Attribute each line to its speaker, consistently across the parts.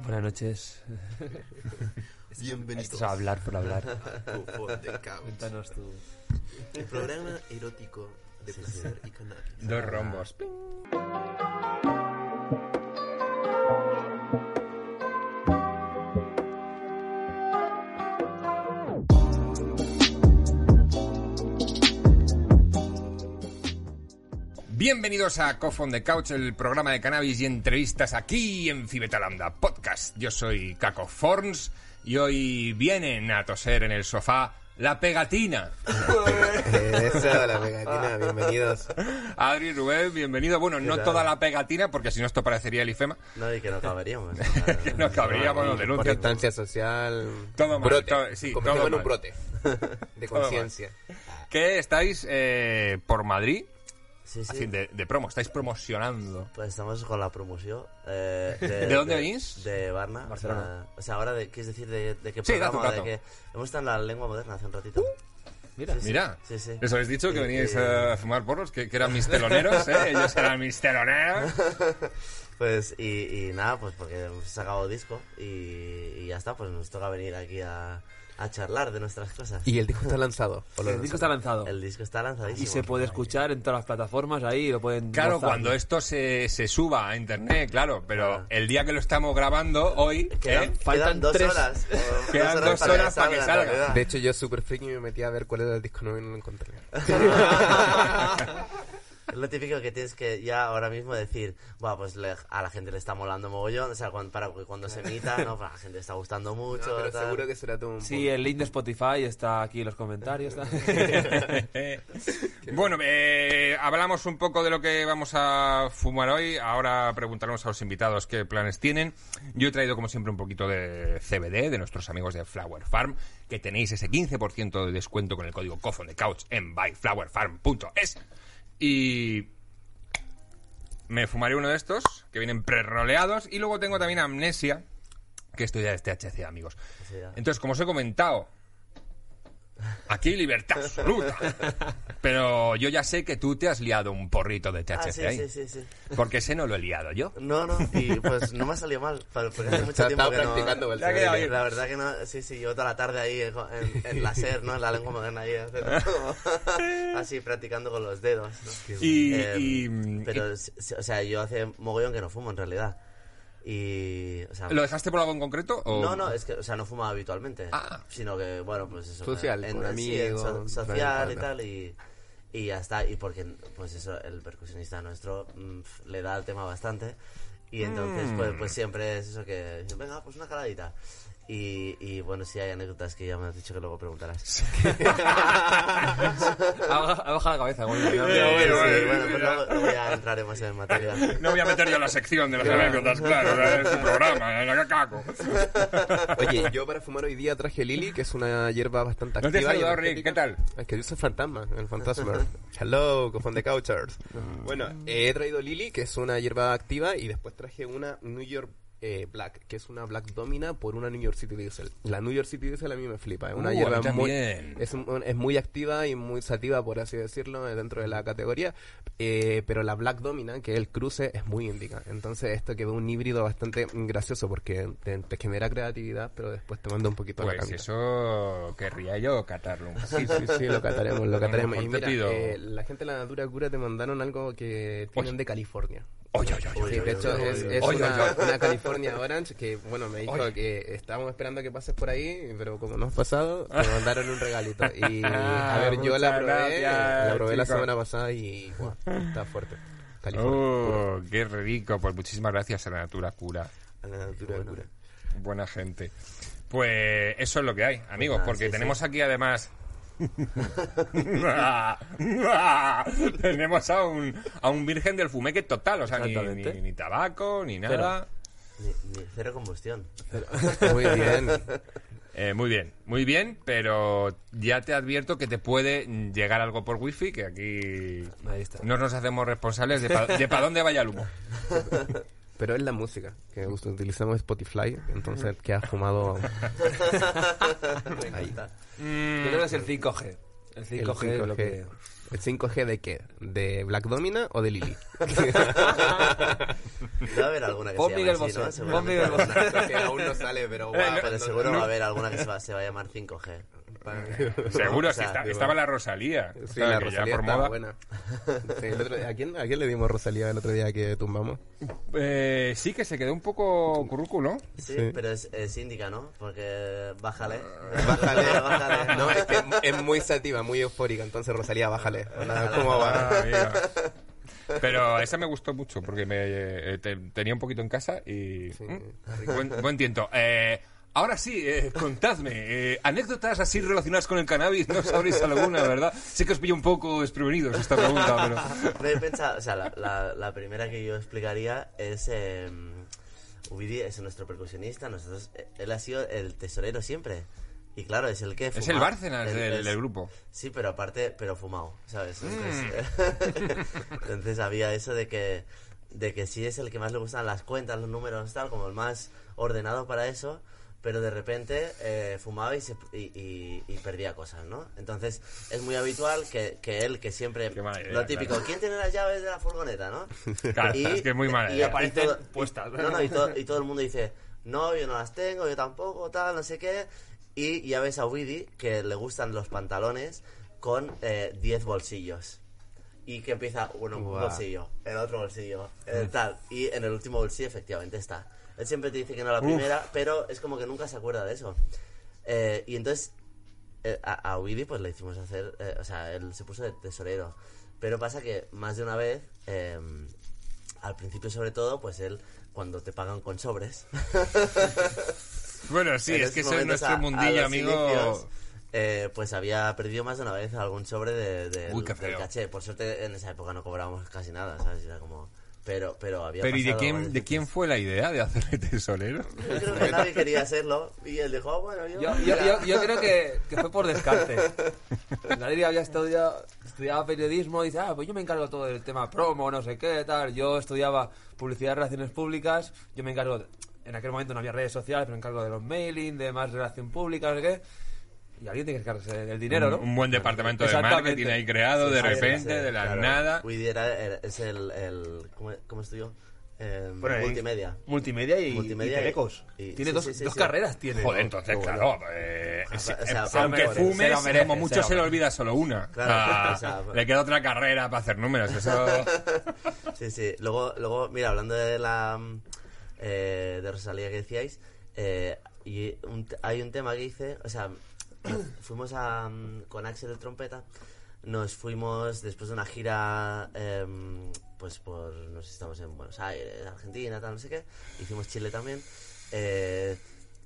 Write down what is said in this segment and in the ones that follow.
Speaker 1: Buenas noches.
Speaker 2: Bienvenidos
Speaker 1: Esto es hablar por hablar.
Speaker 2: Bufón de Couch,
Speaker 1: Cuéntanos tú.
Speaker 2: el programa erótico de placer y cannabis.
Speaker 3: Dos rombos. Bienvenidos a Cough on the Couch, el programa de cannabis y entrevistas aquí en Fibeta Lambda Podcast. Yo soy Caco Forns y hoy vienen a toser en el sofá la pegatina.
Speaker 2: Eso, la pegatina, bienvenidos.
Speaker 3: Adri Rubén, bienvenido. Bueno, no
Speaker 2: tal?
Speaker 3: toda la pegatina, porque si no esto parecería el IFEMA.
Speaker 2: No, y que no acabaríamos.
Speaker 3: Que no acabaríamos,
Speaker 2: No,
Speaker 3: nos
Speaker 2: y
Speaker 3: denuncian.
Speaker 2: Por distancia social.
Speaker 3: Todo mal,
Speaker 2: brote.
Speaker 3: todo- sí,
Speaker 2: Convertimos
Speaker 3: todo
Speaker 2: en un
Speaker 3: mal.
Speaker 2: brote de
Speaker 3: Todo mal.
Speaker 2: conciencia.
Speaker 3: Que estáis eh, por Madrid
Speaker 4: Sí, sí.
Speaker 3: así, de, de promo, estáis promocionando.
Speaker 4: Pues estamos con la promoción. eh,
Speaker 3: ¿De dónde venís?
Speaker 4: De Barna. o
Speaker 1: Barcelona.
Speaker 4: sea- O sea, ahora, de, ¿quieres decir de, de qué
Speaker 3: Sí, da tu
Speaker 4: programa? de
Speaker 3: dato. Uh.
Speaker 4: qué- Hemos estado en la lengua moderna hace un ratito.
Speaker 1: Mira.
Speaker 4: Sí, sí.
Speaker 3: Mira,
Speaker 4: Sí, sí.
Speaker 3: les habéis dicho que
Speaker 4: Y-
Speaker 3: veníais
Speaker 4: y- eh,
Speaker 3: a fumar porros, que, que eran mis teloneros, ¿eh? Ellos eran mis teloneros.
Speaker 4: Pues, y, y nada, pues porque hemos sacado disco y, y ya está, pues nos toca venir aquí a, a charlar de nuestras cosas.
Speaker 2: Y el disco está lanzado. ¿o lo
Speaker 1: El disco está lanzado.
Speaker 4: El disco está lanzadísimo.
Speaker 1: Y se puede escuchar en todas las plataformas ahí, lo pueden...
Speaker 3: Claro,
Speaker 1: gozar.
Speaker 3: cuando esto se, se suba a internet, claro, pero el día que lo estamos grabando, hoy,
Speaker 4: Quedan,
Speaker 3: ¿eh?
Speaker 1: Faltan
Speaker 4: quedan dos
Speaker 1: tres-
Speaker 4: horas. o
Speaker 3: Quedan dos horas para que salga.
Speaker 4: en
Speaker 2: De hecho, yo super freaky me metí a ver cuál era el disco nuevo y no lo encontré.
Speaker 4: realidad. Es lo típico que tienes que ya ahora mismo decir, bueno, pues le- a la gente le está molando mogollón, o sea, cuando, para que cuando se emita, ¿no? Pues a la gente le está gustando
Speaker 2: No,
Speaker 4: mucho.
Speaker 2: pero
Speaker 4: tal.
Speaker 2: seguro que será todo un
Speaker 1: Sí, el link de Spotify está aquí en los comentarios. tal.
Speaker 3: bueno, eh, hablamos un poco de lo que vamos a fumar hoy. Ahora preguntaremos a los invitados qué planes tienen. Yo he traído, como siempre, un poquito de CBD de nuestros amigos de Flower Farm, que tenéis ese 15% de descuento con el código COFON de Couch en buyflowerfarm.es. Y me fumaré uno de estos, que vienen prerroleados. Y luego tengo también Amnesia, que esto ya es THC, amigos.
Speaker 4: Sí, ya.
Speaker 3: Entonces, como os he comentado, aquí libertad absoluta. Pero yo ya sé que tú te has liado un porrito de THC
Speaker 4: Ah, sí,
Speaker 3: ahí.
Speaker 4: sí, sí, sí.
Speaker 3: Porque ese no lo he liado yo.
Speaker 4: No, no, y pues no me ha salido mal, pa- porque hace mucho
Speaker 2: Estaba
Speaker 4: tiempo que no...
Speaker 2: practicando el
Speaker 3: Le ha quedado
Speaker 2: CD.
Speaker 3: bien.
Speaker 4: La verdad que no, sí, sí, yo toda la tarde ahí en, en- en la SER, ¿no? En la lengua moderna ahí, haciendo como- así practicando con los dedos. ¿no?
Speaker 3: Y-
Speaker 4: Eh,
Speaker 3: y-
Speaker 4: pero, s- s- o sea, yo hace mogollón que no fumo en realidad. Y, o sea,
Speaker 3: ¿Lo dejaste por algo en concreto? O...
Speaker 4: No, no, es que, o sea, no fumaba habitualmente.
Speaker 3: Ah.
Speaker 4: Sino que, bueno, pues eso.
Speaker 2: Social,
Speaker 4: en-
Speaker 2: con
Speaker 4: en- sí, en
Speaker 2: amigos,
Speaker 4: so-
Speaker 2: claro,
Speaker 4: social y
Speaker 2: claro.
Speaker 4: tal, y, y ya está. Y porque, pues eso, el percusionista nuestro mm, pf, le da al tema bastante. Y entonces, pues, pues siempre es eso que, venga, pues una caladita. Y, y bueno, sí hay anécdotas que ya me has dicho que luego preguntarás.
Speaker 1: Ha baja- ha bajado la cabeza. bueno,
Speaker 4: Pero
Speaker 1: yo-
Speaker 4: bueno,
Speaker 3: bueno,
Speaker 4: sí,
Speaker 3: bueno,
Speaker 4: bueno, pues
Speaker 3: ya.
Speaker 4: luego, luego ya entraremos en materia.
Speaker 3: No voy a meter yo la sección de las anécdotas, claro, es un programa, eh, la caco.
Speaker 2: Oye, yo para fumar hoy día traje Lili, que es una hierba bastante
Speaker 3: No te he
Speaker 2: activa. y
Speaker 3: saludado, Rick,
Speaker 2: energética.
Speaker 3: ¿qué tal?
Speaker 2: Es que yo soy fantasma, el fantasma. Hello, cofón de couchers. Bueno, eh, he traído Lili, que es una hierba activa, y después traje una New York eh, Black, que es una Black Domina por una New York City Diesel. La New York City Diesel a mí me flipa. Es una
Speaker 3: Uh, a
Speaker 2: hierba
Speaker 3: mí
Speaker 2: muy,
Speaker 3: también.
Speaker 2: es, un- es muy activa y muy sativa, por así decirlo, eh, dentro de la categoría. Eh, pero la Black Domina, que es el cruce, es muy índica. Entonces esto quedó un híbrido bastante gracioso porque te, te genera creatividad, pero después te manda un poquito a la
Speaker 3: Pues
Speaker 2: canta.
Speaker 3: eso querría yo catarlo un poquito.
Speaker 2: Sí, sí, sí, lo cataremos,
Speaker 3: A
Speaker 2: lo
Speaker 3: lo
Speaker 2: cataremos.
Speaker 3: mejor
Speaker 2: Y
Speaker 3: te
Speaker 2: mira,
Speaker 3: pido-
Speaker 2: eh, la gente de la Natura Cura te mandaron algo que tienen
Speaker 3: Oye.
Speaker 2: de California.
Speaker 3: Oye, oye, oye.
Speaker 2: Sí, de hecho es, es
Speaker 3: Oye,
Speaker 2: una,
Speaker 3: oye.
Speaker 2: una California Orange que, bueno, me dijo
Speaker 3: Oye.
Speaker 2: que estábamos esperando que pases por ahí, pero como no has pasado, te mandaron un regalito. Y, a ver, yo la
Speaker 3: Ah, Muchas
Speaker 2: probé,
Speaker 3: gracias,
Speaker 2: la probé la
Speaker 3: chicos.
Speaker 2: semana pasada y, guau, está fuerte. California.
Speaker 3: Oh, qué rico. Pues muchísimas gracias a la Natura Cura.
Speaker 4: A la
Speaker 2: Natura
Speaker 4: bueno.
Speaker 2: Cura.
Speaker 3: Buena gente. Pues eso es lo que hay, amigos,
Speaker 4: nada,
Speaker 3: porque
Speaker 4: sí,
Speaker 3: tenemos aquí además Tenemos a un, a un virgen del fumeque total, o sea, ni,
Speaker 1: Exactamente.
Speaker 3: ni- ni tabaco, ni nada.
Speaker 4: Ni- ni cero combustión.
Speaker 3: Oh.
Speaker 2: Muy bien.
Speaker 3: Eh, muy bien, muy bien, pero ya te advierto que te puede llegar algo por wifi, que aquí
Speaker 1: Ahí está.
Speaker 3: no nos hacemos responsables de para dónde vaya el humo.
Speaker 2: Pero es la música, que us- utilizamos Spotify, entonces que ha fumado ahí.
Speaker 1: Yo creo que es el 5G. El 5G,
Speaker 2: El
Speaker 1: es lo
Speaker 2: 5G.
Speaker 1: que...
Speaker 2: ¿El 5G de qué? ¿De Black Domina o de Lily?
Speaker 4: Debe haber alguna que
Speaker 1: Pon
Speaker 4: se llame
Speaker 1: Miguel
Speaker 4: así,
Speaker 1: Bosé,
Speaker 4: ¿no?
Speaker 1: pon
Speaker 4: Seguramente
Speaker 1: Miguel
Speaker 4: alguna.
Speaker 1: Bosé.
Speaker 2: que aún no sale, pero
Speaker 4: Ah,
Speaker 2: guau, pues,
Speaker 4: pero
Speaker 2: cuando-
Speaker 4: seguro va a haber alguna que se va, se va a llamar 5G.
Speaker 3: Seguro,
Speaker 4: O
Speaker 3: si
Speaker 4: sea,
Speaker 3: está- estaba la Rosalía. o
Speaker 2: Sí,
Speaker 3: sea,
Speaker 2: la
Speaker 3: que ya
Speaker 2: Rosalía
Speaker 3: por
Speaker 2: está
Speaker 3: moda-
Speaker 2: buena. Sí, el otro día- ¿a, quién, ¿A quién le dimos Rosalía el otro día que tumbamos?
Speaker 3: Eh, sí que se quedó un poco currúculo. ¿no?
Speaker 4: Sí,
Speaker 2: Sí.
Speaker 4: pero es, es índica, ¿no? Porque bájale.
Speaker 3: Ah.
Speaker 2: Bájale,
Speaker 4: bájale.
Speaker 2: No, es que es muy sativa, muy eufórica, entonces Rosalía, bájale. Hola, ¿Cómo
Speaker 3: Ah,
Speaker 2: va?
Speaker 3: mira. Pero esa me gustó mucho porque me, eh, te- tenía un poquito en casa y... mm, Buen, buen tiento. Eh, ahora sí, eh, contadme. eh, anécdotas así relacionadas con el cannabis, no sabréis alguna, ¿verdad? Sé que os pillo un poco desprevenidos esta pregunta, pero...
Speaker 4: Me he pensado, o sea, la, la- la primera que yo explicaría es. Eh, Ubidi es nuestro percusionista, nosotros, eh, él ha sido el tesorero siempre. Y claro, es Ah, el que.
Speaker 3: Es
Speaker 4: fuma.
Speaker 3: el Bárcenas
Speaker 4: Él
Speaker 3: del,
Speaker 4: es-
Speaker 3: del grupo.
Speaker 4: Sí, pero aparte, pero fumado, ¿sabes? Entonces,
Speaker 3: Mm.
Speaker 4: entonces había eso de que, de que sí es el que más le gustan las cuentas, los números, tal, como el más ordenado para eso, pero de repente eh, fumaba y, se- y- y- y perdía cosas, ¿no? Entonces es muy habitual que, que él, que siempre,
Speaker 3: Qué mala idea,
Speaker 4: lo típico,
Speaker 3: claro.
Speaker 4: ¿quién tiene las llaves de la furgoneta, no?
Speaker 3: Claro, es que es muy mala
Speaker 4: y
Speaker 3: idea.
Speaker 4: aparece
Speaker 1: Aparecen
Speaker 4: todo- y-
Speaker 1: puestas.
Speaker 4: no, no, y, todo, y todo el mundo dice, no, yo no las tengo, yo tampoco, tal, no sé qué. Y ya ves a Widi que le gustan los pantalones con eh, 10 bolsillos. Y que empieza, bueno, un
Speaker 2: Guau.
Speaker 4: bolsillo, el otro bolsillo, eh, tal. Y en el último bolsillo efectivamente está. Él siempre te dice que no a la primera, pero es como que nunca se acuerda de eso. Eh, y entonces eh, a, a Willy pues le hicimos hacer, eh, o sea, él se puso de tesorero. Pero pasa que más de una vez, eh, al principio sobre todo, pues él, cuando te pagan con sobres,
Speaker 3: Bueno, sí,
Speaker 4: en
Speaker 3: es
Speaker 4: esos
Speaker 3: que eso es
Speaker 4: momentos
Speaker 3: nuestro
Speaker 4: a- a
Speaker 3: mundillo,
Speaker 4: los
Speaker 3: amigo.
Speaker 4: inicios, eh, pues había perdido más de una vez algún sobre de, de-
Speaker 3: Uy, qué
Speaker 4: del
Speaker 3: feo.
Speaker 4: caché. Por suerte en esa época no cobrábamos casi nada, ¿sabes? Era como... Pero, pero había
Speaker 3: Pero ¿y de
Speaker 4: pasado varias
Speaker 3: quién, de
Speaker 4: veces.
Speaker 3: quién fue la idea de hacerle tesorero?
Speaker 4: Yo creo que nadie quería hacerlo y él dijo, "Ah, bueno, yo...
Speaker 1: Yo, yo,
Speaker 4: mira".
Speaker 1: yo- yo creo que, que fue por descarte. Nadie había estudiado, estudiaba periodismo y dice, ah, pues yo me encargo todo del tema promo, no sé qué, tal. Yo estudiaba publicidad y relaciones públicas, yo me encargo, en aquel momento no había redes sociales, pero me encargo de los mailing, de más relación pública, no sé qué. Y alguien tiene que encargarse del dinero, ¿no?
Speaker 3: Un buen departamento de
Speaker 1: Exactamente.
Speaker 3: marketing ahí creado, de
Speaker 4: Sí, sí,
Speaker 3: repente,
Speaker 4: sí,
Speaker 3: de la
Speaker 4: claro.
Speaker 3: nada.
Speaker 4: Widi era- era- es el, el- ¿cómo, cómo estudió? Eh,
Speaker 1: Bueno, ahí-
Speaker 4: multimedia.
Speaker 1: Multimedia y,
Speaker 4: Multimedia
Speaker 1: y telecos.
Speaker 4: y-
Speaker 1: tiene
Speaker 4: sí,
Speaker 1: dos,
Speaker 4: sí, sí,
Speaker 1: dos
Speaker 4: sí.
Speaker 1: carreras, tiene.
Speaker 3: Joder, entonces,
Speaker 1: Qué bueno.
Speaker 3: claro. eh, si-
Speaker 4: o sea,
Speaker 3: eh,
Speaker 4: se lo
Speaker 3: aunque
Speaker 4: merece,
Speaker 3: fume,
Speaker 1: se lo merece,
Speaker 3: como mucho
Speaker 1: se lo
Speaker 3: se le olvida solo una.
Speaker 4: Claro,
Speaker 3: O sea,
Speaker 4: o sea,
Speaker 3: le queda otra carrera para hacer números. Eso.
Speaker 4: Sí, sí. Luego, luego, mira, hablando de la mm, eh, de Rosalía que decíais, eh, y un t- hay un tema que hice, o sea, fuimos a, mm, con Axel el trompeta, nos fuimos después de una gira, em, pues por, no sé, estamos en Buenos Aires, Argentina, tal, no sé qué, hicimos Chile también, eh,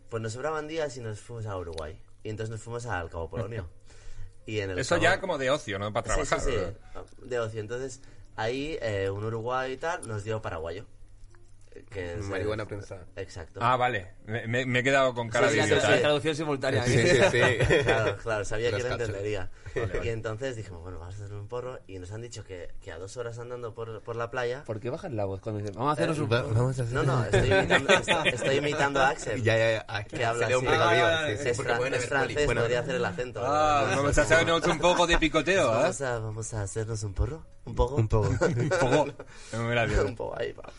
Speaker 4: pues nos sobraban días y nos fuimos a Uruguay, y entonces nos fuimos al Cabo Polonio. Y en el
Speaker 3: Eso
Speaker 4: Cabo-
Speaker 3: ya como de ocio, ¿no? Para
Speaker 4: Sí,
Speaker 3: trabajar.
Speaker 4: sí, sí, de ocio. Entonces, ahí eh, un uruguayo y tal nos dio paraguayo. Que es,
Speaker 2: Marihuana
Speaker 4: eh,
Speaker 2: prensada.
Speaker 4: Exacto.
Speaker 3: Ah, vale. Me, me- me he quedado con cara
Speaker 4: Sí,
Speaker 3: de
Speaker 4: sí,
Speaker 3: idiota.
Speaker 4: sí,
Speaker 3: ¿eh?
Speaker 4: sí.
Speaker 1: Traducción simultánea.
Speaker 2: Sí, sí, sí.
Speaker 4: Claro, claro, sabía que lo
Speaker 2: Rascacho.
Speaker 4: entendería. Y entonces dijimos, bueno, vamos a hacer un porro. Y nos han dicho que, que a dos horas andando por, por la playa.
Speaker 1: ¿Por qué bajas la voz cuando dicen, vamos a hacernos un...
Speaker 2: Va- Vamos a hacer...
Speaker 4: No, no, estoy imitando, est- estoy imitando a Axel.
Speaker 2: Ya, ya, ya. Ah, es que
Speaker 4: Que habla
Speaker 2: se lee
Speaker 4: así.
Speaker 2: un precavido,
Speaker 3: Ah,
Speaker 2: sí,
Speaker 4: es,
Speaker 2: sí, porque
Speaker 4: fran-
Speaker 2: pueden
Speaker 4: es
Speaker 2: haber
Speaker 4: francés,
Speaker 2: poli- bueno,
Speaker 4: podría hacer el acento.
Speaker 3: Ah, vamos a hacernos un poco de picoteo, ¿eh?
Speaker 4: vamos, a, vamos a hacernos un porro. Un poco.
Speaker 2: Un poco.
Speaker 3: Un poco. No me la digo.
Speaker 4: un poco ahí, papá.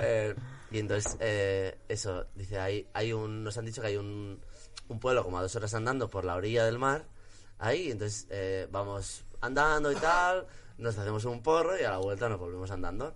Speaker 4: Eh, y entonces, eh, eso, dice, hay, hay un, nos han dicho que hay un, un pueblo como a dos horas andando por la orilla del mar, ahí, y entonces eh, vamos andando y tal, nos hacemos un porro y a la vuelta nos volvemos andando.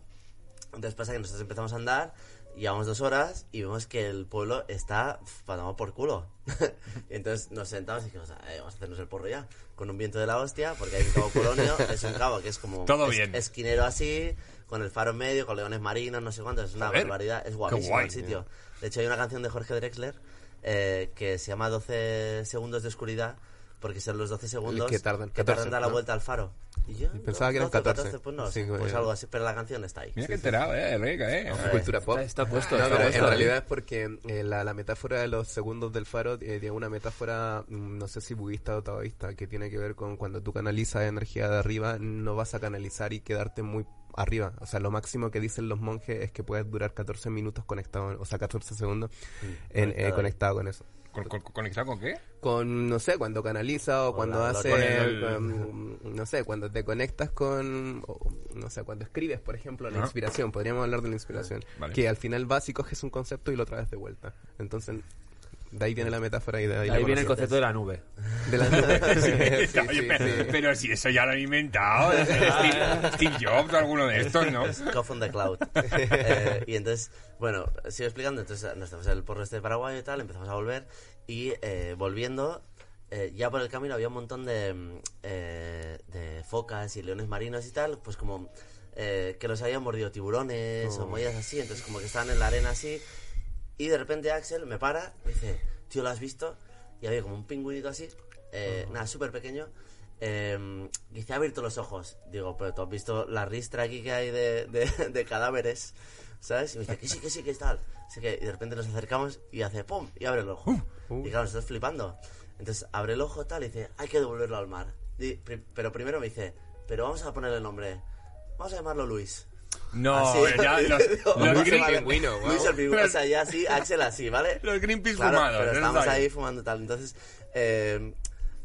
Speaker 4: Entonces pasa que nosotros empezamos a andar, llevamos dos horas y vemos que el pueblo está pf, pa' tomar por culo. y entonces nos sentamos y dijimos, "Ah, eh, vamos a hacernos el porro ya, con un viento de la hostia, porque hay un cabo polonio, es un cabo que es como
Speaker 3: Todo
Speaker 4: es-
Speaker 3: bien.
Speaker 4: esquinero así, con el faro en medio, con leones marinos, no sé cuánto, es una
Speaker 3: Joder,
Speaker 4: barbaridad, es
Speaker 3: qué
Speaker 4: guapísimo
Speaker 3: guay,
Speaker 4: el sitio. De hecho hay una canción de Jorge Drexler eh, que se llama 12 segundos de oscuridad porque son los 12 segundos
Speaker 2: que tardan 14,
Speaker 4: dar la
Speaker 2: ¿no?
Speaker 4: vuelta al faro. Y yo,
Speaker 2: Pensaba que eran 14.
Speaker 4: pues no,
Speaker 2: Sí,
Speaker 4: pues
Speaker 2: bueno.
Speaker 4: algo así, pero la canción está ahí.
Speaker 3: Mira que enterado, eh, rica, eh.
Speaker 2: Cultura pop.
Speaker 1: Está, está puesto.
Speaker 2: No,
Speaker 1: está
Speaker 2: pero en
Speaker 1: puesto.
Speaker 2: realidad es porque eh, la, la metáfora de los segundos del faro eh, tiene una metáfora, mm, no sé si budista o taoísta, que tiene que ver con cuando tú canalizas energía de arriba, no vas a canalizar y quedarte muy arriba. O sea, lo máximo que dicen los monjes es que puedes durar 14 minutos conectado, o sea, 14 segundos en, eh,
Speaker 4: conectado.
Speaker 2: conectado con eso.
Speaker 3: ¿Con- con- con- ¿Conectado con qué?
Speaker 2: Con, no sé, cuando canaliza o
Speaker 4: Con
Speaker 2: cuando
Speaker 4: la- la-
Speaker 2: hace,
Speaker 4: con
Speaker 3: el-
Speaker 2: con- no sé, cuando te conectas con, o, no sé, cuando escribes, por ejemplo, la
Speaker 3: Ajá.
Speaker 2: inspiración, podríamos hablar de la inspiración,
Speaker 3: Vale.
Speaker 2: que al final vas y coges un concepto y lo traes de vuelta. Entonces, de ahí viene la metáfora y de ahí,
Speaker 1: Ahí viene el
Speaker 2: concepto.
Speaker 1: concepto de la nube.
Speaker 2: De la... sí, sí,
Speaker 3: Oye,
Speaker 2: sí,
Speaker 3: pero,
Speaker 2: sí.
Speaker 3: pero si eso ya lo han inventado, es
Speaker 4: Ah.
Speaker 3: Steve, Steve Jobs o alguno de estos, ¿no?
Speaker 4: Cough on the Cloud. Eh, y entonces, bueno, sigo explicando. Entonces, nos estamos en el porro este de Paraguay y tal, empezamos a volver. Y eh, volviendo, eh, ya por el camino había un montón de, mm, eh, de focas y leones marinos y tal, pues como eh, que los habían mordido tiburones o movidas así. Entonces, como que estaban en la arena así. Y de repente Axel me para, me dice, tío, ¿lo has visto? Y había como un pingüinito así, eh, nada, súper pequeño. Eh, dice, ha abierto los ojos. Digo, pero tú has visto la ristra aquí que hay de, de- de cadáveres, ¿sabes? Y me dice, que sí, que sí, que tal. Así que y de repente nos acercamos y hace, ¡pum! Y abre el ojo. Y claro, estás flipando. Entonces abre el ojo tal y dice, hay que devolverlo al mar. Di- pri- pero primero me dice, pero vamos a ponerle nombre. Vamos a llamarlo Luis.
Speaker 3: No,
Speaker 4: Así.
Speaker 3: ya los, los
Speaker 4: Vamos a
Speaker 3: Green-
Speaker 4: llamarle-
Speaker 2: pingüino, guau.
Speaker 4: Luis el pingüino, o sea, ya así, Axel así, ¿vale?
Speaker 3: Los Greenpeace
Speaker 4: Claro,
Speaker 3: fumados,
Speaker 4: Pero
Speaker 3: no
Speaker 4: estábamos
Speaker 3: sabes.
Speaker 4: ahí fumando tal. Entonces, eh,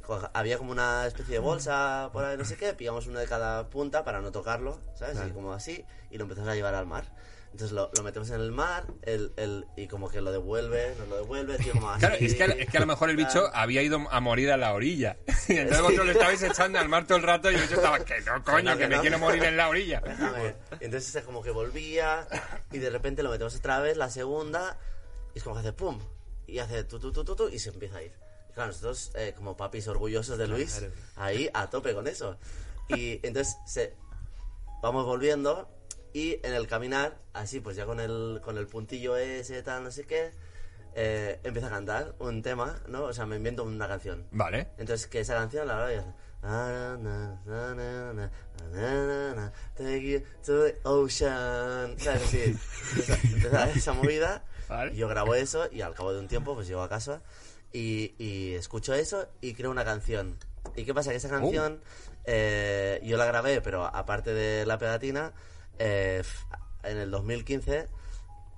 Speaker 4: co- había como una especie de bolsa por ahí, no sé qué. Pillamos uno de cada punta para no tocarlo, ¿sabes? Y como así, y lo empezamos a llevar al mar. Entonces lo, lo metemos en el mar el, el- y como que lo devuelve, nos lo devuelve, tío, como así.
Speaker 3: Claro, es que, a- es que a lo mejor el
Speaker 4: tal.
Speaker 3: bicho había ido a morir a la orilla. Y entonces vosotros lo estabais echando al mar todo el rato y el bicho estaba, que no, coño,
Speaker 4: no,
Speaker 3: que
Speaker 4: que
Speaker 3: me
Speaker 4: no".
Speaker 3: quiero morir en la orilla.
Speaker 4: Déjame. Entonces es como que volvía y de repente lo metemos otra vez, la segunda, y es como que hace pum, y hace tu, tu, tu, tu, tu, y se empieza a ir. Y claro, nosotros eh, como papis orgullosos de Luis, ahí a tope con eso. Y entonces se, vamos volviendo y en el caminar, así pues ya con el, con el puntillo ese, tal, no sé qué, eh, empieza a cantar un tema, ¿no? O sea, me invento una canción.
Speaker 3: Vale.
Speaker 4: Entonces, que esa canción la verdad na, na, na, na, na, na, na, na, Take you to the ocean. ¿Sabes? Así, esa, esa- esa movida.
Speaker 3: Vale.
Speaker 4: Yo grabo eso y al cabo de un tiempo, pues llego a casa y, y escucho eso y creo una canción. ¿Y qué pasa? Que esa canción eh, yo la grabé, pero aparte de la pegatina, eh, en el 2015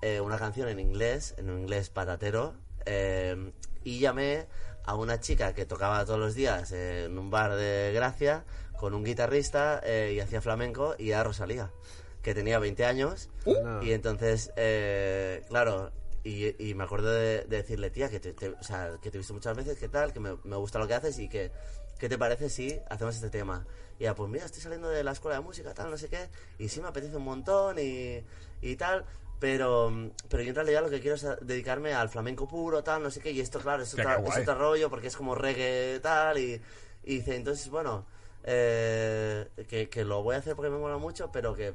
Speaker 4: eh, una canción en inglés, en un inglés patatero, eh, y llamé a una chica que tocaba todos los días eh, en un bar de Gracia con un guitarrista eh, y hacía flamenco y a Rosalía, que tenía 20 años, y entonces, eh, claro, y, y me acuerdo de, de decirle, tía, que te, te- o sea, que te he visto muchas veces, que tal, que me, me gusta lo que haces y que, ¿qué te parece si hacemos este tema? Y ella, pues mira, estoy saliendo de la escuela de música, tal, no sé qué, y sí me apetece un montón y, y tal, pero, mm, pero yo en realidad lo que quiero es a- dedicarme al flamenco puro, tal, no sé qué, y esto, claro, es,
Speaker 3: Hostia,
Speaker 4: otra-
Speaker 3: qué
Speaker 4: es
Speaker 3: guay.
Speaker 4: otro rollo porque es como reggae, tal, y, y dice, entonces, bueno, eh, que, que lo voy a hacer porque me mola mucho, pero que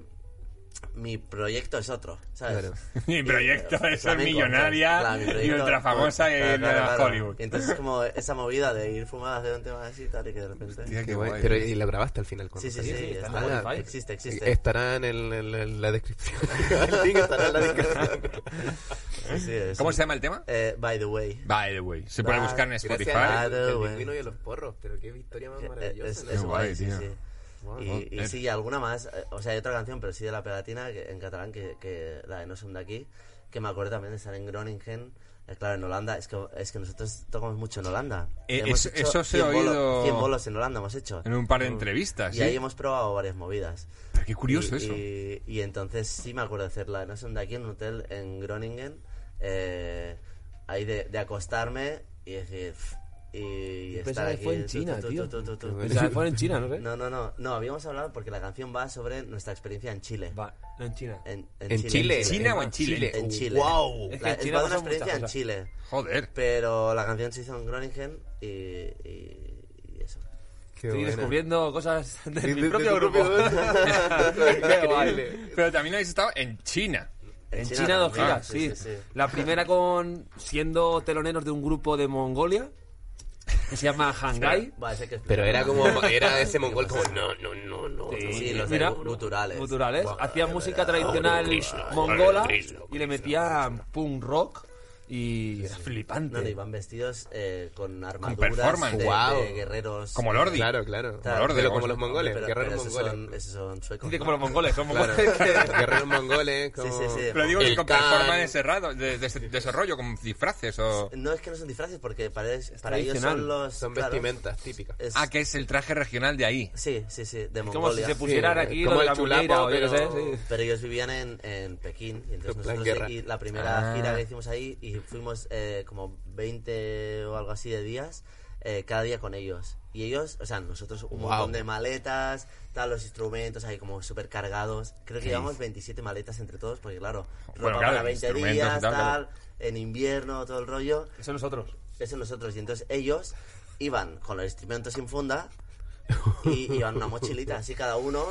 Speaker 4: mi proyecto es otro, ¿sabes?
Speaker 2: Claro.
Speaker 3: Mi proyecto
Speaker 4: Eh,
Speaker 3: es ser
Speaker 4: flamenco,
Speaker 3: millonaria
Speaker 4: claro, mi
Speaker 3: y
Speaker 4: proyecto-
Speaker 3: ultra famosa
Speaker 4: Claro,
Speaker 3: en
Speaker 4: claro,
Speaker 3: eh,
Speaker 4: claro.
Speaker 3: Hollywood.
Speaker 4: Y entonces como esa movida de ir fumadas de un tema así tal y que de repente...
Speaker 3: Hostia,
Speaker 2: Qué
Speaker 3: qué
Speaker 2: guay.
Speaker 3: guay.
Speaker 2: Pero y lo grabaste al final.
Speaker 4: Sí, sí,
Speaker 2: cuando
Speaker 4: sí,
Speaker 2: salió.
Speaker 4: está-
Speaker 2: Ah,
Speaker 1: Spotify.
Speaker 4: existe, existe.
Speaker 2: Estará en, el- en el- en la descripción. el link estará en la descripción.
Speaker 4: Sí, sí, es
Speaker 3: ¿Cómo
Speaker 4: un-
Speaker 3: se llama el tema?
Speaker 4: Eh, by the way.
Speaker 3: By the way. Se puede
Speaker 4: By-
Speaker 3: buscar en
Speaker 2: Gracias
Speaker 3: Spotify.
Speaker 4: a-
Speaker 2: al- al
Speaker 4: güey.
Speaker 2: pingüino y a los porros, pero qué historia más
Speaker 4: Que, eh,
Speaker 2: maravillosa.
Speaker 4: es-
Speaker 2: ¿no?
Speaker 4: es
Speaker 3: Qué
Speaker 4: guay,
Speaker 3: guay,
Speaker 4: sí,
Speaker 3: tío.
Speaker 4: sí.
Speaker 3: Guau.
Speaker 4: Y, y sí, alguna más. eh, O sea, hay otra canción, pero sí de la pegatina que- en catalán, que, que la de No son de aquí, que me acuerdo también de estar en Groningen. eh, claro, en Holanda, es que, es que nosotros tocamos mucho en Holanda.
Speaker 3: Eh,
Speaker 4: Hemos
Speaker 3: eso-
Speaker 4: hecho
Speaker 3: eso se
Speaker 4: 100
Speaker 3: ha oído-
Speaker 4: bolos- 100 bolos en Holanda hemos hecho.
Speaker 3: En un par de entrevistas.
Speaker 4: Y
Speaker 3: ¿Ah, ¿sí?
Speaker 4: ahí hemos probado varias movidas.
Speaker 3: Pero qué curioso
Speaker 4: Y-
Speaker 3: eso.
Speaker 4: Y, y entonces sí me acuerdo de hacerla, no sé dónde, aquí en un hotel en Groningen, eh, ahí de, de acostarme y decir... "Pff", Y, y
Speaker 1: Yo
Speaker 4: estar
Speaker 1: pensaba que
Speaker 4: aquí,
Speaker 1: fue en
Speaker 4: tu,
Speaker 1: China,
Speaker 4: tu, tu,
Speaker 1: tío.
Speaker 4: tu, tu, tu, tu.
Speaker 1: Pensaba que fuera en China, ¿no? sé.
Speaker 4: No, no, no, no, habíamos hablado porque la canción va sobre nuestra experiencia en Chile.
Speaker 1: Va, no en China.
Speaker 4: En,
Speaker 2: En Chile.
Speaker 3: ¿China o en Chile? Uh,
Speaker 4: En Chile.
Speaker 2: ¡Wow!
Speaker 1: Es que
Speaker 4: La-
Speaker 1: en
Speaker 4: es
Speaker 1: Chile
Speaker 4: va de una
Speaker 1: pasan muchas
Speaker 4: experiencia en
Speaker 1: cosas.
Speaker 4: Chile,
Speaker 3: Joder.
Speaker 4: pero la canción se hizo en Groningen y, y- y eso.
Speaker 2: Qué
Speaker 1: Estoy
Speaker 2: buena.
Speaker 1: descubriendo cosas de,
Speaker 2: De- de-
Speaker 1: mi
Speaker 2: de
Speaker 1: propio
Speaker 2: tu
Speaker 1: grupo. Qué guay.
Speaker 2: Increíble.
Speaker 3: Pero también habéis estado en China.
Speaker 1: En China dos
Speaker 4: también,
Speaker 1: giras, sí. La primera con siendo teloneros de un grupo de Mongolia. que se llama Hangai.
Speaker 4: Vale, sé que explica.
Speaker 2: Pero era como, era ese mongol como, no, no, no, no.
Speaker 4: Sí, los
Speaker 1: Mira.
Speaker 4: de guturales.
Speaker 1: Guturales. Hacía música tradicional mongola y le metían punk rock y era flipante.
Speaker 4: No, no, iban vestidos eh, con armaduras
Speaker 3: performance.
Speaker 4: de,
Speaker 2: Guau.
Speaker 4: de guerreros.
Speaker 3: Como Lordi.
Speaker 2: Claro, claro.
Speaker 4: Claro.
Speaker 2: Pero
Speaker 3: Orden,
Speaker 2: como los
Speaker 3: orden.
Speaker 2: mongoles,
Speaker 4: Pero-
Speaker 2: guerreros
Speaker 4: pero esos
Speaker 2: mongoles.
Speaker 4: son, esos son suecos.
Speaker 1: Dice
Speaker 4: ¿no?
Speaker 1: como los mongoles, son
Speaker 2: Claro,
Speaker 1: mongoles.
Speaker 2: guerreros mongoles. Como...
Speaker 4: Sí, sí, sí.
Speaker 3: Pero digo que
Speaker 2: El
Speaker 3: con
Speaker 2: Khan.
Speaker 3: performance cerrado, de, de, de ese rollo, con disfraces o...
Speaker 4: No es que no son disfraces, porque para, para ellos
Speaker 1: tradicional.
Speaker 4: son los.
Speaker 2: Son
Speaker 4: claro, Eh,
Speaker 2: vestimentas típicas.
Speaker 4: es-
Speaker 3: Ah, que es el traje regional de ahí.
Speaker 4: Sí, sí, sí, de
Speaker 1: Como si
Speaker 4: Mongolia.
Speaker 1: se pusieran
Speaker 2: Sí,
Speaker 1: aquí
Speaker 2: como
Speaker 1: lo de
Speaker 2: el
Speaker 1: la
Speaker 2: chulapo,
Speaker 1: muñeira o yo qué sé.
Speaker 2: pero-
Speaker 1: sí.
Speaker 4: Pero ellos vivían en, en Pekín, y entonces
Speaker 2: En plan
Speaker 4: nosotros
Speaker 2: guerra.
Speaker 4: y la primera
Speaker 3: Ah.
Speaker 4: gira que hicimos ahí, y fuimos eh, como 20 o algo así de días, eh, cada día con ellos. Y ellos, o sea, nosotros un
Speaker 2: Wow.
Speaker 4: montón de maletas, tal, los instrumentos ahí como súper cargados. Creo que llevamos 27 maletas entre todos, porque claro, ropa
Speaker 3: Bueno, claro,
Speaker 4: para 20
Speaker 3: instrumentos y tal,
Speaker 4: días, tal,
Speaker 3: claro.
Speaker 4: en invierno, todo el rollo.
Speaker 1: Eso nosotros.
Speaker 4: Eso nosotros. Y entonces ellos iban con los instrumentos sin funda y iban una mochilita así cada uno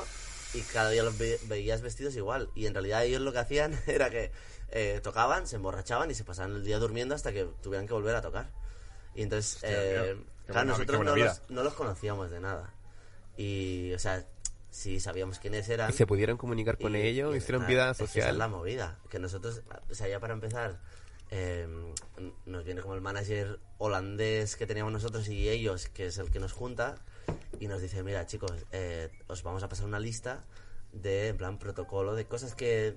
Speaker 4: y cada día los ve- veías vestidos igual. Y en realidad ellos lo que hacían era que eh, tocaban, se emborrachaban y se pasaban el día durmiendo hasta que tuvieran que volver a tocar. Y entonces,
Speaker 3: tío, qué
Speaker 4: eh, claro,
Speaker 3: buena- qué
Speaker 4: nosotros
Speaker 3: buena
Speaker 4: no
Speaker 3: vida.
Speaker 4: los, no los conocíamos de nada. Y, o sea, sí sabíamos quiénes eran.
Speaker 2: Y se pudieron comunicar con
Speaker 4: Y-
Speaker 2: ellos,
Speaker 4: y
Speaker 2: hicieron
Speaker 4: está-
Speaker 2: vida
Speaker 4: es que esa es la
Speaker 2: social.
Speaker 4: movida. Que nosotros, o sea, ya para empezar, eh, nos viene como el manager holandés que teníamos nosotros y ellos, que es el que nos junta, y nos dice, mira chicos, eh, os vamos a pasar una lista de, en plan, protocolo de cosas que,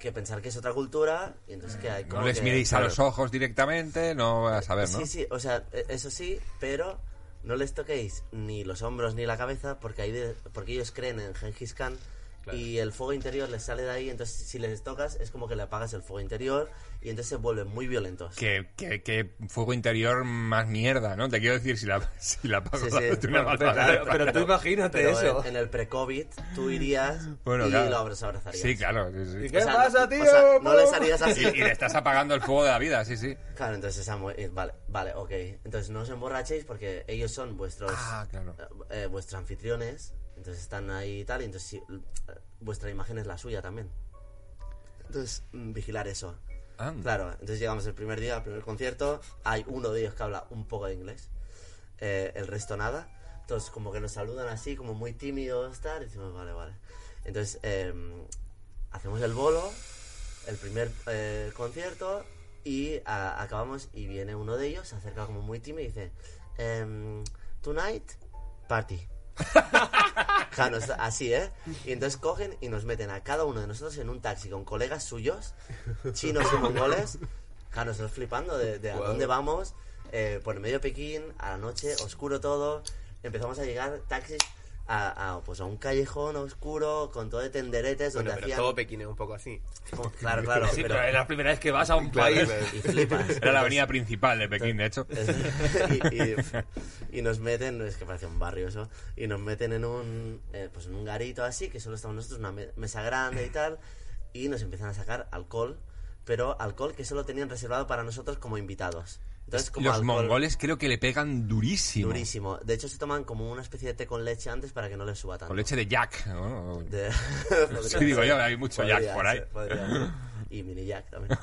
Speaker 4: que pensar que es otra cultura, y entonces que hay
Speaker 3: No
Speaker 4: como
Speaker 3: les
Speaker 4: que-
Speaker 3: miréis a los ojos directamente, no vas a ver, ¿no?
Speaker 4: Sí, sí, o sea, e- eso sí, pero no les toquéis ni los hombros ni la cabeza porque, ahí de- porque ellos creen en Genghis Khan y el fuego interior les sale de ahí, entonces si les tocas es como que le apagas el fuego interior y entonces se vuelven muy violentos.
Speaker 3: Que, que, que fuego interior más mierda, ¿no? Te quiero decir, si la, si la pago,
Speaker 4: Sí, sí.
Speaker 3: date una
Speaker 4: Bueno,
Speaker 3: patada.
Speaker 4: claro,
Speaker 1: Pero tú imagínate
Speaker 4: pero
Speaker 1: eso.
Speaker 4: En, en el pre-COVID tú irías
Speaker 3: Bueno,
Speaker 4: y
Speaker 3: claro.
Speaker 4: los abrazarías.
Speaker 3: Sí, claro. sí, sí.
Speaker 1: ¿Y qué
Speaker 4: O sea,
Speaker 1: pasa,
Speaker 4: no-
Speaker 1: tío?
Speaker 4: o sea, no les
Speaker 1: Po-
Speaker 4: harías
Speaker 3: Y,
Speaker 4: así.
Speaker 3: y le estás apagando el fuego de la vida, sí, sí.
Speaker 4: Claro, entonces esa mu- eh, vale, vale, ok. Entonces no os emborrachéis porque ellos son vuestros
Speaker 3: Ah, claro.
Speaker 4: eh, eh, vuestros anfitriones, entonces están ahí y tal, y entonces si- eh, vuestra imagen es la suya también. Entonces, mm, vigilar eso.
Speaker 3: Anda.
Speaker 4: Claro, entonces llegamos el primer día, al primer concierto, hay uno de ellos que habla un poco de inglés, eh, el resto nada. Entonces, como que nos saludan así, como muy tímidos, tal, y decimos, vale, vale. Entonces, em, hacemos el bolo, el primer eh, concierto, y a- acabamos, y viene uno de ellos, se acerca como muy tímido y dice, em, Tonight, party. Claro, nos- así, ¿eh? Y entonces cogen y nos meten a cada uno de nosotros en un taxi con colegas suyos, chinos y mongoles. Claro, nosotros flipando de, de a dónde vamos, eh, por el medio de Pekín, a la noche, oscuro todo. Empezamos a llegar taxis a, a, pues, a un callejón oscuro con todo de tenderetes donde
Speaker 2: Bueno, pero
Speaker 4: hacían...
Speaker 2: todo Pekín es un poco así.
Speaker 4: como- claro, claro.
Speaker 1: Sí, pero es la primera vez que vas a un
Speaker 2: Claro,
Speaker 1: país.
Speaker 2: claro.
Speaker 4: Y flipas.
Speaker 3: Era la avenida principal de Pekín, de hecho.
Speaker 4: y, y- y nos meten, es que parece un barrio eso, y nos meten en un, eh, pues en un garito así, que solo estamos nosotros, una me- mesa grande y tal, y nos empiezan a sacar alcohol, pero alcohol que solo tenían reservado para nosotros como invitados. Entonces, como
Speaker 3: Los
Speaker 4: alcohol
Speaker 3: mongoles creo que le pegan durísimo.
Speaker 4: Durísimo. De hecho, se toman como una especie de té con leche antes para que no les suba tanto.
Speaker 3: Con leche de Jack. ¿no? O-
Speaker 4: De-
Speaker 3: Sí, digo yo, hay mucho
Speaker 4: Podría
Speaker 3: Jack por ahí.
Speaker 4: ser, podría ser. Y mini Jack también.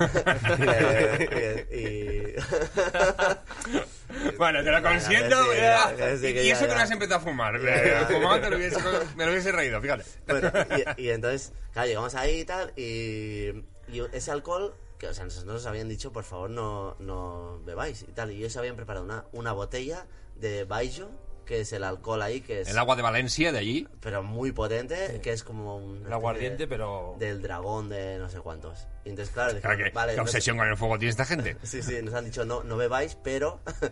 Speaker 4: Eh, y-
Speaker 3: Bueno, te lo
Speaker 4: Venga,
Speaker 3: consiento.
Speaker 4: sí,
Speaker 3: eh,
Speaker 4: ya, sí, que
Speaker 3: y
Speaker 4: ya,
Speaker 3: eso que
Speaker 4: ya.
Speaker 3: no has empezado a fumar. Eh, Fumando te lo hubiese- me lo hubiese reído, fíjate.
Speaker 4: Bueno, y, y entonces, claro, llegamos ahí y tal, y, y ese alcohol, que o sea, nos- nos habían dicho, por favor, no, no bebáis y tal, y ellos habían preparado una, una botella de baijo, que es el alcohol ahí, que es...
Speaker 3: El agua de Valencia, de allí.
Speaker 4: Pero muy potente, que es como un...
Speaker 1: El aguardiente, pero-
Speaker 4: Del dragón de no sé cuántos. Y entonces, claro,
Speaker 3: Claro,
Speaker 4: dijimos,
Speaker 3: que,
Speaker 4: vale...
Speaker 3: qué
Speaker 4: no-
Speaker 3: obsesión con el fuego tiene esta gente.
Speaker 4: Sí, sí, nos han dicho, no, no bebáis, pero...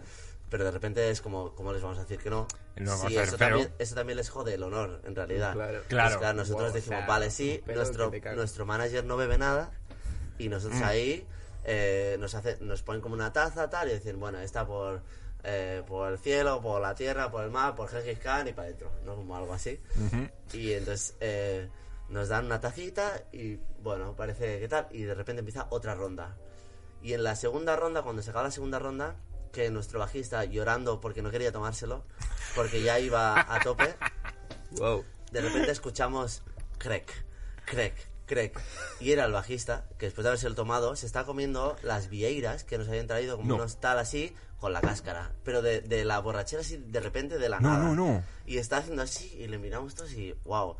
Speaker 4: Pero de repente es como, ¿cómo les vamos a decir que no?
Speaker 3: No, vamos
Speaker 4: Sí,
Speaker 3: a ser
Speaker 4: eso,
Speaker 3: feo.
Speaker 4: también, eso también les jode el honor, en realidad.
Speaker 2: Claro.
Speaker 3: Claro.
Speaker 4: nosotros
Speaker 2: Wow, o
Speaker 4: decimos,
Speaker 2: sea,
Speaker 4: vale, sí,
Speaker 2: pero
Speaker 4: nuestro,
Speaker 2: que te cagas. Mm.
Speaker 4: nuestro manager no bebe nada y nosotros ahí eh, nos, hace, nos ponen como una taza tal y decir, bueno, esta por, eh, por el cielo, por la tierra, por el mar, por Gengis Khan y para adentro, ¿no? Como algo así. Y entonces eh, nos dan una tacita y bueno, parece que tal y de repente empieza otra ronda. Y en la segunda ronda, cuando se acaba la segunda ronda, que nuestro bajista llorando porque no quería tomárselo, porque ya iba a tope,
Speaker 2: Wow.
Speaker 4: de repente escuchamos crack, crack, Craig, y era el bajista, que después de haberse el tomado, se está comiendo las vieiras que nos habían traído como
Speaker 3: No.
Speaker 4: unos tal así, con la cáscara. Pero de, de la borrachera así, de repente, de la
Speaker 3: No,
Speaker 4: nada.
Speaker 3: no, no.
Speaker 4: Y está haciendo así, y le miramos todos y wow.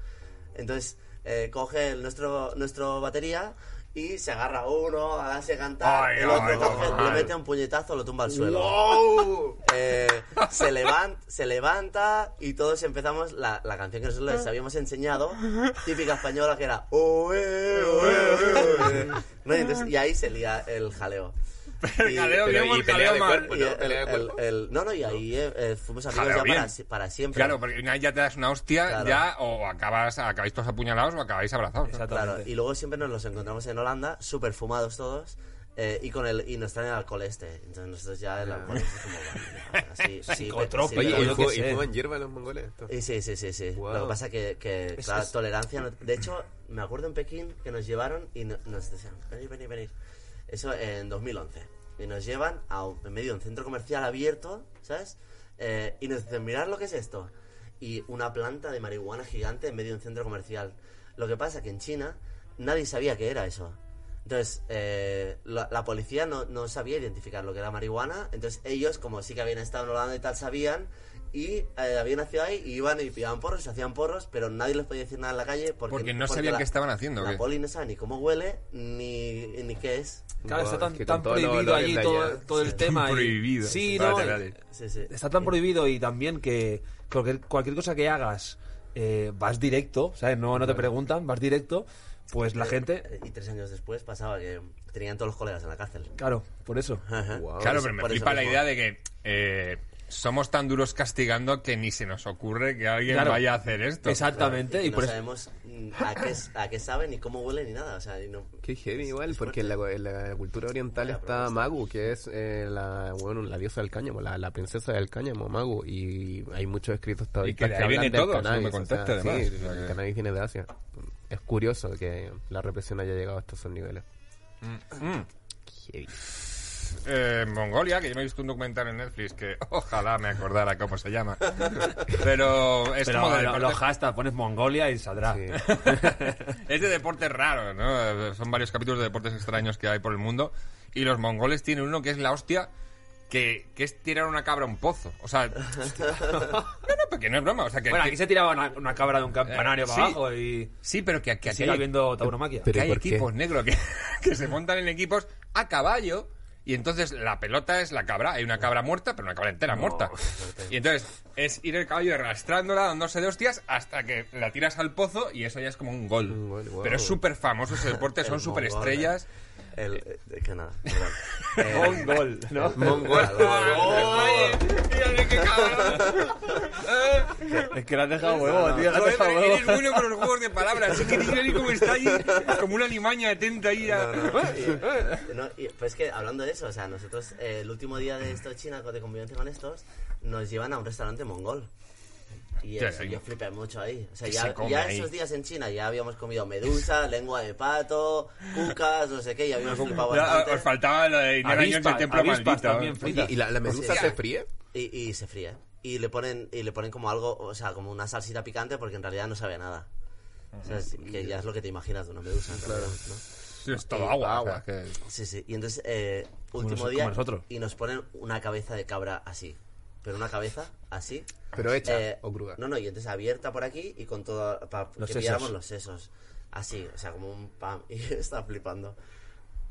Speaker 4: Entonces, eh, coge el- nuestro, nuestro batería y se agarra uno, hace cantar,
Speaker 3: Ay,
Speaker 4: el
Speaker 3: ay,
Speaker 4: otro coge-
Speaker 3: normal.
Speaker 4: le mete un puñetazo, lo tumba al suelo.
Speaker 2: ¡Wow!
Speaker 4: Eh, se, levanta, se levanta y todos empezamos la, la canción que nosotros les habíamos enseñado, típica española que era "Oe, oe, oe". No, y, entonces- y ahí se lía el jaleo.
Speaker 3: El
Speaker 4: Y-
Speaker 3: jaleo,
Speaker 2: pero
Speaker 3: digamos,
Speaker 2: y
Speaker 3: el
Speaker 2: pelea
Speaker 3: jaleo
Speaker 2: de
Speaker 3: mal.
Speaker 2: cuerpo,
Speaker 4: y
Speaker 2: ¿no?
Speaker 4: el-
Speaker 2: Pelea de
Speaker 4: el-
Speaker 2: cuerpo.
Speaker 4: el- no, no, y ahí eh, eh, fuimos amigos
Speaker 3: Jaleo
Speaker 4: ya
Speaker 3: bien.
Speaker 4: para, si- para siempre.
Speaker 3: Claro, porque una vez ya te das una hostia,
Speaker 4: Claro.
Speaker 3: ya o acabas, acabáis todos apuñalados o acabáis abrazados. ¿no?
Speaker 1: Exactamente.
Speaker 4: Claro, y luego siempre nos los encontramos en Holanda, súper fumados todos, eh, y con el y nos traen el alcohol este. Entonces nosotros ya el alcohol es como... bueno, así, sí,
Speaker 1: Psicotropo.
Speaker 4: sí,
Speaker 2: Oye,
Speaker 4: pero-
Speaker 2: ¿y
Speaker 1: yo
Speaker 2: fu-
Speaker 1: qué
Speaker 2: ¿y
Speaker 1: sé.
Speaker 2: fuman hierba los mongoles? Esto.
Speaker 4: Y sí, sí, sí, sí.
Speaker 2: Wow.
Speaker 4: Lo que pasa que, que
Speaker 1: Es-
Speaker 4: claro,
Speaker 1: es-
Speaker 4: tolerancia... no- De hecho, me acuerdo en Pekín que nos llevaron y no- nos decían, venid, venid, venid. Eso en 2011. Y nos llevan a un- en medio de un centro comercial abierto, ¿sabes? Eh, y nos dicen, mirad lo que es esto. Y una planta de marihuana gigante en medio de un centro comercial. Lo que pasa que en China nadie sabía qué era eso. Entonces, eh, la, la policía no, no sabía identificar lo que era marihuana. Entonces, ellos, como sí que habían estado en Holanda y tal, sabían. Y eh, habían nacido ahí y iban y pillaban porros, y hacían porros, pero nadie les podía decir nada en la calle porque,
Speaker 3: Porque no sabían
Speaker 4: la-
Speaker 3: qué estaban haciendo, ¿o
Speaker 4: La
Speaker 3: qué?
Speaker 4: poli no sabe ni cómo huele ni, ni qué es.
Speaker 1: Claro,
Speaker 2: Guau,
Speaker 1: está tan,
Speaker 2: es que
Speaker 1: tan
Speaker 2: con todos los
Speaker 1: prohibido
Speaker 2: olores
Speaker 1: allí
Speaker 2: de
Speaker 1: todo,
Speaker 2: allá.
Speaker 1: todo el tema. y-
Speaker 3: prohibido.
Speaker 1: Sí,
Speaker 3: Vale,
Speaker 1: no, eh,
Speaker 3: vale.
Speaker 4: Sí, sí.
Speaker 1: Está tan prohibido y también que cualquier, cualquier cosa que hagas eh, vas directo, ¿sabes? No, no te preguntan, vas directo. Pues la gente.
Speaker 4: Y tres años después pasaba que tenían todos los colegas en la cárcel.
Speaker 1: Claro, por eso.
Speaker 4: Ajá.
Speaker 2: Wow.
Speaker 3: Claro,
Speaker 4: Por
Speaker 3: pero me
Speaker 4: eso
Speaker 3: flipa la
Speaker 4: mismo.
Speaker 3: idea de que eh, somos tan duros castigando que ni se nos ocurre que alguien
Speaker 1: Claro.
Speaker 3: vaya a hacer esto.
Speaker 1: Exactamente.
Speaker 4: Y,
Speaker 1: Y
Speaker 4: no
Speaker 1: por eso.
Speaker 4: sabemos mm, a qué, s- a qué sabe ni cómo huele ni nada. O sea, y no,
Speaker 2: Qué heavy igual, porque en la, en la cultura oriental
Speaker 4: Vaya
Speaker 2: está
Speaker 4: propuesta.
Speaker 2: Magu, que es eh, la, bueno, la diosa del cáñamo, la, la princesa del cáñamo, Magu, y hay muchos escritos
Speaker 3: Y
Speaker 2: taoístas
Speaker 3: que de ahí
Speaker 2: hablan
Speaker 3: viene
Speaker 2: del
Speaker 3: todo, según
Speaker 2: cannabis,
Speaker 3: me contaste,
Speaker 2: o sea,
Speaker 3: además.
Speaker 2: sí,
Speaker 3: O sea
Speaker 2: el
Speaker 3: que-
Speaker 2: cannabis viene de Asia. Es curioso que la represión haya llegado a estos niveles.
Speaker 3: Mm.
Speaker 2: Heavy.
Speaker 3: Eh, Mongolia, que yo me he visto un documental en Netflix que ojalá me acordara cómo se llama. Pero es
Speaker 1: Pero
Speaker 3: como de
Speaker 1: lo-
Speaker 3: deporte-
Speaker 1: los hashtags, pones Mongolia y saldrá.
Speaker 2: Sí.
Speaker 3: es de deportes raros, ¿no? Son varios capítulos de deportes extraños que hay por el mundo. Y los mongoles tienen uno que es la hostia, que, que es tirar una cabra a un pozo. O sea, no, no, porque no es broma. O sea, que,
Speaker 1: Bueno,
Speaker 3: que-
Speaker 1: aquí se tiraba una, una cabra de un campanario
Speaker 3: Eh,
Speaker 1: para
Speaker 3: sí.
Speaker 1: abajo y.
Speaker 3: Sí, pero que, que aquí
Speaker 1: Sigue
Speaker 3: hay-
Speaker 1: habiendo tauromaquia.
Speaker 2: Pero-
Speaker 3: que
Speaker 2: ¿y
Speaker 3: hay
Speaker 2: por qué?
Speaker 3: equipos negros que, que se montan en equipos a caballo y entonces la pelota es la cabra. Hay una cabra muerta, pero una cabra entera muerta. Y entonces es ir el caballo arrastrándola, dándose de hostias hasta que la tiras al pozo y eso ya es como un gol.
Speaker 2: Un gol, wow.
Speaker 3: Pero es súper famoso ese deporte, son
Speaker 4: El
Speaker 3: súper
Speaker 4: mongol,
Speaker 3: estrellas.
Speaker 4: eh. El, eh, que nada, Eh, perdón.
Speaker 1: Un gol, ¿no?
Speaker 2: Mongol.
Speaker 3: qué cabrón!
Speaker 1: Es que la has dejado huevo, tío. La has
Speaker 3: Joder,
Speaker 1: dejado
Speaker 3: pero eres
Speaker 1: huevo.
Speaker 3: bueno con los juegos de palabras. Así que tienes ahí como está ahí, como una limaña atenta ahí a...
Speaker 4: Eh, no, y- pero es que hablando de eso, o sea, nosotros eh, el último día de esto de China, de convivencia con estos, nos llevan a un restaurante mongol. Y
Speaker 3: Ya,
Speaker 4: eso,
Speaker 3: ahí.
Speaker 4: yo flipé mucho ahí. O sea,
Speaker 3: ¿Qué
Speaker 4: ya,
Speaker 3: se come
Speaker 4: ya
Speaker 3: ahí?
Speaker 4: esos días en China ya habíamos comido medusa, lengua de pato, cucas, no sé qué, ya habíamos flipado
Speaker 3: Ah, Ya,
Speaker 4: bastante.
Speaker 3: os faltaba lo de Indiana Jones y el
Speaker 1: Avispas,
Speaker 3: templo
Speaker 1: avispas
Speaker 3: maldito.
Speaker 1: también
Speaker 3: ¿eh?
Speaker 2: Oye,
Speaker 1: fritas.
Speaker 2: ¿y la, la medusa
Speaker 3: Sí.
Speaker 2: se fríe?
Speaker 4: Y, y se fría. Y le ponen y le ponen como algo, o sea, como una salsita picante porque en realidad no sabe a nada. O sea, es- que ya es lo que te imaginas de una medusa, en realidad, ¿no?
Speaker 3: Sí, es todo agua.
Speaker 2: agua.
Speaker 3: o sea, que-
Speaker 4: Sí, sí. Y entonces, eh, último
Speaker 1: nos-
Speaker 4: día.
Speaker 1: como nosotros.
Speaker 4: Y nos ponen una cabeza de cabra así. Pero una cabeza así.
Speaker 2: ¿Pero hecha
Speaker 4: eh,
Speaker 2: o cruda?
Speaker 4: No, no, y entonces abierta por aquí y con todo. Para que
Speaker 1: Los sesos.
Speaker 4: pilláramos los sesos. Así, o sea, como un pam. Y está flipando.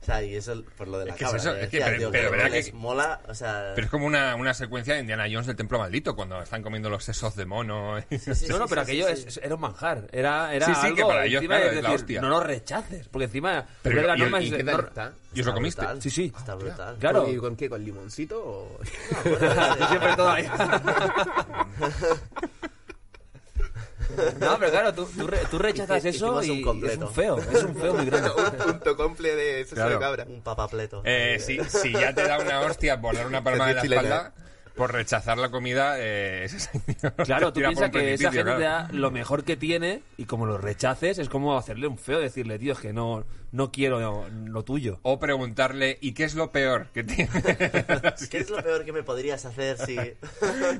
Speaker 4: O sea, y eso por lo de la
Speaker 3: Es que es
Speaker 4: cabra.
Speaker 3: eso,
Speaker 4: que
Speaker 3: es que
Speaker 4: decía,
Speaker 3: pero-
Speaker 4: digo,
Speaker 3: pero
Speaker 4: que
Speaker 3: verá que-
Speaker 4: les mola, o sea.
Speaker 3: Pero es como una, una secuencia de Indiana Jones del templo maldito, cuando están comiendo los sesos de mono.
Speaker 4: sí,
Speaker 1: No, no,
Speaker 4: sí,
Speaker 1: pero
Speaker 4: sí,
Speaker 1: aquello
Speaker 4: sí,
Speaker 1: es-
Speaker 4: sí.
Speaker 1: es- era un manjar. Era, era
Speaker 3: Sí, sí,
Speaker 1: algo
Speaker 3: que para ellos,
Speaker 1: encima
Speaker 3: claro,
Speaker 1: de
Speaker 3: es la
Speaker 1: decir,
Speaker 3: hostia.
Speaker 1: No lo rechaces, porque encima...
Speaker 3: Pero,
Speaker 1: la
Speaker 3: ¿y-
Speaker 1: norma
Speaker 3: y
Speaker 1: es
Speaker 2: ¿Y
Speaker 1: de-
Speaker 2: qué tal
Speaker 1: no-
Speaker 2: está?
Speaker 3: ¿Y os lo
Speaker 4: Está
Speaker 3: comiste?
Speaker 4: brutal.
Speaker 1: Sí, sí.
Speaker 4: Está brutal.
Speaker 1: Claro.
Speaker 2: ¿Y con qué? ¿Con limoncito o...?
Speaker 1: Yo siempre todo ahí. No, pero claro, tú, tú re- tú rechazas
Speaker 4: Hice-
Speaker 1: eso
Speaker 4: hicimos
Speaker 1: y
Speaker 4: un
Speaker 1: es
Speaker 4: completo.
Speaker 1: un feo, es un feo muy grande.
Speaker 2: un punto comple de seso
Speaker 3: Claro.
Speaker 2: de cabra.
Speaker 4: Un papapleto.
Speaker 3: Eh, si, si ya te da una hostia por dar una palma
Speaker 2: Se
Speaker 3: de
Speaker 2: te
Speaker 3: la
Speaker 2: chilena.
Speaker 3: espalda, por rechazar la comida, eh, ese señor
Speaker 1: Claro,
Speaker 3: te
Speaker 1: tú
Speaker 3: tira
Speaker 1: piensas
Speaker 3: por un
Speaker 1: que
Speaker 3: precipicio,
Speaker 1: esa gente te
Speaker 3: claro.
Speaker 1: da lo mejor que tiene y como lo rechaces es como hacerle un feo, decirle, tío, es que no, no quiero lo, lo tuyo.
Speaker 3: O preguntarle, ¿y qué es lo peor que tienes?
Speaker 4: ¿Qué es lo peor que me podrías hacer si...
Speaker 3: ¿Qué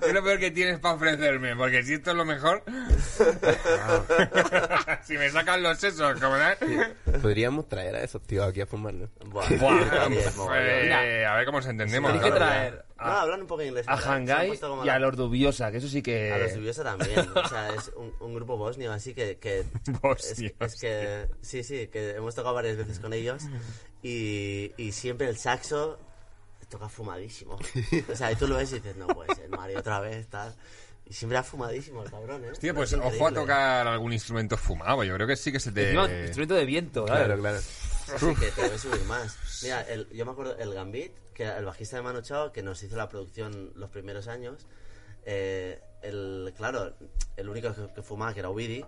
Speaker 3: es lo peor que tienes para ofrecerme? Porque si esto es lo mejor... si me sacan los sesos, como... ¿eh? ¿no?
Speaker 2: Podríamos traer a esos tíos aquí a fumarlo.
Speaker 4: Buah,
Speaker 3: Buah,
Speaker 4: bien,
Speaker 3: pues,
Speaker 4: mogollón.
Speaker 3: eh, a ver cómo nos entendemos.
Speaker 1: Hay que
Speaker 3: la verdad.
Speaker 1: traer
Speaker 4: No,
Speaker 1: a,
Speaker 4: hablan un poco inglés.
Speaker 1: a
Speaker 4: ¿verdad? Se han
Speaker 1: Hangai
Speaker 4: puesto como
Speaker 1: y
Speaker 4: la-
Speaker 1: a los Dubiosa, que eso sí que...
Speaker 4: A los lluviosa también. O sea, es un, un grupo bosnio, así que. que es,
Speaker 3: Bosnio,
Speaker 4: es que. Sí, sí, que hemos tocado varias veces con ellos. Y, y siempre el saxo toca fumadísimo. O sea, y tú lo ves y dices, no, pues el Mario otra vez, tal. Y siempre ha fumadísimo el cabrón, ¿eh?
Speaker 3: Tío, pues
Speaker 4: Es
Speaker 3: ojo a
Speaker 4: increíble.
Speaker 3: tocar algún instrumento fumado. Yo creo que sí que se te...
Speaker 1: Encima, instrumento de viento, ¿sabes?
Speaker 2: Claro, claro.
Speaker 4: Así que te voy a subir más. Mira, el- yo me acuerdo el Gambit, que era el bajista de Manu Chao, que nos hizo la producción los primeros años. eh, el, claro, el único que, que fumaba, que era Wiri,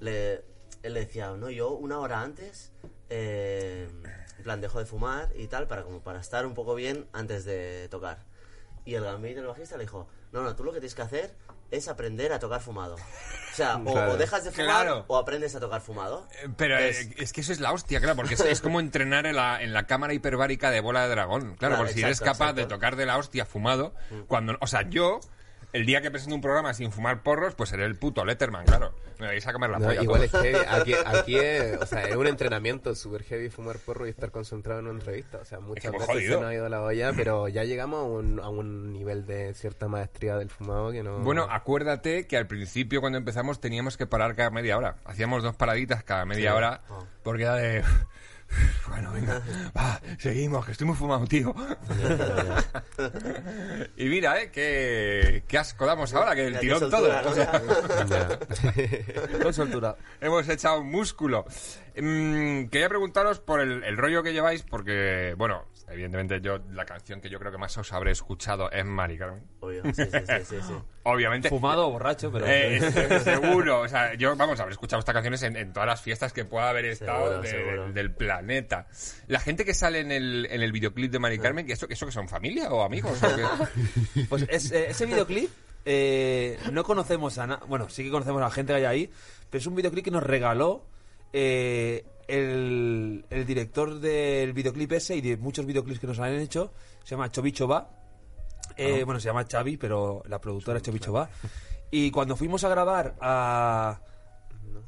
Speaker 4: le, él le decía, no, yo una hora antes, eh, en plan, dejo de fumar y tal, para, como para estar un poco bien antes de tocar. Y el Gambit, el bajista, le dijo, no, no, tú lo que tienes que hacer es aprender a tocar fumado. O sea, o- o,
Speaker 2: Claro.
Speaker 4: dejas de fumar
Speaker 3: Claro.
Speaker 4: o aprendes a tocar fumado.
Speaker 3: Pero eh,
Speaker 4: Es-
Speaker 3: es, que eso es la hostia, claro, porque es, es como entrenar en la, en la cámara hiperbárica de bola de dragón. Claro,
Speaker 4: Claro,
Speaker 3: porque si eres
Speaker 4: exacto,
Speaker 3: capaz de
Speaker 4: exacto. Mm.
Speaker 3: tocar de la hostia fumado, cuando. O sea, yo. El día que presento un programa sin fumar porros, pues seré el puto Letterman, claro. Me vais a comer la
Speaker 2: No,
Speaker 3: polla.
Speaker 2: igual es
Speaker 3: todos.
Speaker 2: heavy. Aquí, aquí es, o sea, es un entrenamiento súper heavy fumar porro y estar concentrado en una entrevista. O sea, muchas
Speaker 3: que hemos
Speaker 2: veces
Speaker 3: jodido.
Speaker 2: se nos ha ido la olla, pero ya llegamos a un, a un nivel de cierta maestría del fumado que no...
Speaker 3: Bueno, acuérdate que al principio cuando empezamos teníamos que parar cada media hora. Hacíamos dos paraditas cada media hora
Speaker 4: Ah.
Speaker 3: porque era de... Bueno, venga, va, seguimos, que estoy muy fumado, tío. y mira, eh, qué, qué asco damos ahora, que el
Speaker 4: Mira, qué
Speaker 3: tirón todo.
Speaker 4: soltura, ¿no?
Speaker 3: O sea,
Speaker 2: Ya.
Speaker 1: Con soltura.
Speaker 3: Hemos echado músculo. Mm, quería preguntaros por el, el rollo que lleváis, porque, bueno, evidentemente yo la canción que yo creo que más os habré escuchado es Mari Carmen.
Speaker 4: Obvio, sí, sí, sí, sí, sí.
Speaker 3: Obviamente.
Speaker 1: Fumado o borracho, pero...
Speaker 3: Eh, se- seguro, o sea, yo, vamos, haber escuchado estas canciones en, en todas las fiestas que pueda haber estado
Speaker 4: Seguro,
Speaker 3: de-
Speaker 4: seguro.
Speaker 3: de- del planeta. La gente que sale en el, en el videoclip de Mari Carmen, ¿que ¿eso, eso que son familia o amigos? o qué?
Speaker 1: Pues es- eh, ese videoclip eh, no conocemos a na- Bueno, sí que conocemos a la gente que hay ahí, pero es un videoclip que nos regaló eh, el, el director del videoclip ese y de muchos videoclips que nos han hecho. Se llama Chovichova. Eh, Bueno, se llama Xavi, pero la productora es Chovichova. Y cuando fuimos a grabar a.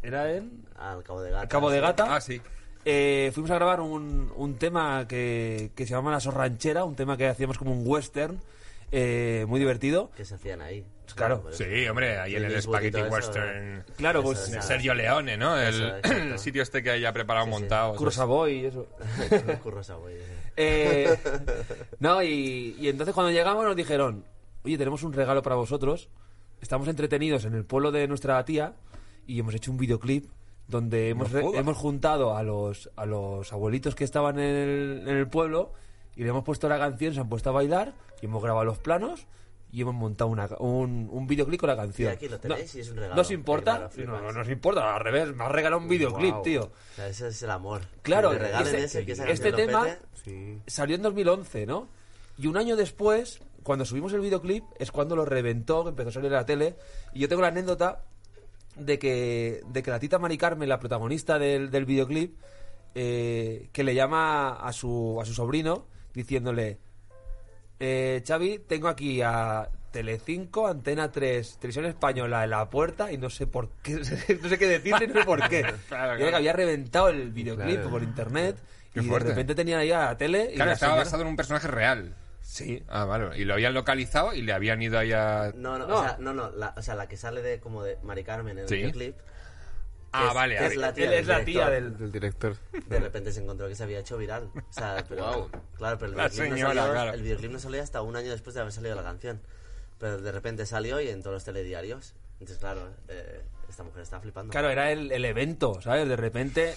Speaker 1: ¿Era en
Speaker 4: Ah, Al cabo de gata.
Speaker 1: Cabo de Gata?
Speaker 3: ah, sí.
Speaker 1: Eh, fuimos a grabar un, un tema que, que se llama La Sorranchera, un tema que hacíamos como un western, eh, muy divertido.
Speaker 4: Que se hacían ahí.
Speaker 1: Claro.
Speaker 4: Pues,
Speaker 3: Sí, hombre, ahí en
Speaker 4: Clint
Speaker 3: el
Speaker 4: Eastwood y
Speaker 3: Spaghetti
Speaker 4: todo eso,
Speaker 3: Western.
Speaker 1: Claro,
Speaker 4: Eso,
Speaker 1: pues,
Speaker 4: eso.
Speaker 3: de Sergio Leone, ¿no?
Speaker 4: Eso,
Speaker 3: El,
Speaker 4: exacto.
Speaker 3: el sitio este que haya preparado
Speaker 4: sí.
Speaker 3: montado.
Speaker 1: Kurosaboy y eso.
Speaker 4: Curros a güey.
Speaker 1: Eh, no, y, y entonces cuando llegamos nos dijeron, oye, tenemos un regalo para vosotros. Estamos entretenidos en el pueblo de nuestra tía y hemos hecho un videoclip donde hemos, re-
Speaker 3: jodas.
Speaker 1: hemos juntado a los, a los abuelitos que estaban en el, en el pueblo y le hemos puesto la canción, se han puesto a bailar y hemos grabado los planos y hemos montado una, ca- un, un videoclip con la canción.
Speaker 4: aquí lo tenéis
Speaker 1: no,
Speaker 4: y es un regalo.
Speaker 1: ¿Nos importa?
Speaker 4: Claro,
Speaker 1: no,
Speaker 4: flipas.
Speaker 1: no nos importa, al revés, me has regalado un videoclip,
Speaker 2: Guau.
Speaker 1: tío.
Speaker 4: O sea, ese es el amor.
Speaker 1: Claro,
Speaker 4: Que te regalen
Speaker 1: este-
Speaker 4: ese, que esa
Speaker 1: este
Speaker 4: canción lo
Speaker 1: tema-
Speaker 4: pete.
Speaker 2: Sí.
Speaker 1: salió en 2011, ¿no? Y un año después, cuando subimos el videoclip, es cuando lo reventó, que empezó a salir en la tele. Y yo tengo la anécdota de que, de que la tita Mari Carmen, la protagonista del, del videoclip, eh, que le llama a su, a su sobrino diciéndole, eh, Xavi, tengo aquí a Telecinco, Antena 3, Televisión Española en la puerta y no sé por qué, no sé qué decirle, no sé por qué.
Speaker 3: Claro,
Speaker 1: Y era
Speaker 3: claro.
Speaker 1: que había reventado el videoclip
Speaker 2: Claro.
Speaker 1: por internet
Speaker 3: Qué
Speaker 1: y
Speaker 3: fuerte.
Speaker 1: de repente tenía ahí a la tele y
Speaker 3: Claro,
Speaker 1: la
Speaker 3: estaba
Speaker 1: señora-
Speaker 3: basado en un personaje real.
Speaker 1: Sí.
Speaker 3: Ah, vale. Y lo habían localizado y le habían ido ahí a...
Speaker 4: No, no,
Speaker 1: No.
Speaker 4: o sea, no, no. La, o sea, la que sale de como de Mari Carmen en
Speaker 3: Sí.
Speaker 4: el clip.
Speaker 3: Ah, vale.
Speaker 4: que
Speaker 3: a
Speaker 4: es
Speaker 3: ver.
Speaker 4: la tía
Speaker 1: Él
Speaker 4: del
Speaker 1: es la tía
Speaker 4: director.
Speaker 1: del...
Speaker 2: Del director.
Speaker 4: De repente se encontró que se había hecho viral. O sea, pero,
Speaker 2: Guau.
Speaker 4: Claro, pero el
Speaker 3: La
Speaker 4: videoclip,
Speaker 3: señora,
Speaker 4: no salió,
Speaker 3: claro.
Speaker 4: el videoclip no salió hasta un año después de haber salido la canción. Pero de repente salió y en todos los telediarios. Entonces, claro, eh, esta mujer está flipando.
Speaker 1: Claro, era el, el evento, ¿sabes? De repente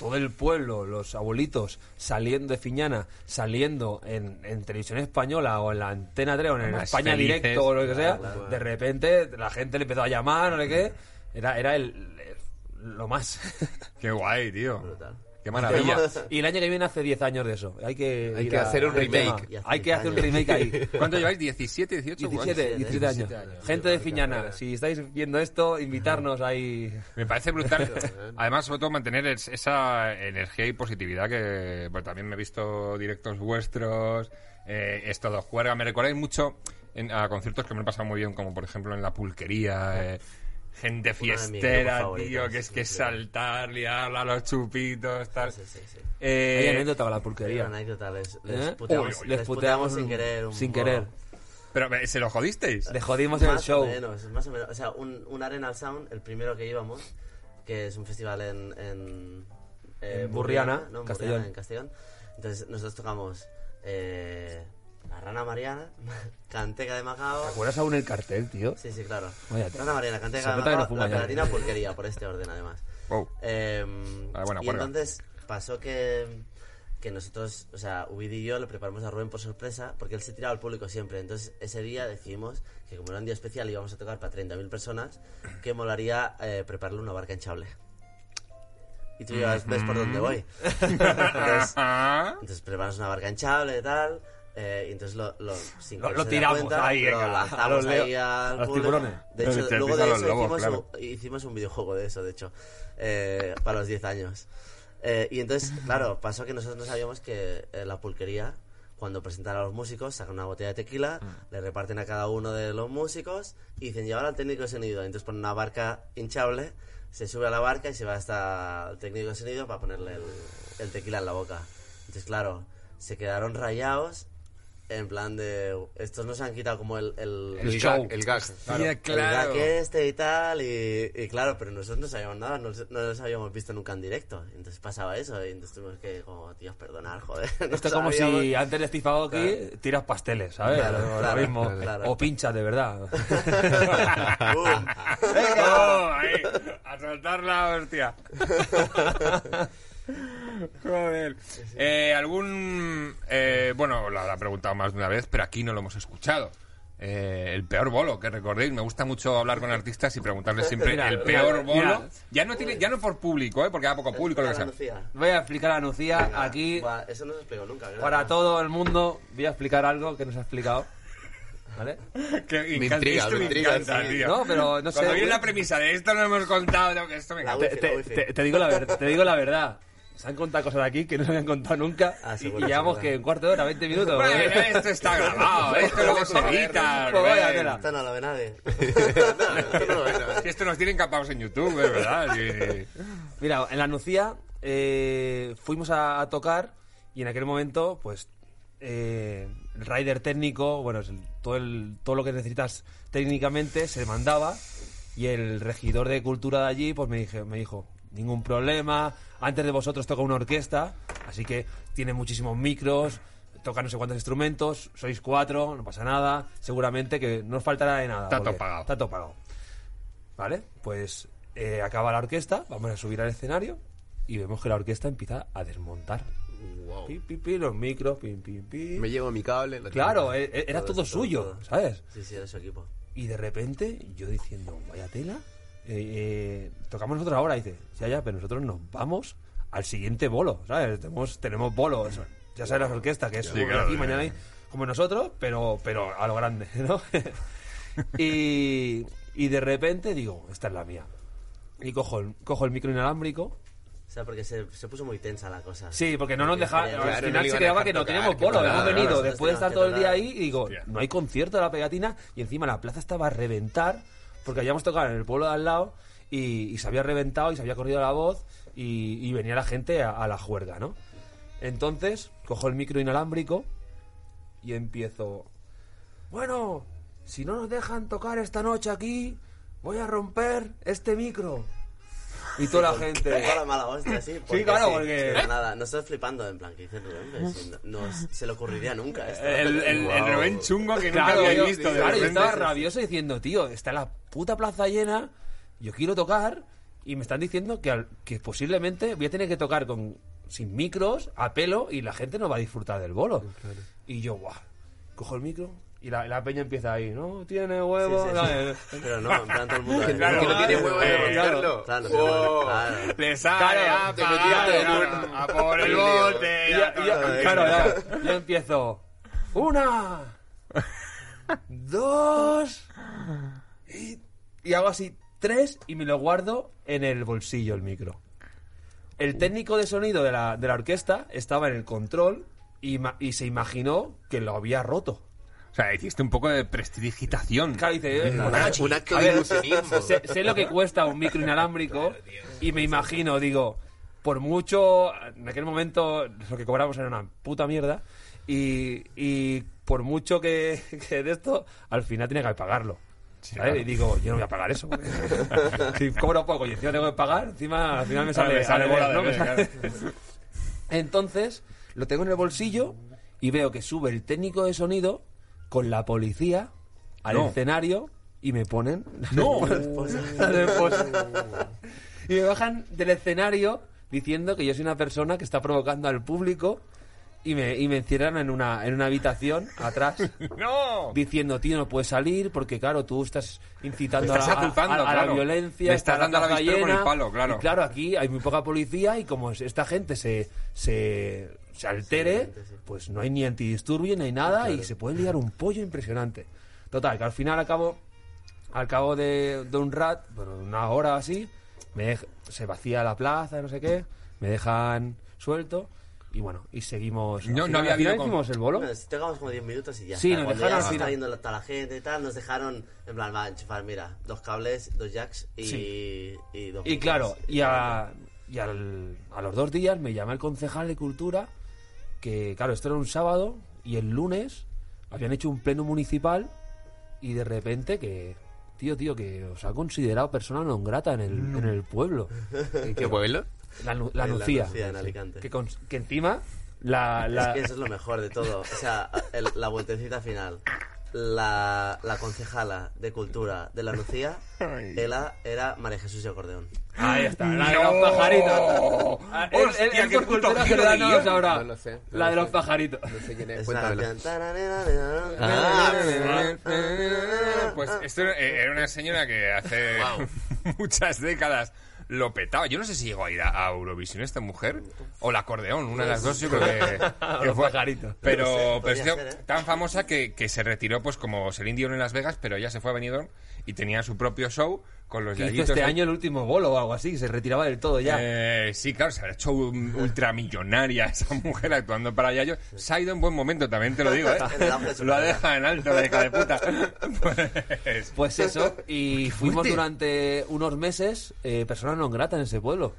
Speaker 1: todo el pueblo, los abuelitos saliendo de Fiñana, saliendo en, en televisión española o en la antena 3 o en el
Speaker 3: Más
Speaker 1: España
Speaker 3: felices,
Speaker 1: Directo o lo que sea,
Speaker 4: claro, claro.
Speaker 1: de repente la gente le empezó a llamar, no sé qué. Era, era el, el- lo más.
Speaker 3: Qué guay, tío.
Speaker 4: Brutal.
Speaker 3: Qué maravilla.
Speaker 1: Y el año que viene hace 10 años de eso. Hay que,
Speaker 2: Hay
Speaker 1: ir
Speaker 2: que
Speaker 1: a-
Speaker 2: hacer un
Speaker 1: al tema.
Speaker 2: remake.
Speaker 4: Y hace
Speaker 1: Hay que
Speaker 4: 10
Speaker 1: hacer un
Speaker 4: años.
Speaker 1: remake ahí.
Speaker 3: ¿Cuánto lleváis? ¿17, 18? ¿Cuántos?
Speaker 1: 17, 17 años.
Speaker 4: 17 años.
Speaker 1: Gente de Fiñana, si estáis viendo esto, invitarnos ahí.
Speaker 4: Eh,
Speaker 3: Me parece brutal. Además, sobre todo mantener es- esa energía y positividad que pues, también me he visto directos vuestros, eh, es todo juerga. Me recordáis mucho en- a conciertos que me he pasado muy bien, como por ejemplo en La Pulquería. eh, gente
Speaker 4: grupos
Speaker 3: fiestera,
Speaker 4: favoritos,
Speaker 3: tío, que es
Speaker 4: sí,
Speaker 3: que
Speaker 4: sí.
Speaker 3: saltar, liarla, los chupitos, tal.
Speaker 4: Sí, sí, sí.
Speaker 3: Eh,
Speaker 1: Hay anécdota con la
Speaker 4: Una
Speaker 1: pulquería.
Speaker 4: anécdota, les, les
Speaker 1: ¿Eh?
Speaker 4: puteamos,
Speaker 1: Uy,
Speaker 4: les puteamos
Speaker 1: les puteamos
Speaker 4: sin querer. Un
Speaker 1: sin
Speaker 4: poco.
Speaker 1: querer.
Speaker 3: Pero eh, se lo jodisteis.
Speaker 1: Le jodimos en el
Speaker 4: Más o
Speaker 1: show.
Speaker 4: menos, más o menos. O sea, un, un Arenal Sound, el primero que íbamos, que es un festival en. En, eh,
Speaker 1: En Burriana,
Speaker 4: ¿no? En
Speaker 1: Castellón.
Speaker 4: en Castellón. Entonces, nosotros tocamos. eh, La Rana Mariana, Canteca de Macao.
Speaker 1: ¿Te acuerdas aún el cartel, tío?
Speaker 4: Sí, sí, claro.
Speaker 1: Vaya,
Speaker 4: Rana Mariana,
Speaker 1: se
Speaker 4: Canteca de
Speaker 1: nota que no
Speaker 4: Macao,
Speaker 1: fuma
Speaker 4: La
Speaker 1: ya.
Speaker 4: Pegatina, Porquería, por este orden, además.
Speaker 3: Wow.
Speaker 4: Em,
Speaker 3: Ah, buena
Speaker 4: y
Speaker 3: juerga.
Speaker 4: entonces pasó que, que nosotros, o sea, Uid y yo le preparamos a Rubén por sorpresa, porque él se tiraba al público siempre. Entonces ese día decidimos que como era un día especial y íbamos a tocar para 30.000 personas, que molaría eh, prepararle una barca hinchable. Y tú ya ves por dónde voy. entonces,
Speaker 3: Ah,
Speaker 4: entonces preparamos una barca hinchable y tal. eh, y entonces lo, lo, sin
Speaker 1: Lo-
Speaker 4: que
Speaker 1: lo
Speaker 4: se diera
Speaker 1: tiramos
Speaker 4: cuenta,
Speaker 1: ahí,
Speaker 4: lo
Speaker 1: venga, a
Speaker 4: lanzamos
Speaker 1: los leo-
Speaker 4: ahí
Speaker 1: a
Speaker 4: al
Speaker 1: los
Speaker 4: público.
Speaker 1: tiburones.
Speaker 4: De
Speaker 3: Pero
Speaker 4: hecho,
Speaker 3: te
Speaker 4: luego
Speaker 3: pisan
Speaker 4: de
Speaker 3: los
Speaker 4: eso
Speaker 3: lobos,
Speaker 4: hicimos,
Speaker 3: claro.
Speaker 4: un, hicimos un videojuego de eso, de hecho, eh, para los 10 años. Eh, y entonces, claro, pasó que nosotros no sabíamos que eh, la pulquería, cuando presentan a los músicos, sacan una botella de tequila, le reparten a cada uno de los músicos y dicen, y ahora al técnico de sonido. Entonces ponen una barca hinchable, se sube a la barca y se va hasta el técnico de sonido para ponerle el, el tequila en la boca. Entonces, claro, se quedaron rayados en plan de... Estos no se han quitado como el... el-
Speaker 2: El,
Speaker 3: show.
Speaker 2: gag, el gag.
Speaker 3: tía, claro.
Speaker 4: que este y tal, y, y claro, pero nosotros no sabíamos nada, no, no los habíamos visto nunca en directo. Entonces pasaba eso, y entonces tuvimos que, como, tíos, perdonar, joder. no
Speaker 1: Esto es como
Speaker 4: sabíamos.
Speaker 1: si antes de Steve Aoki tiras pasteles, ¿sabes?
Speaker 4: Claro,
Speaker 1: Lo- lo
Speaker 4: claro,
Speaker 1: mismo.
Speaker 4: claro.
Speaker 1: O pinchas, de verdad.
Speaker 4: Boom.
Speaker 1: Oh,
Speaker 3: ¡Venga! ahí, a soltar la hostia. Joder. Eh, algún. eh, bueno, lo habrá preguntado más de una vez, pero aquí no lo hemos escuchado. Eh, el peor bolo que recordéis. Me gusta mucho hablar con artistas y preguntarles siempre
Speaker 1: Mira,
Speaker 3: el peor
Speaker 1: mira,
Speaker 3: bolo.
Speaker 1: mira.
Speaker 3: Ya no tiene, ya no por público, ¿eh? porque era poco público lo que sea.
Speaker 4: Andalucía.
Speaker 1: Voy a explicar a Nucía aquí,
Speaker 4: Buah, eso no se explicó nunca, ¿verdad?
Speaker 1: para todo el mundo, voy a explicar algo que nos ha explicado. ¿Vale?
Speaker 3: Que me
Speaker 2: Me
Speaker 3: encanta,
Speaker 2: intriga,
Speaker 3: esto
Speaker 2: me
Speaker 3: me
Speaker 2: intriga,
Speaker 3: encanta,
Speaker 2: sí.
Speaker 3: tío.
Speaker 1: No, pero no sé.
Speaker 3: Cuando viene la premisa de esto no hemos contado, no, que esto me encanta.
Speaker 4: wifi,
Speaker 1: te, te-
Speaker 4: wifi.
Speaker 1: te- te digo la ver- te digo la verdad. Se han contado cosas aquí que no se habían contado nunca.
Speaker 4: Ah,
Speaker 1: y-
Speaker 4: seguro,
Speaker 1: y llevamos
Speaker 4: seguro.
Speaker 1: que en cuarto de hora, 20 minutos.
Speaker 3: Bueno,
Speaker 1: ¿vale?
Speaker 3: esto
Speaker 1: eh.
Speaker 3: está grabado, esto luego se edita.
Speaker 1: Pues vaya
Speaker 3: ven.
Speaker 1: tela.
Speaker 4: Esto no lo ve nadie.
Speaker 2: Esto no lo ves, ¿no?
Speaker 3: Si esto nos tienen capados en YouTube, es verdad. Sí.
Speaker 1: Mira, en la Nucía eh, fuimos a, a tocar y en aquel momento, pues, eh, el rider técnico, bueno, es el- todo, el- todo lo que necesitas técnicamente se mandaba y el regidor de cultura de allí, pues me, dije, me dijo, ningún problema, antes de vosotros toca una orquesta, así que tiene muchísimos micros, toca no sé cuántos instrumentos, sois cuatro, no pasa nada, seguramente que no os faltará de nada.
Speaker 3: Está todo
Speaker 1: porque
Speaker 3: pagado.
Speaker 1: Está todo pagado. ¿Vale? Pues eh, acaba la orquesta, vamos a subir al escenario y vemos que la orquesta empieza a desmontar.
Speaker 2: Wow.
Speaker 1: Pi, pi, pi, los micros, pim, pim, pi.
Speaker 2: Me llevo mi cable. lo
Speaker 1: Claro,
Speaker 2: tengo.
Speaker 1: e- e- era
Speaker 4: eso,
Speaker 1: todo
Speaker 4: todo,
Speaker 1: suyo,
Speaker 4: todo.
Speaker 1: ¿sabes?
Speaker 4: Sí, sí, era su equipo.
Speaker 1: Y de repente yo diciendo, vaya tela, eh, eh, tocamos nosotros ahora. Y dice, ya, ya, pero nosotros nos vamos al siguiente bolo, ¿sabes? Tenemos, tenemos bolos, ya sabes, las orquestas, que es
Speaker 3: Sí, claro,
Speaker 1: aquí,
Speaker 3: sí.
Speaker 1: mañana ahí, como nosotros, pero, pero a lo grande, ¿no? y, y de repente digo, esta es la mía. Y cojo el, cojo el micro inalámbrico.
Speaker 4: O sea, porque se, se puso muy tensa la cosa.
Speaker 1: Sí, porque no nos dejaba.
Speaker 4: Claro,
Speaker 1: al
Speaker 2: no
Speaker 1: final
Speaker 2: le iban
Speaker 1: se
Speaker 2: a
Speaker 1: quedaba
Speaker 2: dejar
Speaker 1: que no
Speaker 2: tocar,
Speaker 1: tenemos
Speaker 2: qué
Speaker 1: bolo,
Speaker 2: putada,
Speaker 1: hemos
Speaker 2: claro,
Speaker 1: venido
Speaker 4: nosotros
Speaker 1: después de
Speaker 4: teníamos
Speaker 1: estar
Speaker 4: que
Speaker 1: todo el día
Speaker 4: tocar.
Speaker 1: ahí y digo,
Speaker 3: Hostia.
Speaker 1: no hay concierto de la pegatina y encima la plaza estaba a reventar porque habíamos tocado en el pueblo de al lado y, y se había reventado y se había corrido la voz y, y venía la gente a, a la juerga, ¿no? Entonces cojo el micro inalámbrico y empiezo. Bueno, si no nos dejan tocar esta noche aquí, voy a romper este micro. Y toda la gente.
Speaker 4: Toda la mala hostia, sí. porque
Speaker 1: claro, porque-
Speaker 4: sí, nada, no estoy flipando en plan que dice Rubén, pero si no, no se le ocurriría nunca esto.
Speaker 3: El, el, el
Speaker 4: Guau.
Speaker 3: Rubén chungo que nunca
Speaker 1: Claro,
Speaker 3: había
Speaker 1: yo,
Speaker 3: visto. de
Speaker 1: claro, yo
Speaker 3: repente.
Speaker 1: estaba rabioso diciendo, tío, está la puta plaza llena, yo quiero tocar y me están diciendo que, al- que posiblemente voy a tener que tocar con sin micros, a pelo y la gente no va a disfrutar del bolo. Y yo, guau, cojo el micro y Y la, la peña empieza ahí, ¿no? Tiene huevo.
Speaker 4: Sí, sí,
Speaker 1: dale.
Speaker 4: sí. Pero no, en plan todo el mundo.
Speaker 2: Que no tiene huevo de
Speaker 1: Eh, claro.
Speaker 2: venderlo.
Speaker 4: Claro,
Speaker 2: Wow.
Speaker 4: claro.
Speaker 3: Le sale ah, a,
Speaker 2: Claro, te
Speaker 3: pagar,
Speaker 2: metiste en un-
Speaker 3: a, a por el
Speaker 2: lío.
Speaker 3: bote.
Speaker 1: Y
Speaker 3: a
Speaker 1: ya, y ya-
Speaker 3: todo
Speaker 1: claro,
Speaker 3: eso.
Speaker 1: ya, ya empiezo. Una. Dos. Y, y hago así tres y me lo guardo en el bolsillo el micro. El técnico de sonido de la, de la orquesta estaba en el control y, ma- y se imaginó que lo había roto.
Speaker 3: O sea, hiciste un poco de prestidigitación. Mm.
Speaker 1: Claro, dice, eh,
Speaker 2: Una- Un acto
Speaker 1: A
Speaker 2: de
Speaker 1: ver,
Speaker 2: ilusionismo.
Speaker 1: sé, sé lo que cuesta un micro inalámbrico y me imagino, digo, por mucho, en aquel momento lo que cobramos era una puta mierda y, y por mucho que, que de esto, al final tenía que pagarlo. ¿sabes?
Speaker 3: claro.
Speaker 1: Y digo, yo no voy a pagar eso. porque Si cobro poco y encima tengo que pagar, encima al final me
Speaker 3: Claro,
Speaker 1: sale,
Speaker 3: me sale
Speaker 1: al
Speaker 3: bola
Speaker 1: revés,
Speaker 3: de
Speaker 1: ¿no? Me
Speaker 3: ver,
Speaker 1: sale-
Speaker 3: claro.
Speaker 1: entonces, lo tengo en el bolsillo y veo que sube el técnico de sonido con la policía al
Speaker 3: No.
Speaker 1: escenario y me ponen
Speaker 3: No.
Speaker 1: las esposas. y me bajan del escenario diciendo que yo soy una persona que está provocando al público y me, y me encierran en una, en una habitación atrás
Speaker 3: ¡No!
Speaker 1: diciendo, tío, no puedes salir porque, claro, tú estás incitando
Speaker 3: Me estás
Speaker 1: a, la- a-
Speaker 3: aculpando,
Speaker 1: a la
Speaker 3: claro.
Speaker 1: violencia.
Speaker 3: Me estás
Speaker 1: a
Speaker 3: dando la
Speaker 1: caza
Speaker 3: pistola con
Speaker 1: llena".
Speaker 3: el palo, claro.
Speaker 1: Y claro, aquí hay muy poca policía y como es- esta gente se, se, se altere, pues no hay ni antidisturbio, ni hay nada y se puede liar un pollo impresionante. Total, que al final acabo, al cabo de, de un rat, bueno, una hora o así, me dej- se vacía la plaza, no sé qué, me dejan suelto y bueno, y seguimos.
Speaker 3: No-
Speaker 1: al
Speaker 3: no había
Speaker 1: al final
Speaker 3: habido con-
Speaker 1: hicimos el bolo.
Speaker 4: Bueno, si tocamos como 10 minutos y ya.
Speaker 1: Sí,
Speaker 4: está.
Speaker 1: nos
Speaker 4: Cuando
Speaker 1: dejaron
Speaker 4: ya
Speaker 1: al
Speaker 4: se
Speaker 1: final.
Speaker 4: está yendo la- toda la gente y tal, nos dejaron, en plan, va a enchufar, mira, dos cables, dos jacks y, y dos.
Speaker 1: Y claro,
Speaker 4: micros.
Speaker 1: y, a, y al- a los dos días me llama el concejal de cultura, que claro, esto era un sábado y el lunes habían hecho un pleno municipal y de repente que, tío, tío, que os ha considerado persona non grata en el, en el pueblo.
Speaker 2: ¿En qué pueblo?
Speaker 1: La, Nu- la
Speaker 4: En la
Speaker 1: Nucía.
Speaker 4: Nucía, en Alicante.
Speaker 1: Que, cons- que encima la... la-
Speaker 4: Es que eso es lo mejor de todo. O sea, el- la vueltecita final. La, la concejala de cultura de la Lucía era, era María Jesús y Acordeón.
Speaker 1: Ahí está, la de
Speaker 3: ¡No!
Speaker 1: los pajaritos. Ah, él- él-
Speaker 3: Hostia,
Speaker 1: él
Speaker 3: qué
Speaker 1: por
Speaker 3: puto
Speaker 1: cultura
Speaker 3: giro de
Speaker 1: general no lo
Speaker 3: guión.
Speaker 1: sabrá.
Speaker 2: No lo sé, no
Speaker 1: la
Speaker 2: lo
Speaker 1: de los
Speaker 2: sé.
Speaker 1: pajaritos.
Speaker 2: No sé quién es.
Speaker 4: Es
Speaker 2: Cuéntamelo.
Speaker 4: una canción- Ah,
Speaker 3: Pues esto eh, era una señora que hace muchas décadas lo petaba. Yo no sé si llegó a ir a, a Eurovisión esta mujer o la acordeón, una de las dos yo creo que, que
Speaker 1: Los
Speaker 3: fue.
Speaker 1: pajaritos.
Speaker 3: Pero,
Speaker 4: No sé,
Speaker 3: pero es
Speaker 4: podría
Speaker 3: que
Speaker 4: ser, ¿eh?
Speaker 3: tan famosa que, que se retiró pues como Celine Dion en Las Vegas, pero ella se fue a Benidorm y tenía su propio show con los
Speaker 1: Que hizo
Speaker 3: yayitos
Speaker 1: este
Speaker 3: ahí.
Speaker 1: año el último bolo o algo así, que se retiraba del todo ya.
Speaker 3: Eh, sí, claro, se habrá hecho un- ultramillonaria esa mujer actuando para Yayo. Se ha ido en buen momento, también te lo digo, ¿eh?
Speaker 4: En el auge de su
Speaker 3: Lo
Speaker 4: carrera.
Speaker 3: deja en alto, la hija de puta. Pues,
Speaker 1: Pues eso, y fuimos
Speaker 3: fuerte.
Speaker 1: durante unos meses eh, persona no grata en ese pueblo.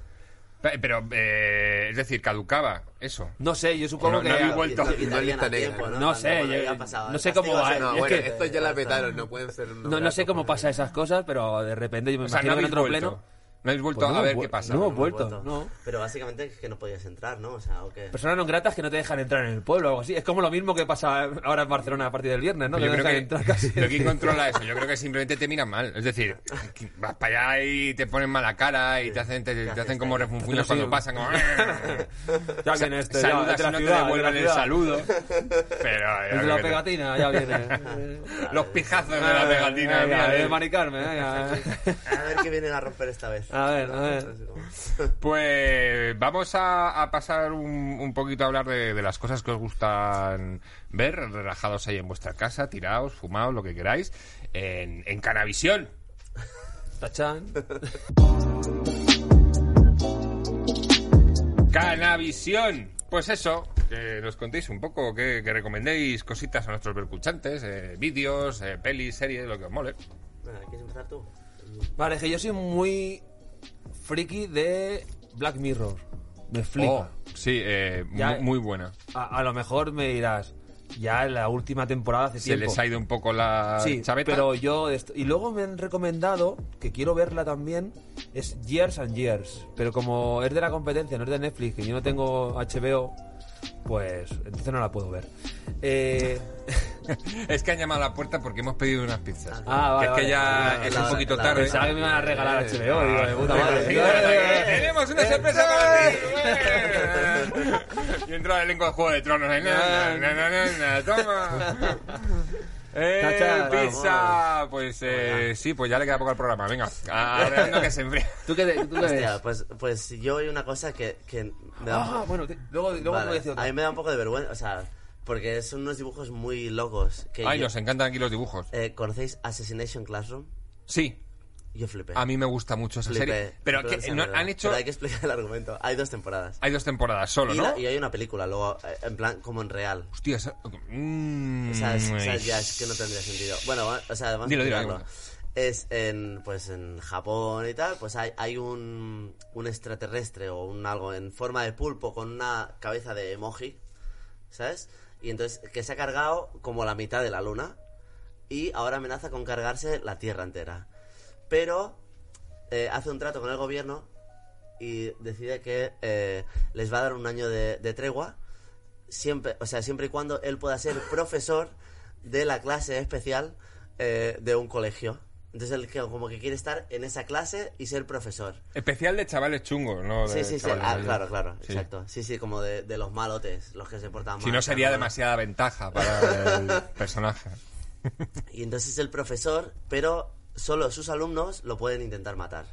Speaker 3: pe- pero, eh, es decir, caducaba eso.
Speaker 1: No sé, yo supongo
Speaker 3: No, no
Speaker 1: que...
Speaker 3: habéis vuelto.
Speaker 4: Y- y- y
Speaker 2: No
Speaker 4: darían
Speaker 2: lista
Speaker 4: a
Speaker 2: negra.
Speaker 4: tiempo,
Speaker 1: No sé,
Speaker 4: Cuando
Speaker 1: yo-
Speaker 4: ya ha pasado.
Speaker 1: no sé
Speaker 4: El castigo
Speaker 1: cómo
Speaker 4: va a ser-
Speaker 1: va,
Speaker 2: No,
Speaker 1: Y Ah, es
Speaker 2: bueno,
Speaker 1: que-
Speaker 2: esto ya la petaron, no pueden ser.
Speaker 1: no, no sé cómo pasa esas cosas, pero de repente yo me
Speaker 3: O sea, no
Speaker 1: imagino que en
Speaker 3: habéis
Speaker 1: otro
Speaker 3: vuelto.
Speaker 1: pleno...
Speaker 3: No habéis vuelto
Speaker 1: Pues no
Speaker 3: a ver
Speaker 1: hemos
Speaker 3: qué
Speaker 1: vuel-
Speaker 3: pasa.
Speaker 1: no hemos
Speaker 4: Hemos
Speaker 1: vuelto, no.
Speaker 4: Pero básicamente es que no podías entrar, ¿no? O sea, ¿o qué?
Speaker 1: Personas no gratas que no te dejan entrar en el pueblo o algo así. Es como lo mismo que pasa ahora en Barcelona a partir del viernes, ¿no?
Speaker 3: Pero
Speaker 1: Que
Speaker 3: yo
Speaker 1: no dejan
Speaker 3: creo
Speaker 1: entrar
Speaker 3: que,
Speaker 1: casi.
Speaker 3: pero ¿quién controla eso? Yo creo que simplemente te miran mal. Es decir, que vas para allá y te ponen mala cara y te hacen, te, te hacen como refunfuños cuando pasan. Como, "Ah",
Speaker 1: Ya viene este, ya,
Speaker 3: saludas
Speaker 1: es de la
Speaker 3: y no
Speaker 1: ciudad,
Speaker 3: te devuelven
Speaker 1: es de
Speaker 3: el
Speaker 1: la ciudad.
Speaker 3: saludo. Pero, yo
Speaker 1: Es de
Speaker 3: creo que
Speaker 1: la
Speaker 3: te-
Speaker 1: pegatina, ya viene.
Speaker 3: Los pijazos de la pegatina.
Speaker 1: Ah, Venga,
Speaker 3: mira,
Speaker 1: de
Speaker 3: eh.
Speaker 1: maricarme, venga.
Speaker 4: A ver qué vienen a romper esta vez.
Speaker 1: A ver, a ver.
Speaker 3: Pues vamos a, a pasar un, un poquito a hablar de, de las cosas que os gustan ver, relajados ahí en vuestra casa, tirados, fumados, lo que queráis, en, en Canavisión.
Speaker 1: Tachán.
Speaker 3: Canavisión. Pues eso, que nos contéis un poco, que, que recomendéis cositas a nuestros vercuchantes, eh, vídeos, eh, pelis, series, lo que os mole.
Speaker 4: Venga, ¿Quieres empezar tú?
Speaker 1: Vale, es que yo soy muy friki de Black Mirror. Me flipa.
Speaker 3: Oh, sí, eh,
Speaker 1: Ya,
Speaker 3: mu- muy buena.
Speaker 1: A, a lo mejor me dirás, ya en la última temporada hace
Speaker 3: Se
Speaker 1: tiempo.
Speaker 3: les ha ido un poco la
Speaker 1: Sí,
Speaker 3: chaveta.
Speaker 1: pero yo... est- Y luego me han recomendado, que quiero verla también, es Years and Years. Pero como es de la competencia, no es de Netflix, y yo no tengo HBO, pues entonces no la puedo ver. Eh,
Speaker 3: Es que han llamado a la puerta porque hemos pedido unas pizzas.
Speaker 1: Ah, vale,
Speaker 3: que es que
Speaker 1: vale.
Speaker 3: ya
Speaker 4: La-
Speaker 3: es
Speaker 4: la-
Speaker 3: un poquito
Speaker 4: la-
Speaker 3: tarde.
Speaker 1: pensaba que me iban a regalar HBO, digo, de puta madre.
Speaker 4: Eh,
Speaker 3: Tenemos una sorpresa para
Speaker 4: eh.
Speaker 3: ti. Y entra el elenco de Juego de Tronos. Na, na, na, na, na, Toma. ¡Eh,
Speaker 1: Chacha,
Speaker 3: pizza! Pues eh, sí, pues ya le queda poco al programa. Venga, ahora no que se enfría.
Speaker 1: ¿Tú qué, de- tú qué
Speaker 4: Hostia,
Speaker 1: ves?
Speaker 4: pues, pues yo oí una cosa que, que me da un
Speaker 1: Ah, bueno, te- luego, luego
Speaker 4: Vale.
Speaker 1: te voy a decir
Speaker 4: A
Speaker 1: otra.
Speaker 4: mí me da un poco de vergüenza, o sea, porque son unos dibujos muy locos. Que
Speaker 3: Ay,
Speaker 4: yo-
Speaker 3: nos encantan aquí los dibujos.
Speaker 4: eh, ¿Conocéis Assassination Classroom?
Speaker 3: Sí,
Speaker 4: Yo flipé.
Speaker 3: a mí me gusta mucho esa
Speaker 4: Flipé.
Speaker 3: serie. Pero
Speaker 4: Flipé
Speaker 3: que
Speaker 4: esa
Speaker 3: no-
Speaker 4: mierda.
Speaker 3: han hecho...
Speaker 4: Pero hay que explicar el argumento. Hay dos temporadas.
Speaker 3: Hay dos temporadas solo,
Speaker 4: y,
Speaker 3: ¿no?
Speaker 4: la- y hay una película, luego, eh, en plan, como en real.
Speaker 3: Hostia, esa- mm,
Speaker 4: O sea, es, o sea,
Speaker 3: ay.
Speaker 4: ya es que no tendría sentido. Bueno, o sea, además
Speaker 3: Dilo, dilo, dilo.
Speaker 4: es en pues en Japón y tal, pues hay, hay un, un extraterrestre o un algo en forma de pulpo con una cabeza de emoji, ¿sabes? Y entonces que se ha cargado como la mitad de la luna y ahora amenaza con cargarse la Tierra entera. Pero eh, hace un trato con el gobierno y decide que eh, les va a dar un año de, de tregua siempre, o sea, siempre y cuando él pueda ser profesor de la clase especial eh, de un colegio. Entonces él que- como que quiere estar en esa clase y ser profesor.
Speaker 3: Especial de chavales chungos, ¿no?
Speaker 4: Sí,
Speaker 3: De
Speaker 4: sí, sí.
Speaker 3: chavales
Speaker 4: Ah,
Speaker 3: mayores.
Speaker 4: claro, claro.
Speaker 3: Sí.
Speaker 4: Exacto. Sí, sí, como de, de los malotes, los que se portan mal.
Speaker 3: Si no sería
Speaker 4: ¿no?
Speaker 3: demasiada ventaja para el personaje.
Speaker 4: Y entonces el profesor, pero solo sus alumnos lo pueden intentar matar.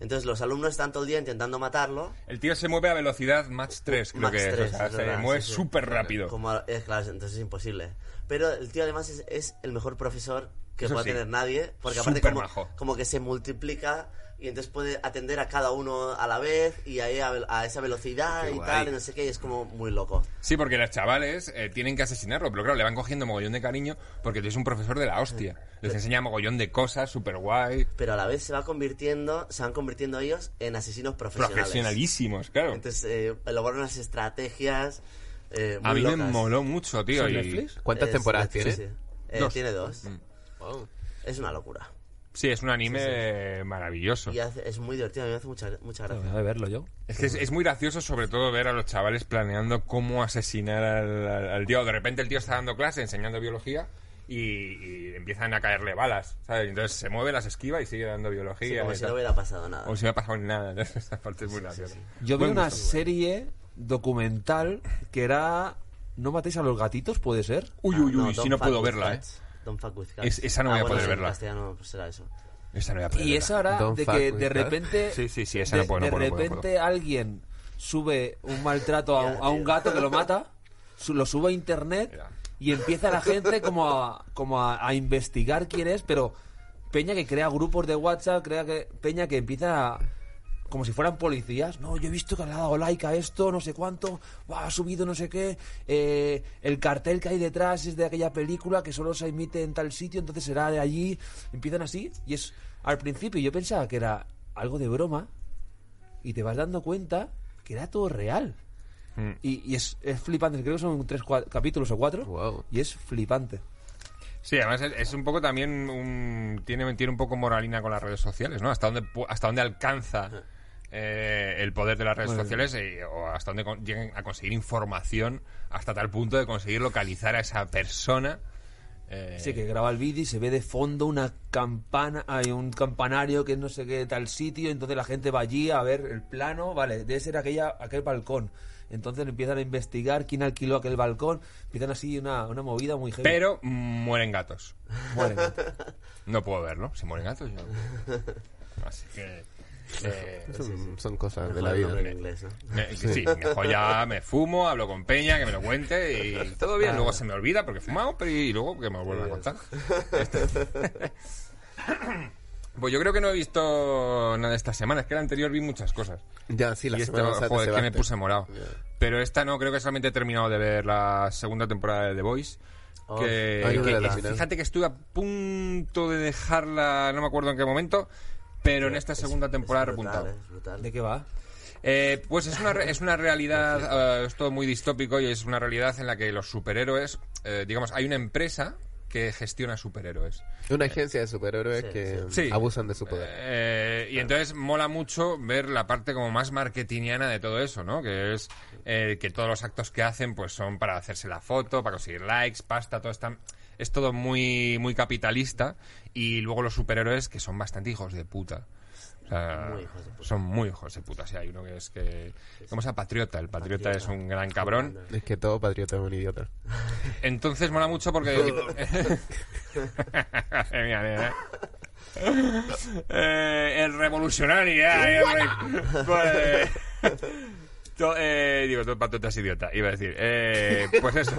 Speaker 4: Entonces los alumnos están todo el día intentando matarlo.
Speaker 3: El tío se mueve a velocidad Max 3, creo
Speaker 4: Max
Speaker 3: que es.
Speaker 4: 3,
Speaker 3: o sea,
Speaker 4: es
Speaker 3: se
Speaker 4: verdad,
Speaker 3: mueve
Speaker 4: sí, sí.
Speaker 3: súper rápido.
Speaker 4: Como, eh, claro, entonces es imposible. Pero el tío además es, es el mejor profesor que
Speaker 3: Eso
Speaker 4: pueda
Speaker 3: sí.
Speaker 4: tener nadie, porque aparte
Speaker 3: Súper
Speaker 4: como,
Speaker 3: majo.
Speaker 4: como que se multiplica y entonces puede atender a cada uno a la vez y ahí a, a esa velocidad
Speaker 3: Qué
Speaker 4: y
Speaker 3: guay.
Speaker 4: tal, y no sé qué, y es como muy loco.
Speaker 3: Sí, porque los chavales eh, tienen que asesinarlo, pero claro, le van cogiendo mogollón de cariño porque tú eres un profesor de la hostia. Les enseña mogollón de cosas, súper guay.
Speaker 4: Pero a la vez se va convirtiendo, se van convirtiendo ellos en asesinos profesionales.
Speaker 3: Profesionalísimos, claro.
Speaker 4: Entonces eh, elaboran unas estrategias eh, muy
Speaker 3: a mí me
Speaker 4: locas.
Speaker 3: moló mucho, tío.
Speaker 1: ¿Son
Speaker 3: y-
Speaker 1: Netflix?
Speaker 2: ¿Cuántas
Speaker 4: Es
Speaker 2: temporadas
Speaker 4: Netflix,
Speaker 2: tiene? Oh.
Speaker 4: sí, sí. Eh,
Speaker 3: Dos. Mm.
Speaker 4: Tiene dos.
Speaker 2: Wow.
Speaker 4: Es una locura.
Speaker 3: Sí, es un anime eh, maravilloso.
Speaker 4: Y hace- es muy divertido, a mí me hace mucha, mucha gracia.
Speaker 1: Voy a verlo yo.
Speaker 3: Es que es, es muy gracioso, sobre todo, ver a los chavales planeando cómo asesinar al, al- al tío. De repente el tío está dando clase, enseñando biología, y, y empiezan a caerle balas, ¿sabes? Entonces se mueve, las esquiva y sigue dando biología.
Speaker 4: Sí, como
Speaker 3: y
Speaker 4: si
Speaker 3: tal.
Speaker 4: no hubiera pasado nada. Ah,
Speaker 3: Como si no ha pasado nada. ¿no? Esa parte es muy graciosa. pues,
Speaker 1: Yo vi
Speaker 3: Buen
Speaker 2: pues,
Speaker 1: una
Speaker 3: gusto.
Speaker 1: serie documental que era... ¿No matéis a los gatitos, puede ser?
Speaker 3: Uy,
Speaker 4: Ah,
Speaker 3: uy, uy,
Speaker 4: don't
Speaker 3: si no
Speaker 4: fuck
Speaker 3: puedo
Speaker 4: with
Speaker 3: verla, ¿eh?
Speaker 4: cats. Don't fuck with cats.
Speaker 3: Es- esa no voy
Speaker 4: Ah,
Speaker 3: a
Speaker 4: bueno,
Speaker 3: poder
Speaker 4: sí, en
Speaker 3: verla.
Speaker 4: castellano pues, será eso.
Speaker 3: Esa no voy a poder
Speaker 1: Y
Speaker 3: verla.
Speaker 1: esa hora
Speaker 2: Eh, Don't
Speaker 1: de
Speaker 2: fuck
Speaker 1: que
Speaker 2: with
Speaker 1: de
Speaker 2: that.
Speaker 1: repente.
Speaker 3: Sí, sí, sí, esa
Speaker 1: de,
Speaker 3: no puedo, no
Speaker 1: de
Speaker 3: puedo, no puedo,
Speaker 1: repente
Speaker 3: no puedo.
Speaker 1: alguien sube un maltrato a, un-
Speaker 4: Ya,
Speaker 1: a un
Speaker 4: tío.
Speaker 1: gato que lo mata, su- lo sube a internet
Speaker 3: Ya.
Speaker 1: y empieza la gente como a, como a, a investigar quién es, pero Peña que crea grupos de WhatsApp, crea que Peña que empieza a- como si fueran policías. No, yo he visto que le ha dado like a esto, no sé cuánto, buah, ha subido no sé qué. eh, el cartel que hay detrás es de aquella película que solo se emite en tal sitio, entonces será de allí. Empiezan así y es al principio yo pensaba que era algo de broma y te vas dando cuenta que era todo real. Y, y es, es flipante, creo que son tres cua- capítulos o cuatro.
Speaker 2: Wow.
Speaker 1: Y es flipante.
Speaker 3: Sí, además es, es un poco también un, tiene, tiene un poco moralina con las redes sociales, ¿no? Hasta dónde pu- hasta dónde alcanza eh, el poder de las redes sociales eh, o hasta dónde con- llegan a conseguir información hasta tal punto de conseguir localizar a esa persona. eh,
Speaker 1: Sí, que graba el vídeo y se ve de fondo una campana, hay un campanario que es no sé qué tal sitio, entonces la gente va allí a ver el plano, vale, debe ser aquella, aquel balcón. Entonces empiezan a investigar quién alquiló aquel balcón, empiezan así una, una movida muy heavy.
Speaker 3: Pero mm, mueren gatos.
Speaker 1: Mueren gatos.
Speaker 3: No puedo verlo. Si mueren gatos, yo no puedo. Así que. eh,
Speaker 2: Son, son cosas de
Speaker 4: Mejor
Speaker 2: la
Speaker 4: el
Speaker 2: vida.
Speaker 4: nombre en inglés, ¿no?
Speaker 3: Me- sí, mejor ya me fumo, hablo con Peña, que me lo cuente y todo bien. Luego se me olvida porque he fumado pero y luego que me lo vuelva a contar. pues yo creo que no he visto nada esta semana. Es que la anterior vi muchas cosas.
Speaker 2: Ya, sí, la
Speaker 3: y
Speaker 2: semana
Speaker 3: esta,
Speaker 2: pasada te
Speaker 3: joder, que me
Speaker 2: cebaste.
Speaker 3: puse morado. Pero esta no, creo que solamente he terminado de ver la segunda temporada de The Voice.
Speaker 4: Oh.
Speaker 3: que-
Speaker 2: Ay,
Speaker 3: que-
Speaker 2: verdad.
Speaker 3: fíjate que estuve a punto de dejarla, no me acuerdo en qué momento, pero en esta segunda temporada he
Speaker 4: Es brutal,
Speaker 3: repuntado.
Speaker 4: ¿eh? Es brutal.
Speaker 1: ¿De qué va?
Speaker 3: Eh, pues es una, re- es una realidad, eh, es todo muy distópico y es una realidad en la que los superhéroes, eh, digamos, hay una empresa que gestiona superhéroes.
Speaker 2: Una agencia de superhéroes
Speaker 4: Sí,
Speaker 2: que
Speaker 3: Sí.
Speaker 2: abusan de su poder.
Speaker 3: Eh, y entonces mola mucho ver la parte como más marketingiana de todo eso, ¿no? Que es eh, que todos los actos que hacen pues son para hacerse la foto, para conseguir likes, pasta, todo está... Es todo muy, muy capitalista y luego los superhéroes que son bastante hijos de puta. O sea,
Speaker 4: Muy hijos de puta.
Speaker 3: Son muy hijos de puta. Sí, hay uno que es que. Vamos a Patriota. El Patriota,
Speaker 4: Patriota.
Speaker 3: es un gran cabrón.
Speaker 2: Es que todo patriota es un idiota.
Speaker 3: Entonces mola mucho porque. Mira, mira, eh. Eh, el revolucionario. eh, el re- Vale. To- eh, digo, todo patriotas idiota, iba a decir. Eh, pues eso.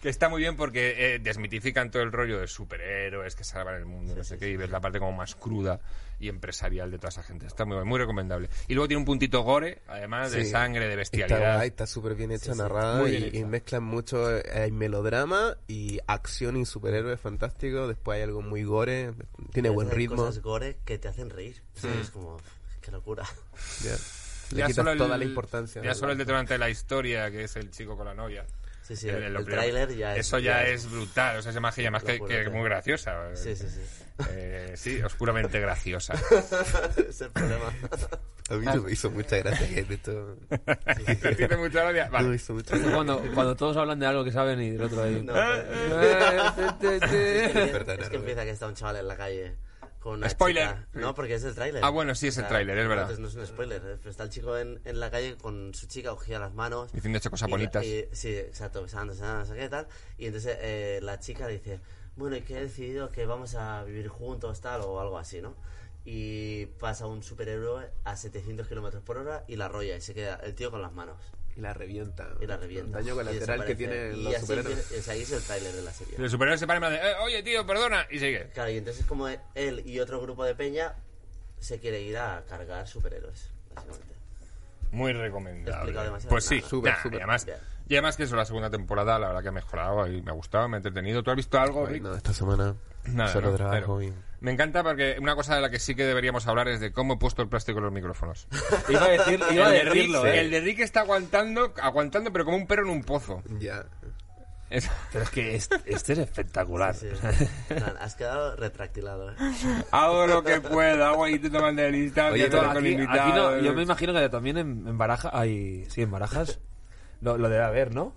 Speaker 3: Que está muy bien porque eh, desmitifican todo el rollo de superhéroes que salvan el mundo, no sé qué, y ves la parte como más cruda y empresarial de toda esa gente. Está muy, muy recomendable. Y luego tiene un puntito gore, además de
Speaker 2: Sí.
Speaker 3: sangre, de
Speaker 2: Está
Speaker 3: bestialidad.
Speaker 2: guay, está súper bien hecha, narrada
Speaker 3: muy
Speaker 2: y,
Speaker 3: bien hecha.
Speaker 2: y mezclan mucho. eh, Hay melodrama y acción y superhéroes fantástico. Después hay algo muy gore. Tiene buen
Speaker 4: Hacer
Speaker 2: ritmo.
Speaker 4: cosas gore que te hacen reír. Es como, qué locura.
Speaker 2: Ya. Le
Speaker 3: Ya
Speaker 2: quitas
Speaker 3: solo el-
Speaker 2: toda la importancia.
Speaker 3: Ya
Speaker 2: ¿no?
Speaker 3: solo el detonante de la historia, que es el chico con la novia.
Speaker 4: Sí, sí,
Speaker 3: Eh, lo
Speaker 4: el
Speaker 3: primero.
Speaker 4: tráiler ya es-
Speaker 3: Eso ya,
Speaker 4: ya
Speaker 3: es brutal. O sea, esa magia ya más que,
Speaker 4: Locura,
Speaker 3: que
Speaker 4: ya.
Speaker 3: muy graciosa.
Speaker 4: Sí, sí, sí.
Speaker 3: Eh, sí, oscuramente graciosa.
Speaker 4: es el problema.
Speaker 2: A mí me hizo mucha gracia que esto.
Speaker 3: ¿Te tiene mucha gracia?
Speaker 2: Me
Speaker 3: Vale.
Speaker 2: hizo mucha gracia.
Speaker 1: Cuando, cuando todos hablan de algo que saben y del otro ahí.
Speaker 4: No,
Speaker 1: Eh, te, te, te.
Speaker 4: Empieza- es que empieza que está un chaval en la calle con una
Speaker 3: Spoiler.
Speaker 4: chica. No, porque es el tráiler.
Speaker 3: Ah, bueno, sí, es el
Speaker 4: O sea,
Speaker 3: tráiler, es verdad.
Speaker 4: Entonces no es un spoiler. ¿eh? Pero está el chico en, en la calle con su chica, ojía las manos.
Speaker 3: Diciendo hecho cosas
Speaker 4: y-
Speaker 3: bonitas.
Speaker 4: y- sí, exacto, besando, besando, no sé qué tal. Y entonces eh, la chica le dice, bueno, y que he decidido que vamos a vivir juntos, tal, o algo así, ¿no? Y pasa un superhéroe a 700 kilómetros por hora y la arrolla y se queda el tío con las manos.
Speaker 2: Y la revienta.
Speaker 4: Y la revienta.
Speaker 2: El daño
Speaker 4: Y
Speaker 2: colateral
Speaker 4: desaparece.
Speaker 2: que tienen
Speaker 4: Y
Speaker 2: los
Speaker 4: así
Speaker 2: superhéroes.
Speaker 4: empieza- o sea, ahí es el tráiler de la serie.
Speaker 3: El superhéroe se para y me dice, "Eh, oye, tío, perdona. Y sigue.
Speaker 4: Claro, y entonces como él y otro grupo de peña se quiere ir a cargar superhéroes, básicamente.
Speaker 3: Muy
Speaker 4: He
Speaker 3: recomendable.
Speaker 4: explicado demasiado.
Speaker 3: Pues sí,
Speaker 4: Nada.
Speaker 2: Súper,
Speaker 3: nah,
Speaker 2: súper.
Speaker 3: Y además,
Speaker 4: Bien.
Speaker 3: y además que eso, la segunda temporada, la verdad que ha mejorado y me ha gustado, me ha entretenido. ¿Tú has visto algo,
Speaker 2: Ay,
Speaker 3: Rick?
Speaker 2: No, esta semana
Speaker 3: Nada,
Speaker 2: solo
Speaker 3: no,
Speaker 2: trabajo
Speaker 3: cero.
Speaker 2: y-
Speaker 3: Me encanta porque una cosa de la que sí que deberíamos hablar es de cómo he puesto el plástico en los micrófonos.
Speaker 1: Iba a, decir, iba
Speaker 3: el,
Speaker 1: a
Speaker 3: de Rick,
Speaker 1: decirlo, ¿eh?
Speaker 3: el de Rick está aguantando, aguantando, pero como un perro en un pozo.
Speaker 2: Ya.
Speaker 3: Es-
Speaker 1: Pero es que este, este es espectacular.
Speaker 4: Sí. En plan, has quedado retractilado, ¿eh?
Speaker 3: hago lo que puedo, hago ahí tú de
Speaker 2: Oye,
Speaker 3: distancia,
Speaker 2: pero
Speaker 3: todo con eh.
Speaker 1: Aquí- aquí
Speaker 3: invitados.
Speaker 1: no- yo me imagino que también en, en Barajas hay. Sí, en Barajas. Lo, lo debe haber, ¿no?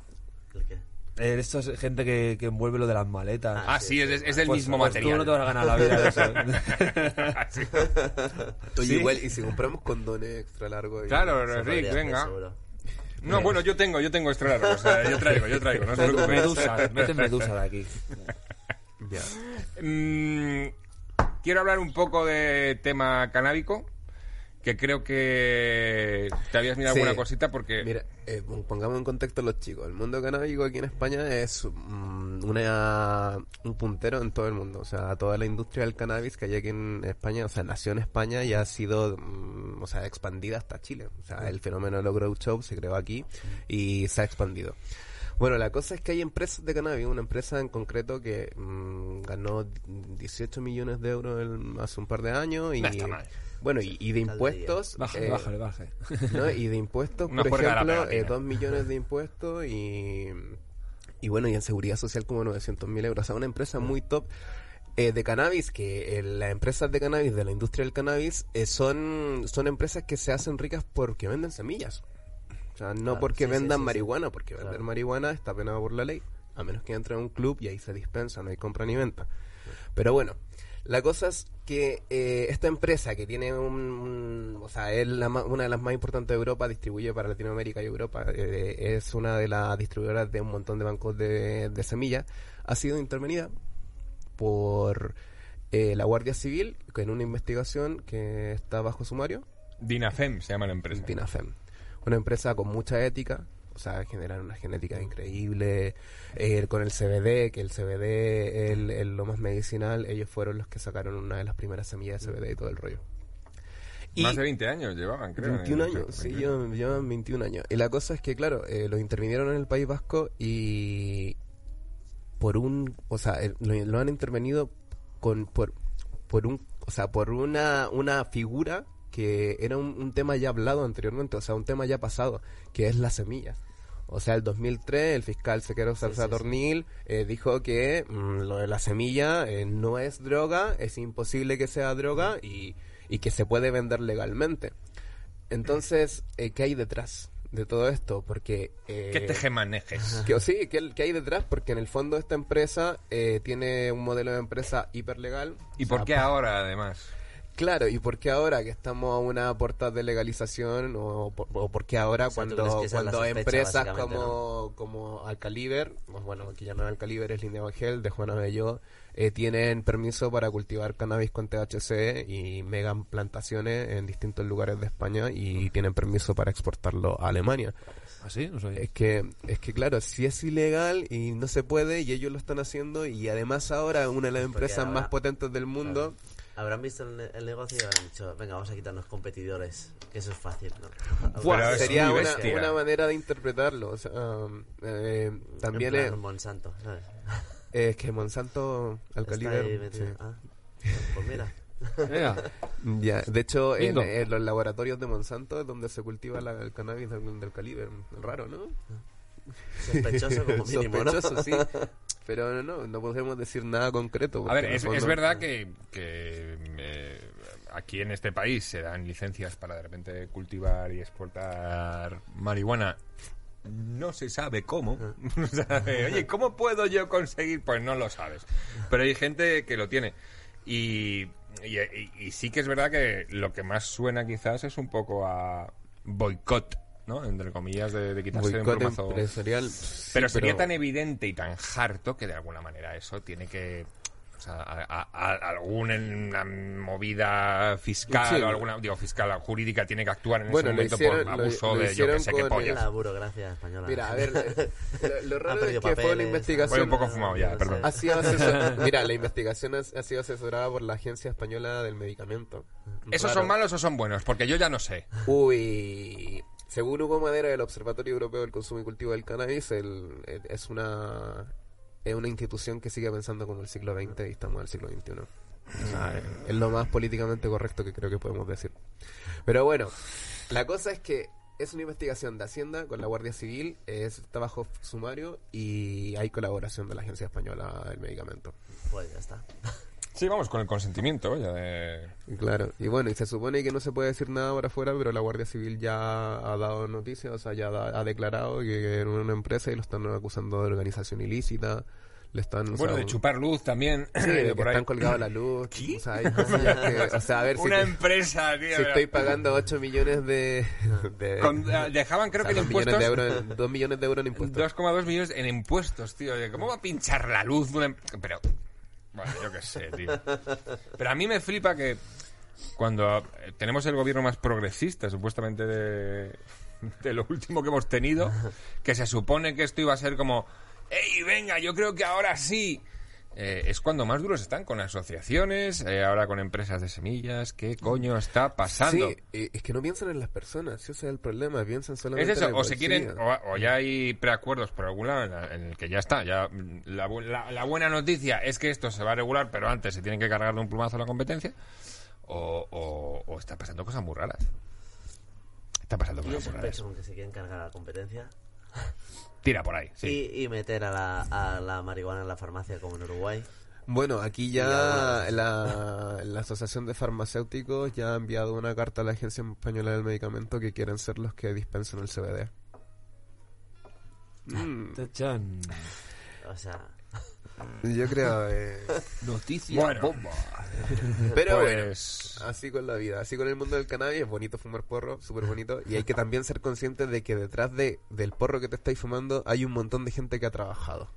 Speaker 4: ¿El qué?
Speaker 1: Eh, esto es gente que, que envuelve lo de las maletas.
Speaker 3: Ah, sí, es, es del
Speaker 1: Pues-
Speaker 3: mismo
Speaker 1: pues
Speaker 3: material. Ah,
Speaker 1: Tú no te vas a ganar la vida de ¿eh? eso.
Speaker 3: Sí.
Speaker 2: Oye, igual, y si compramos condones extra largos. y-
Speaker 3: Claro,
Speaker 4: Se podría
Speaker 3: Rick,
Speaker 4: hacer,
Speaker 3: venga.
Speaker 4: pues, seguro.
Speaker 3: No, bueno, yo tengo, yo tengo extra largo, o sea, yo traigo, yo traigo, no se preocupen.
Speaker 1: Medusa, meten medusa de aquí.
Speaker 2: Ya.
Speaker 3: Mm, quiero hablar un poco de tema canábico, que creo que te habías mirado
Speaker 2: Sí.
Speaker 3: alguna cosita porque...
Speaker 2: Mira, eh, pon- pongamos en contexto a los chicos. El mundo canábico aquí en España es mm, una, un puntero en todo el mundo. O sea, toda la industria del cannabis que hay aquí en España, o sea, nació en España y ha sido, mm, o sea, expandida hasta Chile. O
Speaker 3: Mm.
Speaker 2: sea, el fenómeno de los grow shops se creó aquí y se ha expandido. Bueno, la cosa es que hay empresas de cannabis, una empresa en concreto que mm, ganó 18 millones de euros el- hace un par de años y
Speaker 3: No está mal.
Speaker 2: bueno y, y de
Speaker 4: Está al día.
Speaker 2: impuestos
Speaker 1: Bájale,
Speaker 2: eh,
Speaker 1: bájale, bájale.
Speaker 2: ¿no? Y de impuestos,
Speaker 3: Una
Speaker 2: por
Speaker 3: juerga de la
Speaker 2: ejemplo, eh,
Speaker 3: pegatina.
Speaker 2: dos millones de impuestos y, y bueno, y en seguridad social como 900 mil euros. O sea, una empresa muy top eh, de cannabis, que eh, las empresas de cannabis, de la industria del cannabis, eh, son, son empresas que se hacen ricas porque venden semillas. O sea, no
Speaker 4: Claro, sí,
Speaker 2: porque
Speaker 4: sí,
Speaker 2: vendan
Speaker 4: sí, sí.
Speaker 2: marihuana, porque vender
Speaker 4: Claro.
Speaker 2: marihuana está penado por la ley. A menos que entre a un club y ahí se dispensa, no hay compra ni venta. Pero bueno, la cosa es que eh, esta empresa que tiene un, un- o sea, es la ma- una de las más importantes de Europa, distribuye para Latinoamérica y Europa, eh, es una de las distribuidoras de un montón de bancos de, de semillas, ha sido intervenida por eh, la Guardia Civil en una investigación que está bajo sumario,
Speaker 3: Dinafem se llama la empresa.
Speaker 2: Pinafem. E Una empresa con mucha ética, o sea, generan una genética increíble, eh, con el CBD, que el CBD es el- el lo más medicinal, ellos fueron los que sacaron una de las primeras semillas de CBD y todo el rollo. Y-
Speaker 3: Más de 20 años llevaban, creo.
Speaker 2: 21
Speaker 3: en el
Speaker 2: años,
Speaker 3: efecto,
Speaker 2: sí,
Speaker 3: 21.
Speaker 2: llevan, llevan 21 años. Y la cosa es que, claro, eh, lo intervinieron en el País Vasco y por un, o sea, el- lo, lo han intervenido con por, por un, o sea, por una una figura que era un, un tema ya hablado anteriormente, o sea, un tema ya pasado, que es la semilla. O sea, el 2003 el fiscal Sequero Salsa Tornil eh, dijo que mm, lo de la semilla eh, no es droga, es imposible que sea droga y, y que se puede vender legalmente. Entonces, eh, ¿qué hay detrás de todo esto? Porque... eh,
Speaker 3: ¿Qué tejemanejes?
Speaker 2: que, sí, que, que hay detrás, porque en el fondo esta empresa eh, tiene un modelo de empresa hiperlegal.
Speaker 3: ¿Y
Speaker 2: O
Speaker 3: por
Speaker 2: sea,
Speaker 3: qué ahora, además?
Speaker 2: Claro, ¿y por qué ahora que estamos a una puerta de legalización? ¿O por, o por qué ahora
Speaker 4: O sea, tú
Speaker 2: cuando,
Speaker 4: crees que esa es la
Speaker 2: cuando
Speaker 4: sospecha,
Speaker 2: empresas
Speaker 4: básicamente,
Speaker 2: como, como Alcaliber, pues bueno, que ya no es Alcaliber, es Línea Evangel, de Juana Bello, eh, tienen permiso para cultivar cannabis con THC y megan plantaciones en distintos lugares de España y tienen permiso para exportarlo a Alemania?
Speaker 1: ¿Así? ¿Ah, no sabía.
Speaker 2: Es que, es que claro, si es ilegal y no se puede y ellos lo están haciendo y además ahora una de las
Speaker 4: Porque
Speaker 2: empresas
Speaker 4: ahora-
Speaker 2: más potentes del mundo...
Speaker 4: Habrán visto el, ne- el negocio y habrán dicho, venga, vamos a quitarnos competidores, que eso es fácil, ¿no?
Speaker 2: Buah,
Speaker 3: Pero es
Speaker 2: sería
Speaker 3: muy
Speaker 2: una,
Speaker 3: bestia.
Speaker 2: una manera de interpretarlo. o sea, um, eh, también
Speaker 4: En
Speaker 2: es,
Speaker 4: plan Monsanto, ¿sabes?
Speaker 2: es que Monsanto
Speaker 4: Está
Speaker 2: Alcaliber.
Speaker 4: ahí
Speaker 2: sí.
Speaker 4: metido. Ah, pues mira.
Speaker 1: Mira,
Speaker 2: Ya, de hecho, en,
Speaker 1: Bingo.
Speaker 2: en los laboratorios de Monsanto es donde se cultiva la- el cannabis del, del calibre. Raro, ¿no?
Speaker 4: Sospechoso como mínimo, ¿no?
Speaker 2: Sospechoso, sí. Pero no, no, no podemos decir nada concreto.
Speaker 3: A
Speaker 2: porque
Speaker 3: ver,
Speaker 2: en pues
Speaker 3: es,
Speaker 2: el fondo-
Speaker 3: es verdad que, que, eh, aquí en este país se dan licencias para de repente cultivar y exportar marihuana. No se sabe cómo. O sea, eh, Oye, ¿cómo puedo yo conseguir? Pues no lo sabes. Pero hay gente que lo tiene. Y, y- y- y sí que es verdad que lo que más suena quizás es un poco a boicot, ¿no? Entre comillas, de, de quitarse de un
Speaker 2: Boicot
Speaker 3: plumazo.
Speaker 2: empresarial. sí,
Speaker 3: Pero sería tan evidente y tan harto que de alguna manera eso tiene que. O sea, a- a- a- alguna una movida fiscal
Speaker 2: Sí.
Speaker 3: o alguna. Digo, fiscal, jurídica tiene que actuar en ese
Speaker 2: Bueno, lo
Speaker 3: momento
Speaker 2: hicieron-
Speaker 3: por
Speaker 2: lo-
Speaker 3: abuso
Speaker 2: lo
Speaker 3: de yo que
Speaker 2: hicieron
Speaker 3: sé qué
Speaker 2: con
Speaker 3: pollas.
Speaker 4: La burocracia española.
Speaker 2: Mira, a ver, lo, lo- lo
Speaker 4: Ha
Speaker 2: raro es
Speaker 4: perdido
Speaker 2: que fue
Speaker 4: papeles,
Speaker 2: la
Speaker 4: ha-
Speaker 2: investigación.
Speaker 3: Voy un poco fumado ya,
Speaker 4: no
Speaker 3: perdón.
Speaker 4: sé.
Speaker 2: Ha sido asesor- Mira, la investigación ha, ha sido asesorada por la Agencia Española del Medicamento.
Speaker 3: ¿Esos
Speaker 2: Raro.
Speaker 3: son malos o son buenos? Porque yo ya no sé.
Speaker 2: Uy. Según Hugo Madera del Observatorio Europeo del Consumo y Cultivo del Cannabis, el- el- es una es una institución que sigue pensando como el siglo XX y estamos en el siglo XXI. O sea, es lo más políticamente correcto que creo que podemos decir. Pero bueno, la cosa es que es una investigación de Hacienda con la Guardia Civil, es, está bajo sumario y hay colaboración de la Agencia Española del Medicamento.
Speaker 4: Pues ya está.
Speaker 3: Sí, vamos con el consentimiento, ya de.
Speaker 2: Claro, y bueno, y se supone que no se puede decir nada para afuera, pero la Guardia Civil ya ha dado noticias, o sea, ya da- ha declarado que era una empresa y lo están acusando de organización ilícita, le están... o
Speaker 3: Bueno,
Speaker 2: sea,
Speaker 3: de chupar luz también.
Speaker 2: Pues sí, de que
Speaker 3: por ahí.
Speaker 2: están colgados a la luz, o sea, hay cosillas que- o sea, a ver si,
Speaker 3: Una empresa, tío.
Speaker 2: si
Speaker 3: de-
Speaker 2: estoy pagando 8 millones de... de
Speaker 3: con- ah, dejaban, creo
Speaker 2: o sea,
Speaker 3: que, en
Speaker 2: dos millones
Speaker 3: impuestos.
Speaker 2: de euros en- dos millones de euros en impuestos.
Speaker 3: 2,2 millones en impuestos, tío. Oye, ¿Cómo va a pinchar la luz? de una em- Pero. Bueno, yo qué sé, tío. Pero a mí me flipa que cuando eh, tenemos el gobierno más progresista, supuestamente de, de lo último que hemos tenido, que se supone que esto iba a ser como. ¡Ey, venga! Yo creo que ahora sí. Eh, es cuando más duros están con asociaciones, eh, ahora con empresas de semillas. ¿Qué coño está pasando?
Speaker 2: Sí, y- es que no piensan en las personas, si ese es el problema, piensan
Speaker 3: Es
Speaker 2: solamente en
Speaker 3: eso,
Speaker 2: el
Speaker 3: o se
Speaker 2: bolsillo.
Speaker 3: quieren, o, o ya hay preacuerdos por algún lado en, la- en el que ya está. ya mm, la, bu- la- la buena noticia es que esto se va a regular, pero antes se tienen que cargar de un plumazo la competencia. O, o- o está pasando cosas muy raras. Está pasando
Speaker 4: Yo
Speaker 3: cosas muy raras.
Speaker 4: sospecho con que se quieren cargar a la competencia
Speaker 3: Tira por ahí, sí.
Speaker 4: y, y meter a la, a la marihuana en la farmacia como en Uruguay.
Speaker 2: Bueno, aquí
Speaker 4: Ya,
Speaker 2: ya la, la Asociación de Farmacéuticos ya ha enviado una carta a la Agencia Española del Medicamento que quieren ser los que dispensen el CBD.
Speaker 1: Tachan.
Speaker 4: O sea,
Speaker 2: Yo creo... eh,
Speaker 1: Noticias.
Speaker 3: Bueno,
Speaker 2: Pero bueno,
Speaker 3: pues.
Speaker 2: así con la vida, así con el mundo del cannabis, es bonito fumar porro, súper bonito. Y hay que también ser conscientes de que detrás de, del porro que te estáis fumando hay un montón de gente que ha trabajado.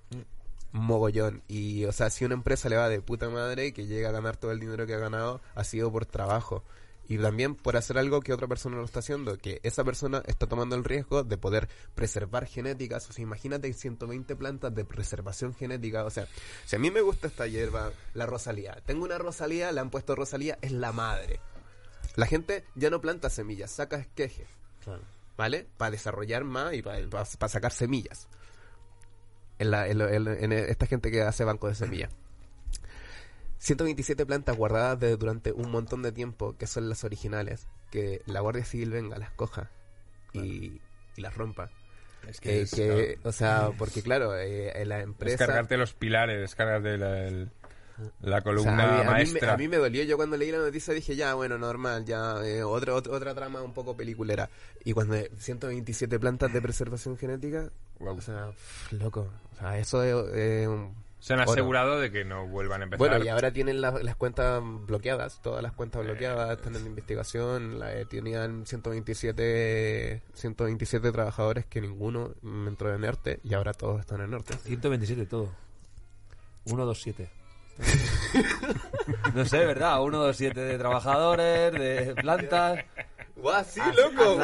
Speaker 2: Mogollón. Y, o sea, si una empresa le va de puta madre y que llega a ganar todo el dinero que ha ganado, ha sido por trabajo. Y también por hacer algo que otra persona no lo está haciendo, que esa persona está tomando el riesgo de poder preservar genéticas. O sea, imagínate 120 plantas de preservación genética. O sea, si a mí me gusta esta hierba, la rosalía. Tengo una rosalía, la han puesto rosalía, es la madre. La gente ya no planta semillas, saca esquejes,
Speaker 4: claro.
Speaker 2: ¿vale? Para desarrollar más y para sacar semillas. En, la- en lo- en- en esta gente que hace banco de semillas. 127 plantas guardadas desde durante un montón de tiempo, que son las originales, que la Guardia Civil venga, las coja y, y las rompa.
Speaker 3: Es
Speaker 2: Eh,
Speaker 3: que, es,
Speaker 2: que,
Speaker 3: claro,
Speaker 2: o sea, porque claro, eh, eh, la
Speaker 3: es
Speaker 2: empresa...
Speaker 3: cargarte los pilares, es cargarte la, el- la
Speaker 2: O sea,
Speaker 3: columna
Speaker 2: a, mí, a mí me-
Speaker 3: maestra.
Speaker 2: a mí me dolió. Yo cuando leí la noticia dije, ya, bueno, normal, ya, eh, otra, otra, otra trama un poco peliculera. Y cuando 127 plantas de preservación genética,
Speaker 3: Wow.
Speaker 2: o sea, pff, loco. O sea, eso es, eh, un-
Speaker 3: Se han
Speaker 2: Bueno.
Speaker 3: asegurado de que no vuelvan a empezar.
Speaker 2: Bueno, y ahora tienen la- las cuentas bloqueadas, todas las cuentas bloqueadas, están en investigación, la, eh, tenían 127, 127 trabajadores que ninguno mm, entró en ERTE y ahora todos están en ERTE.
Speaker 1: 127 todo. 127. no sé, ¿verdad? 127 de trabajadores, de plantas.
Speaker 2: ¡Guau, sí,
Speaker 4: Ah,
Speaker 2: loco!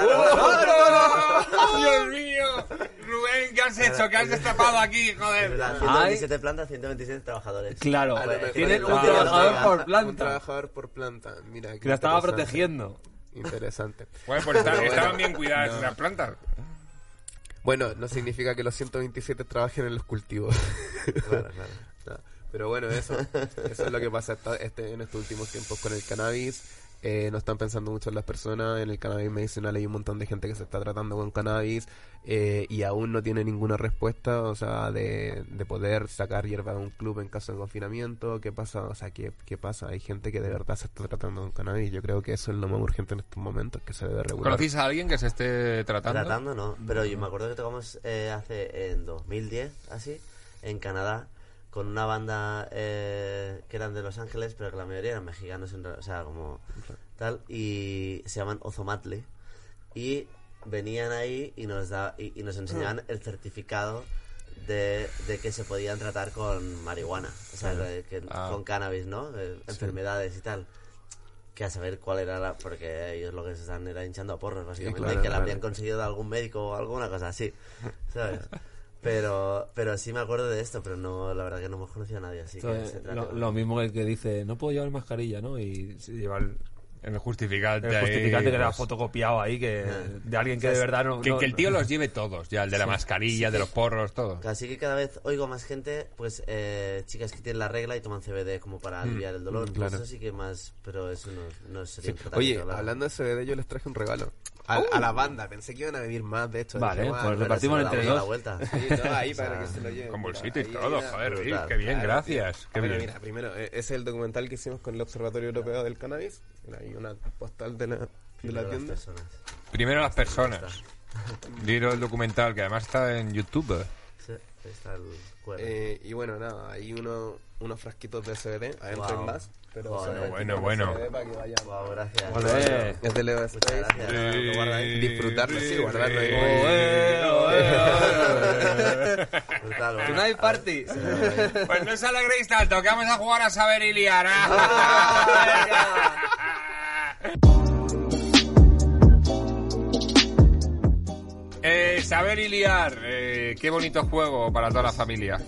Speaker 3: ¡Oh, ¡Dios mío! Rubén, ¿qué has hecho? ¿Qué has destapado aquí, joder?
Speaker 4: Las 127 plantas, 127 trabajadores.
Speaker 1: Claro,
Speaker 4: Ah, no, pero-
Speaker 1: tienen un
Speaker 4: Ah,
Speaker 1: trabajador
Speaker 4: ah,
Speaker 1: por
Speaker 2: Un
Speaker 1: planta.
Speaker 2: trabajador por planta, mira. qué
Speaker 1: Que la estaba
Speaker 2: interesante.
Speaker 1: protegiendo.
Speaker 2: Interesante.
Speaker 3: Bueno, pues está-
Speaker 2: Pero bueno.
Speaker 3: estaban bien cuidadas esas plantas.
Speaker 2: Bueno, no significa que los 127 trabajen en los cultivos.
Speaker 4: Claro, claro.
Speaker 2: No, Pero bueno, eso, eso es lo que pasa esta- este- en estos últimos tiempos con el cannabis. Eh, no están pensando mucho en las personas. En el cannabis medicinal hay un montón de gente que se está tratando con cannabis eh, y aún no tiene ninguna respuesta, o sea, de, de poder sacar hierba de un club en caso de confinamiento. ¿Qué pasa? O sea, ¿qué, ¿qué pasa? Hay gente que de verdad se está tratando con cannabis. Yo creo que eso es lo más urgente en estos momentos, que se debe regular.
Speaker 3: ¿Conocéis a alguien que se esté tratando?
Speaker 4: Tratando no, pero yo me acuerdo que tocamos eh, hace en 2010, así, en Canadá, con una banda eh, que eran de Los Ángeles, pero que la mayoría eran mexicanos, en re- o sea, como tal, y se llaman Ozomatli. Y venían ahí y nos, da, y, y nos enseñaban
Speaker 1: Mm.
Speaker 4: el certificado de, de que se podían tratar con marihuana, o sea, que- que- con cannabis, ¿no? Eh, Enfermedades y tal. Que a saber cuál era la. Porque ellos lo que se están era hinchando a porros, básicamente.
Speaker 2: claro,
Speaker 4: que la
Speaker 2: claro.
Speaker 4: habrían conseguido de algún médico o alguna cosa así. ¿Sabes? Pero, pero sí me acuerdo de esto, pero no, la verdad que no hemos conocido a nadie así.
Speaker 1: Esto
Speaker 4: que
Speaker 1: es
Speaker 4: se trate
Speaker 1: lo,
Speaker 4: con-
Speaker 1: lo mismo el que dice, no puedo llevar mascarilla, ¿no? Y se lleva el,
Speaker 3: En el justificante.
Speaker 1: el
Speaker 3: ahí,
Speaker 1: justificante que era
Speaker 3: pues, Ah.
Speaker 1: fotocopiado ahí, que de alguien que de verdad no...
Speaker 3: que,
Speaker 1: no-
Speaker 3: que el tío los lleve todos, ya, el de la mascarilla, de los porros, todo.
Speaker 4: Así que cada vez oigo más gente, pues eh, chicas que tienen la regla y toman CBD como para aliviar el dolor. Pues
Speaker 2: Mm, claro.
Speaker 4: Eso sí que más, pero eso no, no sería un tratamiento,
Speaker 2: Oye,
Speaker 4: la verdad.
Speaker 2: hablando de CBD, yo les traje un regalo. A, a la banda, pensé que iban a venir más, de hecho.
Speaker 1: Uh. Vale,
Speaker 2: Dije,
Speaker 1: pues
Speaker 2: "Guau,
Speaker 4: Pero
Speaker 1: repartimos
Speaker 4: se lo
Speaker 1: entre
Speaker 4: damos a la
Speaker 1: dos.
Speaker 4: vuelta.
Speaker 2: Sí, todo ahí para que se lo lleven.
Speaker 3: Con bolsita y
Speaker 2: Ahí
Speaker 3: todo,
Speaker 2: hay una-
Speaker 3: joder, Rick,
Speaker 4: brutal.
Speaker 3: qué bien,
Speaker 2: Claro,
Speaker 3: gracias.
Speaker 2: tío.
Speaker 3: Qué
Speaker 2: Bueno,
Speaker 3: bien.
Speaker 2: mira, primero, e- ese es el documental que hicimos con el Observatorio Europeo del Cannabis. Mira, hay una postal de la, de la
Speaker 4: Las
Speaker 2: tienda.
Speaker 4: personas.
Speaker 3: Primero las personas. Diro el documental, que además está en YouTube.
Speaker 4: Sí, ahí está el QR.
Speaker 2: Eh, y bueno, nada, hay uno, unos frasquitos de CBD, adentro
Speaker 4: Wow. Eh.
Speaker 2: hay más. Pero
Speaker 4: Bueno,
Speaker 2: se ve
Speaker 3: bueno,
Speaker 2: que
Speaker 3: bueno.
Speaker 2: se ve para que vayan.
Speaker 4: Guau, gracias.
Speaker 1: Joder.
Speaker 2: Es de Leo Space.
Speaker 4: gracias. ¿eh?
Speaker 2: nada, lo guarda ahí. Disfrutarlo, sí, guardarlo ahí.
Speaker 3: Eh,
Speaker 4: Brutal, bueno.
Speaker 1: No hay party.
Speaker 3: Pues no os alegréis tanto, que vamos a jugar a saber y liar. Eh, saber y liar, eh, qué bonito juego para toda la familia.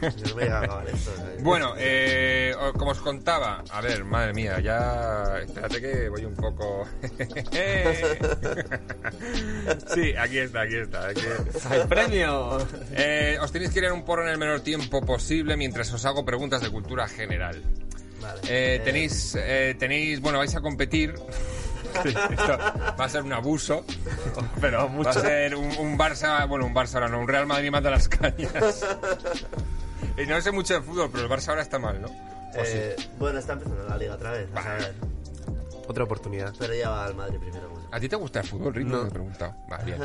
Speaker 4: Yo no me llega a acabar esto. ¿sabes?
Speaker 3: Bueno, eh, o- como os contaba, a ver, madre mía, ya. Espérate que voy un poco. sí, aquí está, aquí está. Aquí
Speaker 1: ¡Hay premio!
Speaker 3: Eh, os tenéis que ir a un porro en el menor tiempo posible mientras os hago preguntas de cultura general.
Speaker 4: Vale.
Speaker 3: Eh, tenéis, eh, tenéis, bueno, vais a competir. Esto va a ser un abuso, pero va a ser un, un Barça, bueno, un Barça ahora no, un Real Madrid mata las cañas. Y no sé mucho de fútbol, pero el Barça ahora está mal, ¿no?
Speaker 2: pues
Speaker 4: Eh, Bueno, está empezando la liga otra vez. a saber.
Speaker 2: Otra oportunidad.
Speaker 4: Pero ya va al Madrid primero. bueno.
Speaker 3: ¿A ti te gusta el fútbol, Rick? No. Me he preguntado. Vale, bien.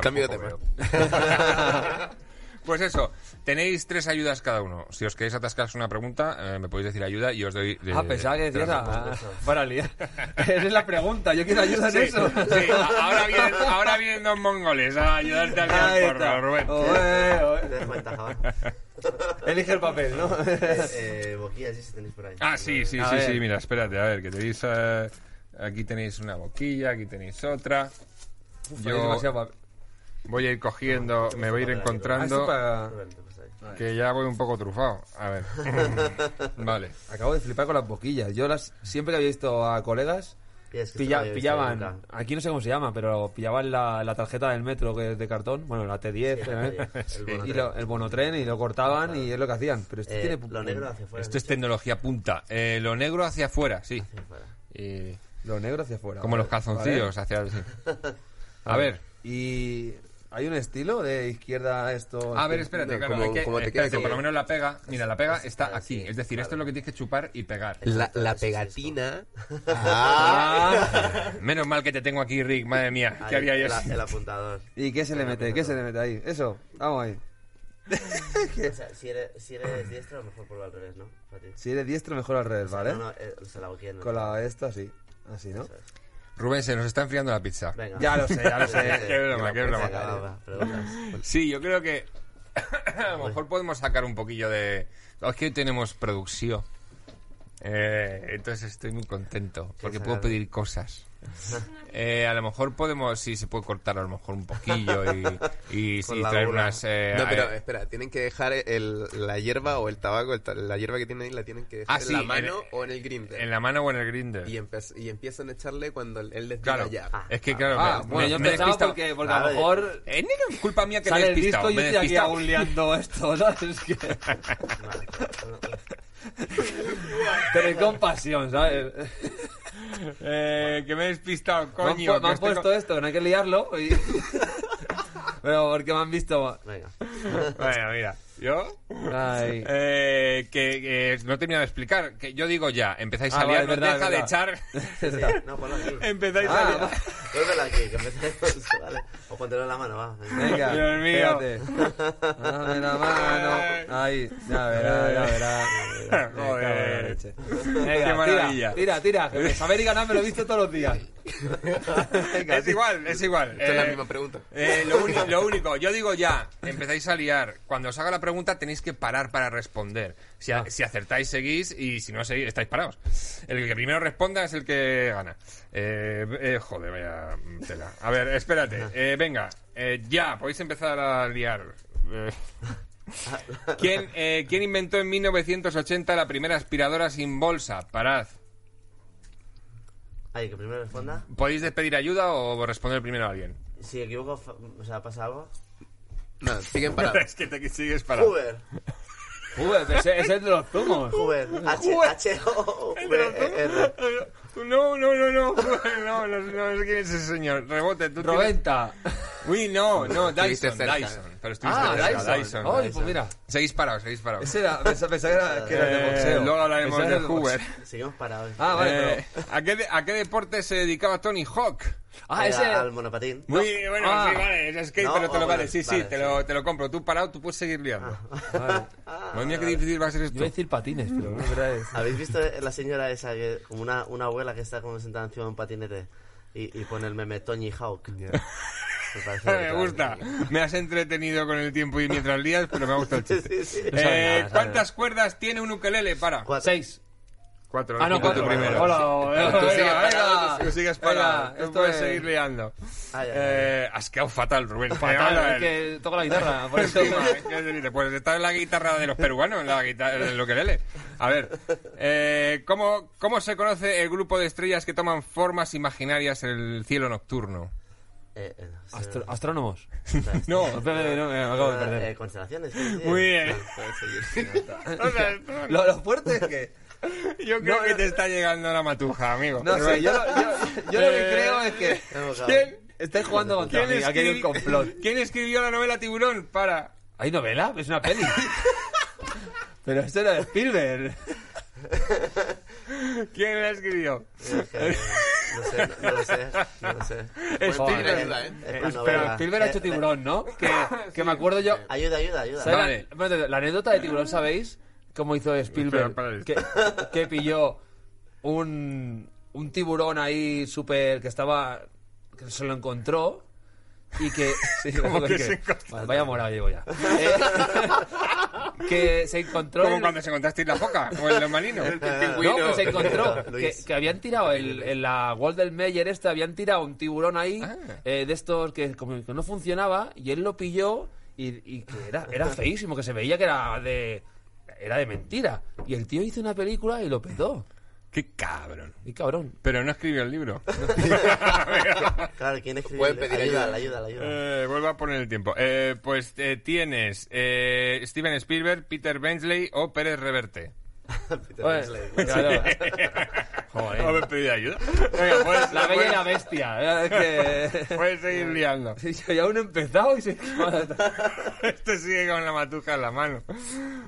Speaker 2: Cambio de
Speaker 3: Tampoco
Speaker 2: tema.
Speaker 3: veo. Pues eso, tenéis tres ayudas cada uno. Si os queréis atascarse una pregunta, eh, me podéis decir ayuda y os doy... eh,
Speaker 1: Ah, pensaba que decías
Speaker 3: tres
Speaker 1: ah, para liar. Esa es la pregunta, yo quiero ayuda en
Speaker 3: Sí,
Speaker 1: eso.
Speaker 3: sí, a- ahora, vienen, ahora vienen dos mongoles a ayudarte a liar
Speaker 1: Ahí
Speaker 3: porro,
Speaker 1: está. Oh.
Speaker 3: Rubén.
Speaker 1: Oe, oe.
Speaker 4: Te desventaja, va.
Speaker 1: Elige el papel, ¿no?
Speaker 4: Eh, eh, boquillas, sí, si tenéis por ahí.
Speaker 3: Ah, sí, sí,
Speaker 1: A
Speaker 3: sí,
Speaker 1: ver.
Speaker 3: sí, mira, espérate, a ver, que tenéis... eh, aquí tenéis una boquilla, aquí tenéis otra.
Speaker 1: Es
Speaker 3: Yo
Speaker 1: demasiado papel.
Speaker 3: voy a ir cogiendo, me voy a ir
Speaker 1: Ah, esto
Speaker 3: encontrando...
Speaker 1: para-
Speaker 4: Rubén, te pasa ahí.
Speaker 3: Que ya voy un poco trufado. A ver. vale.
Speaker 1: Acabo de flipar con las boquillas. Yo las siempre que había visto a colegas
Speaker 4: Y es que esto no lo
Speaker 1: pilla-
Speaker 4: había visto
Speaker 1: pillaban,
Speaker 4: nunca.
Speaker 1: aquí no sé cómo se llama, pero pillaban la, la tarjeta del metro que es de cartón, bueno, la T10,
Speaker 4: Sí,
Speaker 1: ¿eh?
Speaker 4: la T10, el bonotren.
Speaker 1: y lo- el bonotren y lo cortaban y es lo que hacían. Pero esto
Speaker 4: Eh,
Speaker 1: tiene
Speaker 4: lo negro hacia afuera.
Speaker 3: Esto es tecnología punta. Eh, lo negro hacia afuera, sí.
Speaker 4: afuera.
Speaker 3: Y-
Speaker 1: lo negro hacia afuera.
Speaker 3: como los
Speaker 1: vale, vale.
Speaker 3: calzoncillos hacia sí. A ver.
Speaker 1: Y hay un estilo de izquierda a esto. este.
Speaker 3: A ver, espérate,
Speaker 2: No,
Speaker 3: claro,
Speaker 2: como-
Speaker 3: hay que-
Speaker 2: como te
Speaker 3: espérate,
Speaker 2: quede,
Speaker 3: por lo
Speaker 2: como-
Speaker 3: menos la pega, mira, la pega está
Speaker 4: Ah, sí,
Speaker 3: aquí, es decir, esto es lo que tienes que chupar y pegar.
Speaker 2: La,
Speaker 4: Exacto,
Speaker 2: la
Speaker 4: eso es
Speaker 2: pegatina.
Speaker 1: Ah,
Speaker 3: Menos mal que te tengo aquí, Rick, madre mía,
Speaker 4: Ahí,
Speaker 3: ¿qué haría yo?
Speaker 4: el,
Speaker 3: sin-
Speaker 4: el apuntador.
Speaker 1: ¿Y qué se le mete? ¿Qué se le mete ahí? Eso, vamos ahí.
Speaker 4: O sea, si eres, si eres diestro, a lo mejor por al revés, ¿no? Para ti.
Speaker 1: Si eres diestro, mejor al revés, ¿vale?
Speaker 4: No, no, eh, o sea, la boquilla no.
Speaker 1: Con la esta, sí. Así, ¿no?
Speaker 3: Rubén, se nos está enfriando la pizza.
Speaker 4: Venga.
Speaker 1: Ya lo sé, ya lo sé.
Speaker 3: Qué broma, qué broma.
Speaker 4: Venga, va, va, preguntas.
Speaker 3: Sí, yo creo que a lo mejor podemos sacar un poquillo de... Oh, Es que hoy tenemos producción. Eh, entonces estoy muy contento porque puedo
Speaker 4: sacar?
Speaker 3: pedir cosas. Eh, a lo mejor podemos, sí, se puede cortar a lo mejor un poquillo y, y,
Speaker 4: Con
Speaker 3: y
Speaker 4: la
Speaker 3: traer
Speaker 4: bola.
Speaker 3: unas... eh,
Speaker 2: No, pero
Speaker 3: eh,
Speaker 2: espera, tienen que dejar el- la hierba o el tabaco, el ta- la hierba que tienen ahí la tienen que dejar
Speaker 3: Ah,
Speaker 2: en
Speaker 3: sí,
Speaker 2: la
Speaker 3: en-
Speaker 2: mano o en el grinder.
Speaker 3: en la mano o en el grinder.
Speaker 2: y, empe- y empiezan a echarle cuando él les diga
Speaker 3: Claro,
Speaker 2: ya.
Speaker 3: es que claro...
Speaker 1: Ah,
Speaker 3: me-
Speaker 1: bueno,
Speaker 3: me-
Speaker 1: yo
Speaker 3: me he
Speaker 1: pensaba
Speaker 3: despistado.
Speaker 1: porque, porque a
Speaker 4: Claro,
Speaker 1: lo mejor
Speaker 3: Eh, no, culpa mía que me he
Speaker 1: sale el
Speaker 3: despistado,
Speaker 1: disco y yo
Speaker 3: me he
Speaker 1: estoy aquí
Speaker 3: despistado.
Speaker 1: aún liando esto, ¿sabes? Que...
Speaker 4: pues,
Speaker 1: Pero con pasión, ¿sabes?
Speaker 3: Eh, que me he despistado,
Speaker 1: Me han,
Speaker 3: coño.
Speaker 1: pu- me
Speaker 3: que
Speaker 1: han
Speaker 3: estoy
Speaker 1: puesto
Speaker 3: con-
Speaker 1: esto, que no hay que liarlo. Y... Pero porque me han visto.
Speaker 4: Venga.
Speaker 3: Bueno, mira, yo...
Speaker 1: Ay.
Speaker 3: Eh, que, que no he terminado de explicar. Que yo digo ya, empezáis
Speaker 1: Ah,
Speaker 3: a liar,
Speaker 1: vale,
Speaker 3: no
Speaker 1: verdad,
Speaker 3: deja de
Speaker 1: verdad.
Speaker 3: echar.
Speaker 4: Sí, no, ponlo aquí.
Speaker 3: empezáis a
Speaker 1: Ah,
Speaker 3: liar.
Speaker 1: va-
Speaker 4: Vuélvelo aquí, que empecemos, vale. O póntelo en la mano, va. venga.
Speaker 1: venga,
Speaker 3: Dios mío.
Speaker 1: espérate. Dame la mano. Ahí, ya verá, ya verá. ya verá. Me cago en la
Speaker 3: Joder.
Speaker 1: leche.
Speaker 3: Qué maravilla.
Speaker 1: Tira, tira, tira. Que saber y ganar me lo he visto todos los días. Venga,
Speaker 3: es
Speaker 1: tira.
Speaker 3: igual, es igual.
Speaker 2: Esa es la
Speaker 3: Eh,
Speaker 2: misma pregunta.
Speaker 3: eh, lo, único, lo único, yo digo ya, empezáis a liar. Cuando os haga la pregunta tenéis que parar para responder. Si, a- si acertáis, seguís y si no seguís, estáis parados. El que primero responda es el que gana. Eh, eh, joder, vaya tela. A ver, espérate. Eh, venga, eh, ya, podéis empezar a liar. Eh, ¿Quién, eh, ¿Quién inventó en 1980 la primera aspiradora sin bolsa? Parad.
Speaker 4: Ay, que primero responda.
Speaker 3: ¿Podéis pedir ayuda o responder primero a alguien?
Speaker 4: Si equivoco, fa- o sea, pasa algo.
Speaker 2: No, siguen parados.
Speaker 3: Es que te sigues parado.
Speaker 4: Uber.
Speaker 1: Uy, pero ese, ese es de los zumos.
Speaker 4: Uber. H,
Speaker 3: Uber.
Speaker 4: H, O,
Speaker 3: Ay,
Speaker 4: V,
Speaker 3: pero tú-
Speaker 4: E, R.
Speaker 3: No, no, no, no, no, no, no, no, quién es ese señor. Rebote, tú tienes-
Speaker 1: Roventa.
Speaker 3: Uy, no, no,
Speaker 2: Estuviste
Speaker 3: Dyson,
Speaker 2: cerca.
Speaker 3: Dyson. Pero estuviste
Speaker 1: Ah,
Speaker 3: cerca,
Speaker 1: Dyson.
Speaker 3: Dyson.
Speaker 1: Ay,
Speaker 3: Dyson.
Speaker 1: pues mira.
Speaker 3: Seguís parados, seguís parados.
Speaker 1: Ese era, pensaba, pensaba que era, que era de
Speaker 3: Eh,
Speaker 1: boxeo.
Speaker 3: luego hablaremos
Speaker 1: Pensaba que
Speaker 3: de
Speaker 1: era
Speaker 3: Hoover.
Speaker 1: boxeo.
Speaker 4: Seguimos parados.
Speaker 1: Ah, vale,
Speaker 3: Eh, ¿a, qué de- a qué deporte se dedicaba Tony Hawk?
Speaker 1: Ah, ese.
Speaker 4: Al monopatín.
Speaker 3: Muy bueno,
Speaker 1: Ah.
Speaker 3: sí, vale, es skate,
Speaker 4: No,
Speaker 3: pero te lo
Speaker 4: oh,
Speaker 3: vale,
Speaker 4: vale,
Speaker 3: sí, sí,
Speaker 4: vale,
Speaker 3: te,
Speaker 4: sí.
Speaker 3: Lo, te lo compro. Tú parado, tú puedes seguir liando.
Speaker 1: Ah, Vale.
Speaker 3: Madre mía, qué difícil va a ser
Speaker 1: Yo iba a
Speaker 3: esto.
Speaker 1: decir patines, pero no verdad es.
Speaker 4: ¿Habéis visto la señora esa, que, como una, una abuela que está como sentada encima de un patinete y, y pone el meme Tony Hawk? Me, parece
Speaker 3: Me
Speaker 4: brutal.
Speaker 3: gusta. Me has entretenido con el tiempo y mientras lías, pero me gusta el
Speaker 4: Sí,
Speaker 3: chiste.
Speaker 4: sí,
Speaker 3: Eh,
Speaker 4: sí.
Speaker 1: sabe nada, no sabe
Speaker 3: ¿Cuántas cuerdas tiene un ukelele? Para.
Speaker 4: Cuatro.
Speaker 1: Seis.
Speaker 3: Cuatro.
Speaker 1: Ah, no,
Speaker 3: tú
Speaker 1: cuatro.
Speaker 3: primero.
Speaker 1: Hola,
Speaker 3: Tú
Speaker 1: venga,
Speaker 3: sigues
Speaker 1: venga.
Speaker 3: parado, tú sigues
Speaker 1: Venga,
Speaker 3: parado. Tú
Speaker 1: esto
Speaker 3: puedes
Speaker 1: es-
Speaker 3: seguir liando.
Speaker 4: Ay, ay,
Speaker 3: Eh, has quedado fatal, Rubén.
Speaker 1: Fatal,
Speaker 3: Eh,
Speaker 1: es que toco la guitarra, por eso.
Speaker 3: Encima, ¿qué decirte? Pues está en la guitarra de los peruanos, en la guitarra de lo que lele. A ver, eh, ¿cómo, ¿cómo se conoce el grupo de estrellas que toman formas imaginarias en el cielo nocturno?
Speaker 4: Eh, eh, no sé.
Speaker 1: Astro- astrónomos.
Speaker 3: No,
Speaker 1: Espérate, no, me acabo de
Speaker 4: Eh,
Speaker 1: perder.
Speaker 4: eh, constelaciones. sí, sí.
Speaker 3: muy bien.
Speaker 2: Puedes seguir.
Speaker 3: O sea, tú-
Speaker 1: eh, Lo, lo fuerte es que.
Speaker 3: yo creo que te está llegando la matuja, amigo.
Speaker 1: No sé, yo, lo- Eh, yo, yo lo que creo es que.
Speaker 4: Hemos acabado.
Speaker 3: ¿Quién?
Speaker 1: Estáis jugando contra
Speaker 3: ¿Quién,
Speaker 1: mí, aquí hay un
Speaker 3: escribi-
Speaker 1: complot.
Speaker 3: ¿Quién escribió la novela Tiburón? Para.
Speaker 1: ¿Hay novela? Es una peli. Pero esto era de Spielberg.
Speaker 3: ¿Quién la escribió?
Speaker 4: Es que, eh, No sé, no, no lo sé, no lo sé.
Speaker 3: Spielberg.
Speaker 4: Eh,
Speaker 2: verdad, ¿eh?
Speaker 4: es para
Speaker 1: Eh, Pero
Speaker 4: novela.
Speaker 1: Spielberg ha hecho
Speaker 4: Eh,
Speaker 1: tiburón, ¿no? Que, que me acuerdo yo.
Speaker 4: Ayuda, ayuda, ayuda.
Speaker 1: ¿Sabes la-
Speaker 3: Vale.
Speaker 1: bueno, la, anécdota de tiburón, ¿sabéis? Cómo hizo Spielberg.
Speaker 3: Espera, espera.
Speaker 1: Que, que pilló un, un tiburón ahí súper. que estaba. que se lo encontró. Y que. sí,
Speaker 3: ¿Cómo
Speaker 1: lo
Speaker 3: que
Speaker 1: que-
Speaker 3: se encontró?
Speaker 1: Vaya morado llevo ya. Eh, que se encontró.
Speaker 3: Como
Speaker 1: el-
Speaker 3: cuando se encontrasteis la foca o el marino. Ah.
Speaker 1: No, que se encontró. que,
Speaker 4: Luis.
Speaker 1: que habían tirado el, en la Wall del Meyer este, habían tirado un tiburón ahí,
Speaker 3: Ah.
Speaker 1: eh, de estos que como que no funcionaba, y él lo pilló y, y que era, era feísimo, que se veía que era de. Era de mentira. Y el tío hizo una película y lo petó.
Speaker 3: Qué cabrón.
Speaker 1: Y cabrón.
Speaker 3: Pero no escribió el libro.
Speaker 4: Claro, ¿quién escribió?
Speaker 2: Pueden pedir
Speaker 4: ayuda,
Speaker 2: ayuda.
Speaker 4: la ayuda, la ayuda.
Speaker 3: Eh, vuelvo a poner el tiempo. Eh, pues eh, tienes eh, Steven Spielberg, Peter Bensley o Pérez Reverte.
Speaker 4: Peter
Speaker 1: Oye,
Speaker 4: Wesley.
Speaker 1: claro. Joder.
Speaker 3: No me he pedido ayuda. Venga, pues, puedes,
Speaker 1: La bella y la
Speaker 3: puedes-
Speaker 1: bestia. eh, es que-
Speaker 3: puedes seguir liando.
Speaker 1: Yo ya aún he empezado y se.
Speaker 3: Este sigue con la matuja en la mano.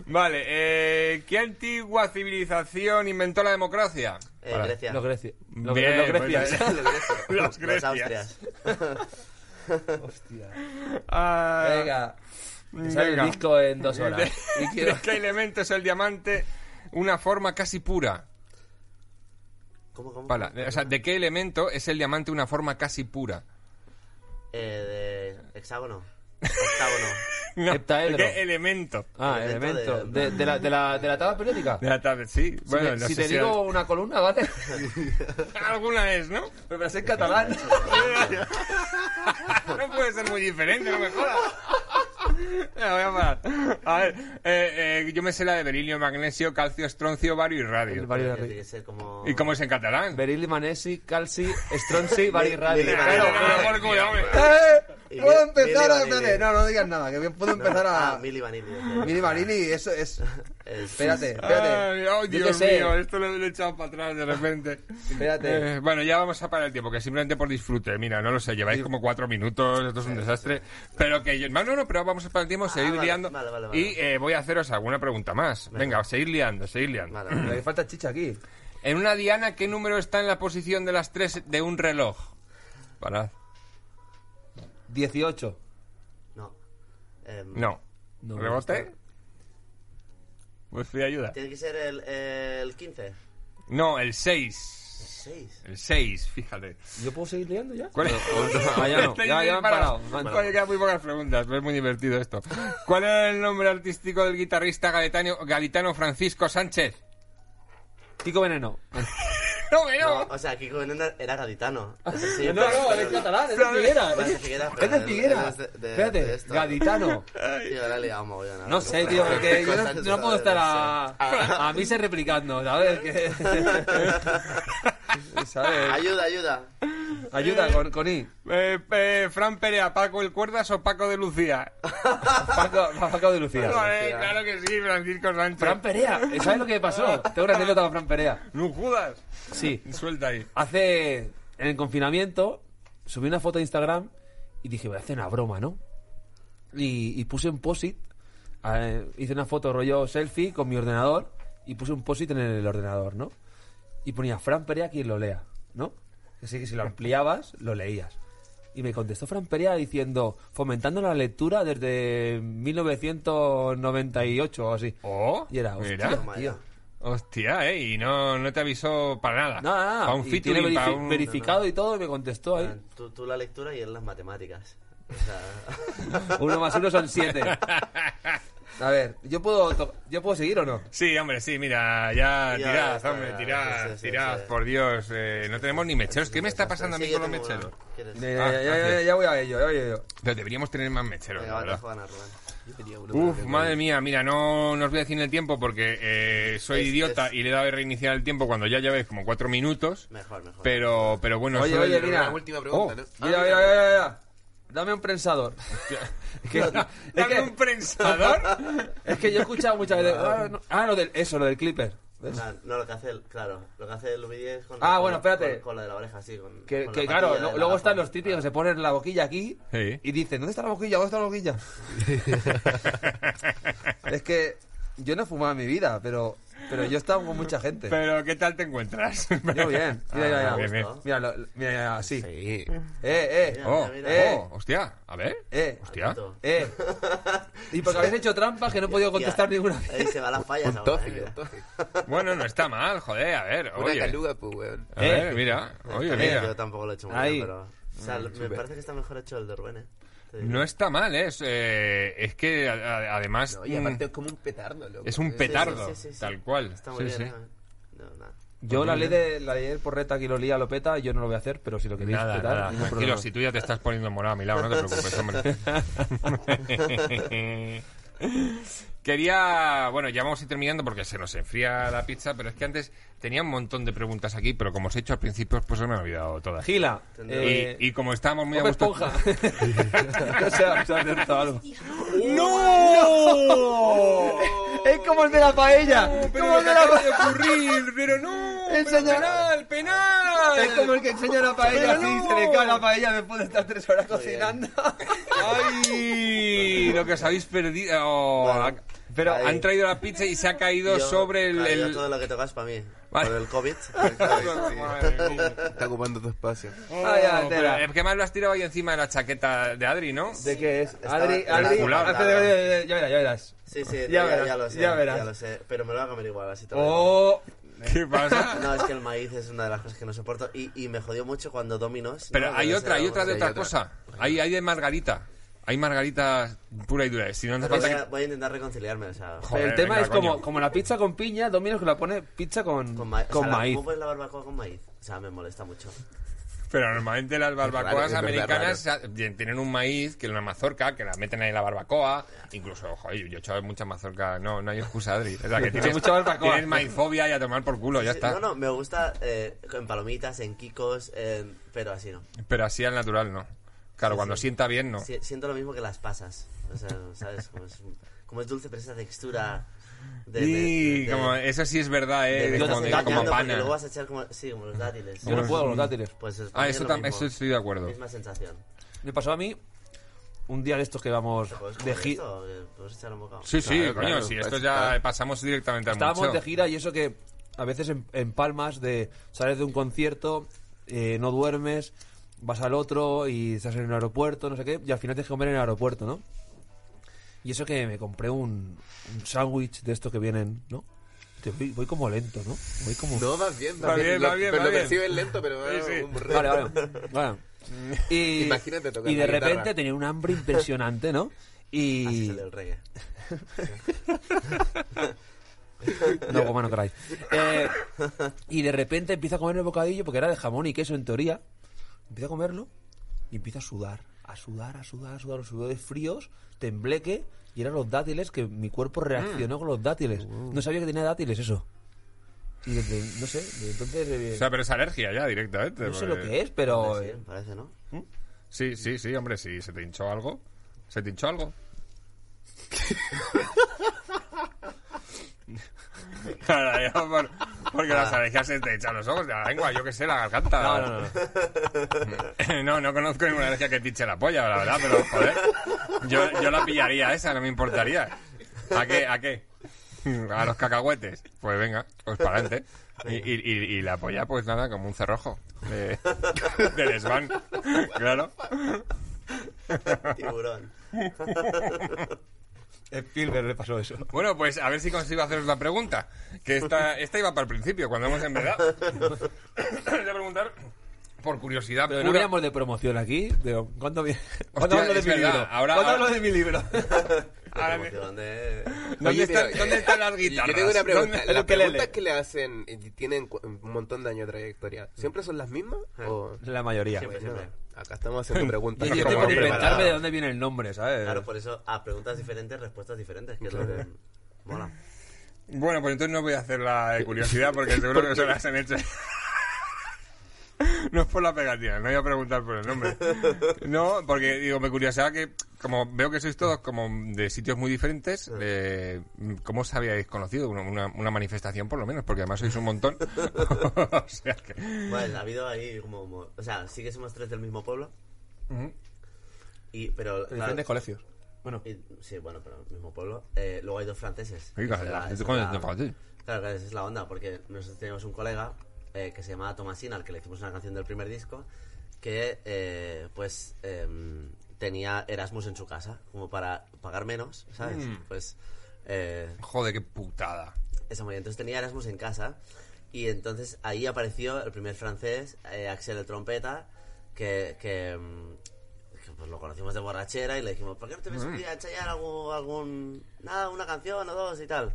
Speaker 3: Vale, eh, ¿qué antigua civilización inventó la democracia?
Speaker 4: Eh,
Speaker 3: Para-
Speaker 4: Grecia.
Speaker 1: Lo Grecia. Lo,
Speaker 3: Bien,
Speaker 1: lo Grecia.
Speaker 3: pues- Los
Speaker 4: Los
Speaker 3: Grecias.
Speaker 4: Austrias.
Speaker 3: Ah,
Speaker 1: Venga. Me sale el
Speaker 3: Venga.
Speaker 1: disco en dos horas. Y quiero...
Speaker 3: ¿Crees que hay elementos el diamante? Una forma casi pura.
Speaker 4: ¿Cómo, cómo?
Speaker 3: Pala, o sea, ¿de qué elemento es el diamante una forma casi pura?
Speaker 4: Eh, de hexágono. Octágono.
Speaker 3: No,
Speaker 1: Heptaedro.
Speaker 3: ¿de ¿Qué elemento?
Speaker 1: Ah,
Speaker 4: Elemento
Speaker 1: elemento.
Speaker 4: de-
Speaker 1: De, de la, de, la, de la tabla periódica.
Speaker 3: De la tablet, sí.
Speaker 1: Si,
Speaker 3: Bueno,
Speaker 1: me-
Speaker 3: no
Speaker 1: si
Speaker 3: sé
Speaker 1: te
Speaker 3: si
Speaker 1: digo una columna, ¿vale?
Speaker 3: alguna es, ¿no?
Speaker 1: Pero me sé en catalán.
Speaker 3: No puede ser muy diferente, no me jodas. Ya, voy a parar. A ver, eh, eh, yo me sé la de berilio, magnesio, calcio, estroncio, bario y
Speaker 1: El
Speaker 3: radio.
Speaker 1: barrio de
Speaker 4: Tiene
Speaker 1: arriba.
Speaker 4: que ser como.
Speaker 3: ¿Y cómo es en catalán?
Speaker 1: Beril, Manesi, Calci, Stronzi, Bari
Speaker 4: Lili
Speaker 3: Eh,
Speaker 4: Manesi.
Speaker 1: Radio.
Speaker 3: no, por culo, hombre.
Speaker 4: Y
Speaker 5: Puedo
Speaker 4: Mil-
Speaker 5: empezar a...
Speaker 4: Milli Vanilli.
Speaker 5: espérate, No, no digas nada, que bien puedo
Speaker 4: No,
Speaker 5: empezar
Speaker 4: Ah,
Speaker 5: a...
Speaker 4: Milli Vanilli.
Speaker 5: Mili Vanilli, eso es...
Speaker 4: Es-
Speaker 5: Espérate, espérate,
Speaker 3: Ay, ay,
Speaker 1: Yo qué
Speaker 3: Dios
Speaker 1: sé.
Speaker 3: mío, esto lo he echado para atrás de repente.
Speaker 5: espérate.
Speaker 3: Eh, bueno, ya vamos a parar el tiempo, que simplemente por disfrute. Mira, no lo sé, lleváis como cuatro minutos, esto es un desastre. Pero que yo- No, no, no, pero vamos a parar el tiempo, seguid
Speaker 4: vale,
Speaker 3: liando.
Speaker 4: vale, vale, vale.
Speaker 3: y eh, voy a haceros alguna pregunta más. Venga, seguid liando, seguid liando.
Speaker 4: Vale,
Speaker 1: Pero
Speaker 4: vale.
Speaker 1: que falta chicha aquí.
Speaker 3: En una diana, ¿qué número está en la posición de las tres de un reloj? Parad.
Speaker 1: 18.
Speaker 4: No. Em,
Speaker 3: No.
Speaker 1: No,
Speaker 3: ¿Rebote? Pues fui ayuda.
Speaker 4: Tiene que ser el, el 15.
Speaker 3: No, el 6.
Speaker 4: 6.
Speaker 3: El 6, fíjate.
Speaker 1: ¿Yo puedo seguir leyendo ya?
Speaker 3: ¿Cuál es?
Speaker 1: Ah, ya no,
Speaker 3: Estáis
Speaker 1: ya- ya
Speaker 3: bien
Speaker 1: han parado,
Speaker 3: parados.
Speaker 1: han
Speaker 3: Bueno,
Speaker 1: parado.
Speaker 3: quedan muy pocas preguntas, pero es muy divertido esto. ¿Cuál era el nombre artístico del guitarrista galetano, galitano Francisco Sánchez?
Speaker 1: Tico Veneno.
Speaker 3: ¡No, que no!
Speaker 4: O sea, Kiko Veneno era gaditano. Eso sí, pero-
Speaker 1: No, no,
Speaker 4: pero-
Speaker 1: es catalán, es
Speaker 3: pero-
Speaker 1: de Figuera.
Speaker 4: Vale, de Figueras,
Speaker 1: Es
Speaker 4: pero él-
Speaker 1: de
Speaker 4: él
Speaker 1: Figuera.
Speaker 4: es de- de- de
Speaker 1: Espérate,
Speaker 4: esto.
Speaker 1: gaditano.
Speaker 4: Tío, la he liado mogollón, ahora.
Speaker 1: No sé, tío, porque yo no, no puedo estar a, a mí se replicando, ¿sabes? Que... ¿Sabes?
Speaker 4: Ayuda, ayuda.
Speaker 1: Ayuda con, con I.
Speaker 3: Eh, eh, ¿Fran Perea, Paco el Cuerdas o Paco de Lucía?
Speaker 1: Paco, Paco de Lucía.
Speaker 3: No, eh, claro que sí, Francisco Sánchez.
Speaker 1: Fran Perea, ¿sabes lo que me pasó? Tengo una anécdota con Fran Perea.
Speaker 3: ¡No judas!
Speaker 1: Sí,
Speaker 3: Suelta ahí.
Speaker 1: hace. En el confinamiento, subí una foto de Instagram y dije, voy a hacer una broma, ¿no? Y, y puse un post-it, eh, hice una foto rollo selfie con mi ordenador y puse un post-it en el ordenador, ¿no? Y ponía Fran Perea quien lo lea, ¿no? Así que si lo ampliabas, lo leías. Y me contestó Fran Perea diciendo, fomentando la lectura desde 1998 o así.
Speaker 3: Oh,
Speaker 1: y era,
Speaker 3: mira.
Speaker 1: hostia, tío.
Speaker 3: Hostia, eh, y no, no te avisó para nada.
Speaker 1: No, no, no.
Speaker 3: Para un
Speaker 1: Y tiene
Speaker 3: featuring, para
Speaker 1: verifi-
Speaker 3: un...
Speaker 1: verificado y todo y me contestó ahí.
Speaker 4: Tú, tú la lectura y él las matemáticas. O sea,
Speaker 1: Uno más uno son siete. A ver, ¿yo puedo, to- ¿yo puedo seguir o no?
Speaker 3: Sí, hombre, sí, mira, ya,
Speaker 4: Ya,
Speaker 3: tirad,
Speaker 4: ya,
Speaker 3: hombre,
Speaker 4: ya,
Speaker 3: tirad,
Speaker 4: sí, sí,
Speaker 3: tirad,
Speaker 4: sí.
Speaker 3: por Dios, eh, no tenemos ni mecheros. ¿Qué me está pasando a mí
Speaker 4: Sí,
Speaker 3: con
Speaker 4: yo
Speaker 3: los
Speaker 4: tengo
Speaker 3: mecheros?
Speaker 4: una. ¿Quieres?
Speaker 1: Ya,
Speaker 3: Ah,
Speaker 1: ya, ya,
Speaker 3: gracias.
Speaker 1: ya, ya voy a ello, ya voy a ello.
Speaker 3: Pero deberíamos tener más mecheros,
Speaker 4: Venga,
Speaker 3: la
Speaker 4: va, te
Speaker 3: verdad.
Speaker 4: juegan a Rubén.
Speaker 3: Uf, madre mía, mira, no, no os voy a decir el tiempo porque eh, soy
Speaker 4: Es-
Speaker 3: idiota
Speaker 4: es-
Speaker 3: y le he dado a reiniciar el tiempo cuando ya llevéis como cuatro minutos.
Speaker 4: Mejor, mejor.
Speaker 3: Pero, pero bueno,
Speaker 1: Oye,
Speaker 3: eso-
Speaker 1: oye, mira.
Speaker 2: La última pregunta,
Speaker 3: Oh.
Speaker 2: ¿no?
Speaker 1: Mira, mira, mira, mira. Dame un prensador. Es que, es,
Speaker 3: Dame
Speaker 1: que,
Speaker 3: un prensador.
Speaker 1: es que yo he escuchado muchas veces. Ah, no, ah, lo del, eso, lo del clipper. ¿Ves?
Speaker 4: Ah, no, lo que hace, el- claro, lo que hace el Lubidi es con,
Speaker 1: Ah,
Speaker 4: con-
Speaker 1: bueno, espérate.
Speaker 4: con, con la de la oreja, sí. Con,
Speaker 1: Que,
Speaker 4: con
Speaker 1: que,
Speaker 4: la
Speaker 1: claro,
Speaker 4: patilla
Speaker 1: lo-
Speaker 4: de la
Speaker 1: luego
Speaker 4: gafa.
Speaker 1: están los típicos que se ponen la boquilla aquí
Speaker 3: Sí.
Speaker 1: y dicen, ¿dónde está la boquilla? ¿Dónde está la boquilla? es que yo no he fumado en mi vida, pero, pero yo he estado con mucha gente.
Speaker 3: Pero, ¿qué tal te encuentras?
Speaker 1: Este. Yo bien. Mira,
Speaker 4: Ah, me
Speaker 1: mira, mira.
Speaker 4: gustó.
Speaker 1: Mira, lo- lo- mira, mira, así. Eh,
Speaker 2: Sí.
Speaker 1: eh,
Speaker 4: Mira,
Speaker 3: Oh,
Speaker 4: mira,
Speaker 1: mira.
Speaker 3: oh, hostia, a ver.
Speaker 1: eh,
Speaker 3: Hostia.
Speaker 4: Puto.
Speaker 1: eh. Y porque habéis hecho trampas que no he podido contestar
Speaker 4: Tía,
Speaker 1: ninguna
Speaker 4: Ahí
Speaker 1: vez.
Speaker 4: se va las fallas
Speaker 3: Ah,
Speaker 2: Un
Speaker 4: ahora, eh,
Speaker 2: tofi,
Speaker 4: mira.
Speaker 2: un tofi.
Speaker 3: Bueno, no está mal, joder, a ver.
Speaker 2: Una
Speaker 3: Oye,
Speaker 2: caluga, pues, weón.
Speaker 3: A ver, mira, oye,
Speaker 4: Eh,
Speaker 3: mira.
Speaker 4: Yo tampoco lo he hecho muy
Speaker 1: Ahí.
Speaker 4: bien, pero... O sea, me parece que está mejor hecho el de Rubén, eh. Te digo.
Speaker 3: No está mal, ¿eh? es, eh, es que a- a- además
Speaker 2: No, y aparte es como un petardo, loco.
Speaker 3: Mm. es un
Speaker 4: Sí, sí,
Speaker 3: petardo,
Speaker 4: sí, sí, sí.
Speaker 3: tal cual.
Speaker 4: Está muy
Speaker 3: Sí,
Speaker 4: bien,
Speaker 3: sí.
Speaker 4: ¿eh? No, nada.
Speaker 3: Pues
Speaker 1: Yo la ley de la ley del porreta aquí lo lía, lo peta, yo no lo voy a hacer, pero si lo queréis
Speaker 3: Nada,
Speaker 1: petar,
Speaker 3: nada.
Speaker 1: ningún
Speaker 3: Tranquilo,
Speaker 1: problema.
Speaker 3: si tú ya te estás poniendo morado a mi lado, no te preocupes, hombre. Quería, bueno, ya vamos a ir terminando porque se nos enfría la pizza, pero es que antes tenía un montón de preguntas aquí, pero como os he hecho al principio, pues se me han olvidado todas.
Speaker 1: Gila. eh,
Speaker 3: Y, y como estábamos muy a
Speaker 1: Bob
Speaker 3: gusto-
Speaker 1: esponja. no sé, se ha acertado algo.
Speaker 3: ¡No!
Speaker 1: Es como el de la paella. como
Speaker 3: ¡Oh! ¡Pero
Speaker 1: el
Speaker 3: me
Speaker 1: de la
Speaker 3: acaba de
Speaker 1: paella.
Speaker 3: ocurrir! ¡Pero no!
Speaker 1: El
Speaker 3: pero
Speaker 1: señor-
Speaker 3: ¡Penal! ¡Penal!
Speaker 1: Es como el que enseña la paella
Speaker 3: Pero
Speaker 1: así
Speaker 3: no.
Speaker 1: se le cae la paella después de estar tres horas cocinando.
Speaker 3: ¡Ay! Lo que os habéis perdido. Oh, ac- Pero
Speaker 4: Ahí.
Speaker 3: han traído la pizza y se ha caído
Speaker 4: Yo-
Speaker 3: sobre el...
Speaker 4: claro, yo
Speaker 3: el-
Speaker 4: todo lo que tocas para mí.
Speaker 3: Vale.
Speaker 4: Por el COVID.
Speaker 3: Madre mía.
Speaker 6: Está ocupando tu espacio.
Speaker 1: Ah, ya,
Speaker 3: No,
Speaker 1: tela.
Speaker 3: pero es que más lo has tirado ahí encima de la chaqueta de Adri, ¿no?
Speaker 1: ¿De qué es?
Speaker 4: Estaba-
Speaker 1: Adri,
Speaker 4: estaba
Speaker 1: Adri,
Speaker 3: calculado.
Speaker 1: hace de- de- ya verás, ya verás.
Speaker 4: Sí, sí,
Speaker 1: Ya
Speaker 4: ya,
Speaker 1: verás,
Speaker 4: ya lo sé.
Speaker 1: ya verás.
Speaker 4: lo sé. Pero me lo van a comer igual, así todo.
Speaker 1: Oh,
Speaker 3: ¿Qué pasa?
Speaker 4: No, es que el maíz es una de las cosas que no soporto. Y, y me jodió mucho cuando Dominos.
Speaker 3: Pero
Speaker 4: ¿no?
Speaker 3: hay
Speaker 4: Cuando
Speaker 3: otra, hay
Speaker 4: éramos-
Speaker 3: otra de
Speaker 4: Sí,
Speaker 3: otra
Speaker 4: hay
Speaker 3: cosa. Hay, hay de margarita. Hay margarita pura y dura. Si no hace
Speaker 4: Pero
Speaker 3: falta
Speaker 4: Voy a,
Speaker 3: que...
Speaker 4: voy a intentar reconciliarme, o sea.
Speaker 3: Joder,
Speaker 1: el tema
Speaker 3: venga,
Speaker 1: es como,
Speaker 3: coño.
Speaker 1: como la pizza con piña, Domino's que la pone pizza con,
Speaker 4: Con, ma- o
Speaker 1: con
Speaker 4: sea, la-
Speaker 1: maíz.
Speaker 4: ¿Cómo pones la barbacoa con maíz? O sea, me molesta mucho.
Speaker 3: Pero normalmente las barbacoas
Speaker 6: es verdad,
Speaker 3: americanas se- tienen un maíz, que es una mazorca, que la meten ahí en la barbacoa. Incluso, joder, yo he echado mucha mazorca. No, no hay excusa, Adri. O sea, que tienes,
Speaker 1: mucha barbacoa.
Speaker 3: tienes maizfobia y a tomar por culo, ya
Speaker 4: Sí,
Speaker 3: está.
Speaker 4: No, no, me gusta eh, en palomitas, en kikos, en- pero así no.
Speaker 3: Pero así al natural, no. Claro,
Speaker 4: Sí,
Speaker 3: cuando
Speaker 4: sí.
Speaker 3: sienta bien, no.
Speaker 4: Si- siento lo mismo que las pasas. O sea, ¿sabes? Como es, como es dulce, pero esa textura. De, de-
Speaker 3: y
Speaker 4: de-
Speaker 3: como, eso sí es verdad,
Speaker 4: de-
Speaker 3: ¿eh?
Speaker 4: de-
Speaker 3: como,
Speaker 4: estás
Speaker 3: de-
Speaker 4: engañando
Speaker 3: como
Speaker 4: porque
Speaker 3: pana.
Speaker 4: Luego vas a echar como, sí, como los dátiles.
Speaker 1: Yo no puedo con los dátiles.
Speaker 4: Pues es
Speaker 3: Ah, eso,
Speaker 4: lo
Speaker 3: tam-
Speaker 4: mismo.
Speaker 3: eso estoy de acuerdo.
Speaker 4: Misma sensación.
Speaker 1: Me pasó a mí un día de estos que íbamos
Speaker 4: Pues,
Speaker 1: de
Speaker 4: ¿cómo
Speaker 1: gi-
Speaker 4: esto? Eh, ¿Puedes echar un bocado?
Speaker 3: Sí, sí,
Speaker 6: Claro,
Speaker 3: coño,
Speaker 6: claro,
Speaker 3: si
Speaker 6: pues
Speaker 3: esto ya
Speaker 6: está.
Speaker 3: pasamos directamente al
Speaker 1: Estábamos
Speaker 3: museo.
Speaker 1: de gira y eso que a veces en, en palmas de sales de un concierto, eh, no duermes, vas al otro y estás en el aeropuerto, no sé qué, y al final tienes que comer en el aeropuerto, ¿no? Y eso que me compré un, un sándwich de estos que vienen, ¿no? Te- voy, voy como lento, ¿no? Voy como...
Speaker 2: No, vas bien,
Speaker 3: Va
Speaker 2: vas
Speaker 3: bien,
Speaker 2: bien.
Speaker 3: va
Speaker 2: Lo,
Speaker 3: bien,
Speaker 2: pero
Speaker 3: va
Speaker 2: lo
Speaker 3: bien.
Speaker 2: percibes lento, pero va
Speaker 3: Sí, sí.
Speaker 2: un burrito.
Speaker 1: Vale, vale. vale. Y,
Speaker 2: Imagínate tocar
Speaker 1: y
Speaker 2: la
Speaker 1: de
Speaker 2: guitarra.
Speaker 1: repente tenía un hambre impresionante, ¿no?
Speaker 4: Así
Speaker 1: Y...
Speaker 4: sale el reggae.
Speaker 1: No, goma no queráis. Eh, y de repente empieza a comer el bocadillo, porque era de jamón y queso en teoría. Empieza a comerlo y empieza a sudar. A sudar, a sudar, a sudar. Los sudores fríos, tembleque. Y eran los dátiles que mi cuerpo reaccionó con los dátiles. No sabía que tenía dátiles eso. Y desde, no sé, desde entonces. eh,
Speaker 3: O sea, pero es alergia ya directamente.
Speaker 1: no sé lo
Speaker 3: porque-
Speaker 1: que es, pero.
Speaker 4: Parece,
Speaker 1: eh,
Speaker 4: parece, ¿no?
Speaker 3: Sí, sí, sí, hombre, si se te hinchó algo. ¿Se te hinchó algo? Claro, ya, por- porque las alergias se te hinchan los ojos, la lengua, yo qué sé, la garganta.
Speaker 1: No, no, no.
Speaker 3: no. conozco ninguna alergia que te hinche la polla, la verdad, pero joder. Yo, yo la pillaría esa, no me importaría. ¿A qué? ¿A qué? A los cacahuetes. Pues venga, pues para adelante. Y, y- y- y la polla, pues nada, como un cerrojo. De, de desván. Claro.
Speaker 4: Tiburón.
Speaker 1: Spielberg le pasó eso.
Speaker 3: Bueno, pues a ver si consigo haceros la pregunta. Que esta, esta iba para el principio, cuando hemos empezado. Voy a preguntar por curiosidad.
Speaker 1: Pero no
Speaker 3: pura.
Speaker 1: veíamos de promoción aquí. De, ¿Cuándo, vi- ¿cuándo
Speaker 3: Hostia,
Speaker 1: hablo de
Speaker 3: es
Speaker 1: mi
Speaker 3: verdad,
Speaker 1: libro?
Speaker 3: ahora-
Speaker 1: ¿Cuándo
Speaker 3: ahora-
Speaker 1: hablo de mi libro?
Speaker 3: Ahora me-
Speaker 4: Emoción Pues de-
Speaker 3: ¿Dónde,
Speaker 2: Oye,
Speaker 3: están,
Speaker 2: pero,
Speaker 3: ¿Dónde
Speaker 2: eh,
Speaker 3: están las
Speaker 2: Yo
Speaker 3: guitarras?
Speaker 2: tengo una pregunta.
Speaker 3: ¿Dónde-
Speaker 2: Las
Speaker 1: ukelele?
Speaker 2: preguntas que le hacen eh, tienen cu- un montón de años de trayectoria. ¿Siempre son las mismas? O...
Speaker 1: La mayoría. pues.
Speaker 4: Siempre, siempre.
Speaker 2: Acá estamos haciendo preguntas.
Speaker 1: Yo, yo
Speaker 2: como
Speaker 1: estoy por
Speaker 2: preparadas.
Speaker 1: inventarme de dónde viene el nombre, ¿sabes?
Speaker 4: Claro, pues, por eso a preguntas diferentes, respuestas diferentes, que es lo que mola.
Speaker 3: Bueno, pues entonces no voy a hacer la de curiosidad porque seguro que se las han hecho. No es por la pegatina, no voy a preguntar por el nombre. No, porque digo, me curioseaba que, como veo que sois todos como de sitios muy diferentes, eh, ¿cómo os habíais conocido? Una, una- una manifestación por lo menos, porque además sois un montón. o sea que...
Speaker 4: Bueno, ha habido ahí como... mo- O sea, sí que somos tres del mismo pueblo. Y, pero...
Speaker 1: En
Speaker 4: claro,
Speaker 1: diferentes colegios. Bueno,
Speaker 4: y- sí, bueno, pero mismo pueblo. Eh, luego hay dos franceses.
Speaker 3: Oiga,
Speaker 4: Esa es
Speaker 3: la
Speaker 4: esa
Speaker 3: gente
Speaker 4: es
Speaker 3: con el
Speaker 4: la-
Speaker 3: de francés.
Speaker 4: Claro, claro, esa es la onda, porque nosotros teníamos un colega eh, que se llamaba Tomasina, al que le hicimos una canción del primer disco, que eh, pues em, tenía Erasmus en su casa, como para pagar menos, ¿sabes?
Speaker 3: Mm.
Speaker 4: Pues... eh,
Speaker 3: Joder, qué putada.
Speaker 4: Esa muy bien. Entonces tenía Erasmus en casa y entonces ahí apareció el primer francés, eh, Axel el trompeta, que, que, mm, que, pues, lo conocimos de borrachera y le dijimos, ¿por qué no te ves
Speaker 3: Mm.
Speaker 4: un día a ensayar algún, algún, nada, una canción o dos y tal?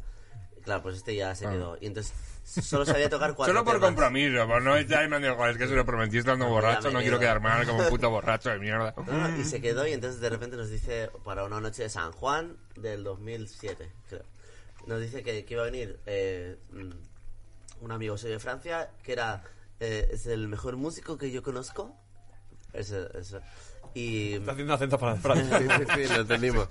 Speaker 4: Y claro, pues este ya se quedó. Y entonces solo sabía tocar cuatro
Speaker 3: Ah. Solo por
Speaker 4: temas.
Speaker 3: compromiso, por no echar y me han dicho, "Joder, es que se lo prometí estando borracho, no quiero quedar mal como un puto borracho de mierda.
Speaker 4: No, no, y se quedó y entonces de repente nos dice, para una noche de San Juan del 2007, creo, nos dice que, que iba a venir eh, mm, un amigo suyo de Francia, que era, eh, es el mejor músico que yo conozco. Eso, eso. Y,
Speaker 1: está haciendo acento para Francia.
Speaker 6: Sí, sí, lo entendimos.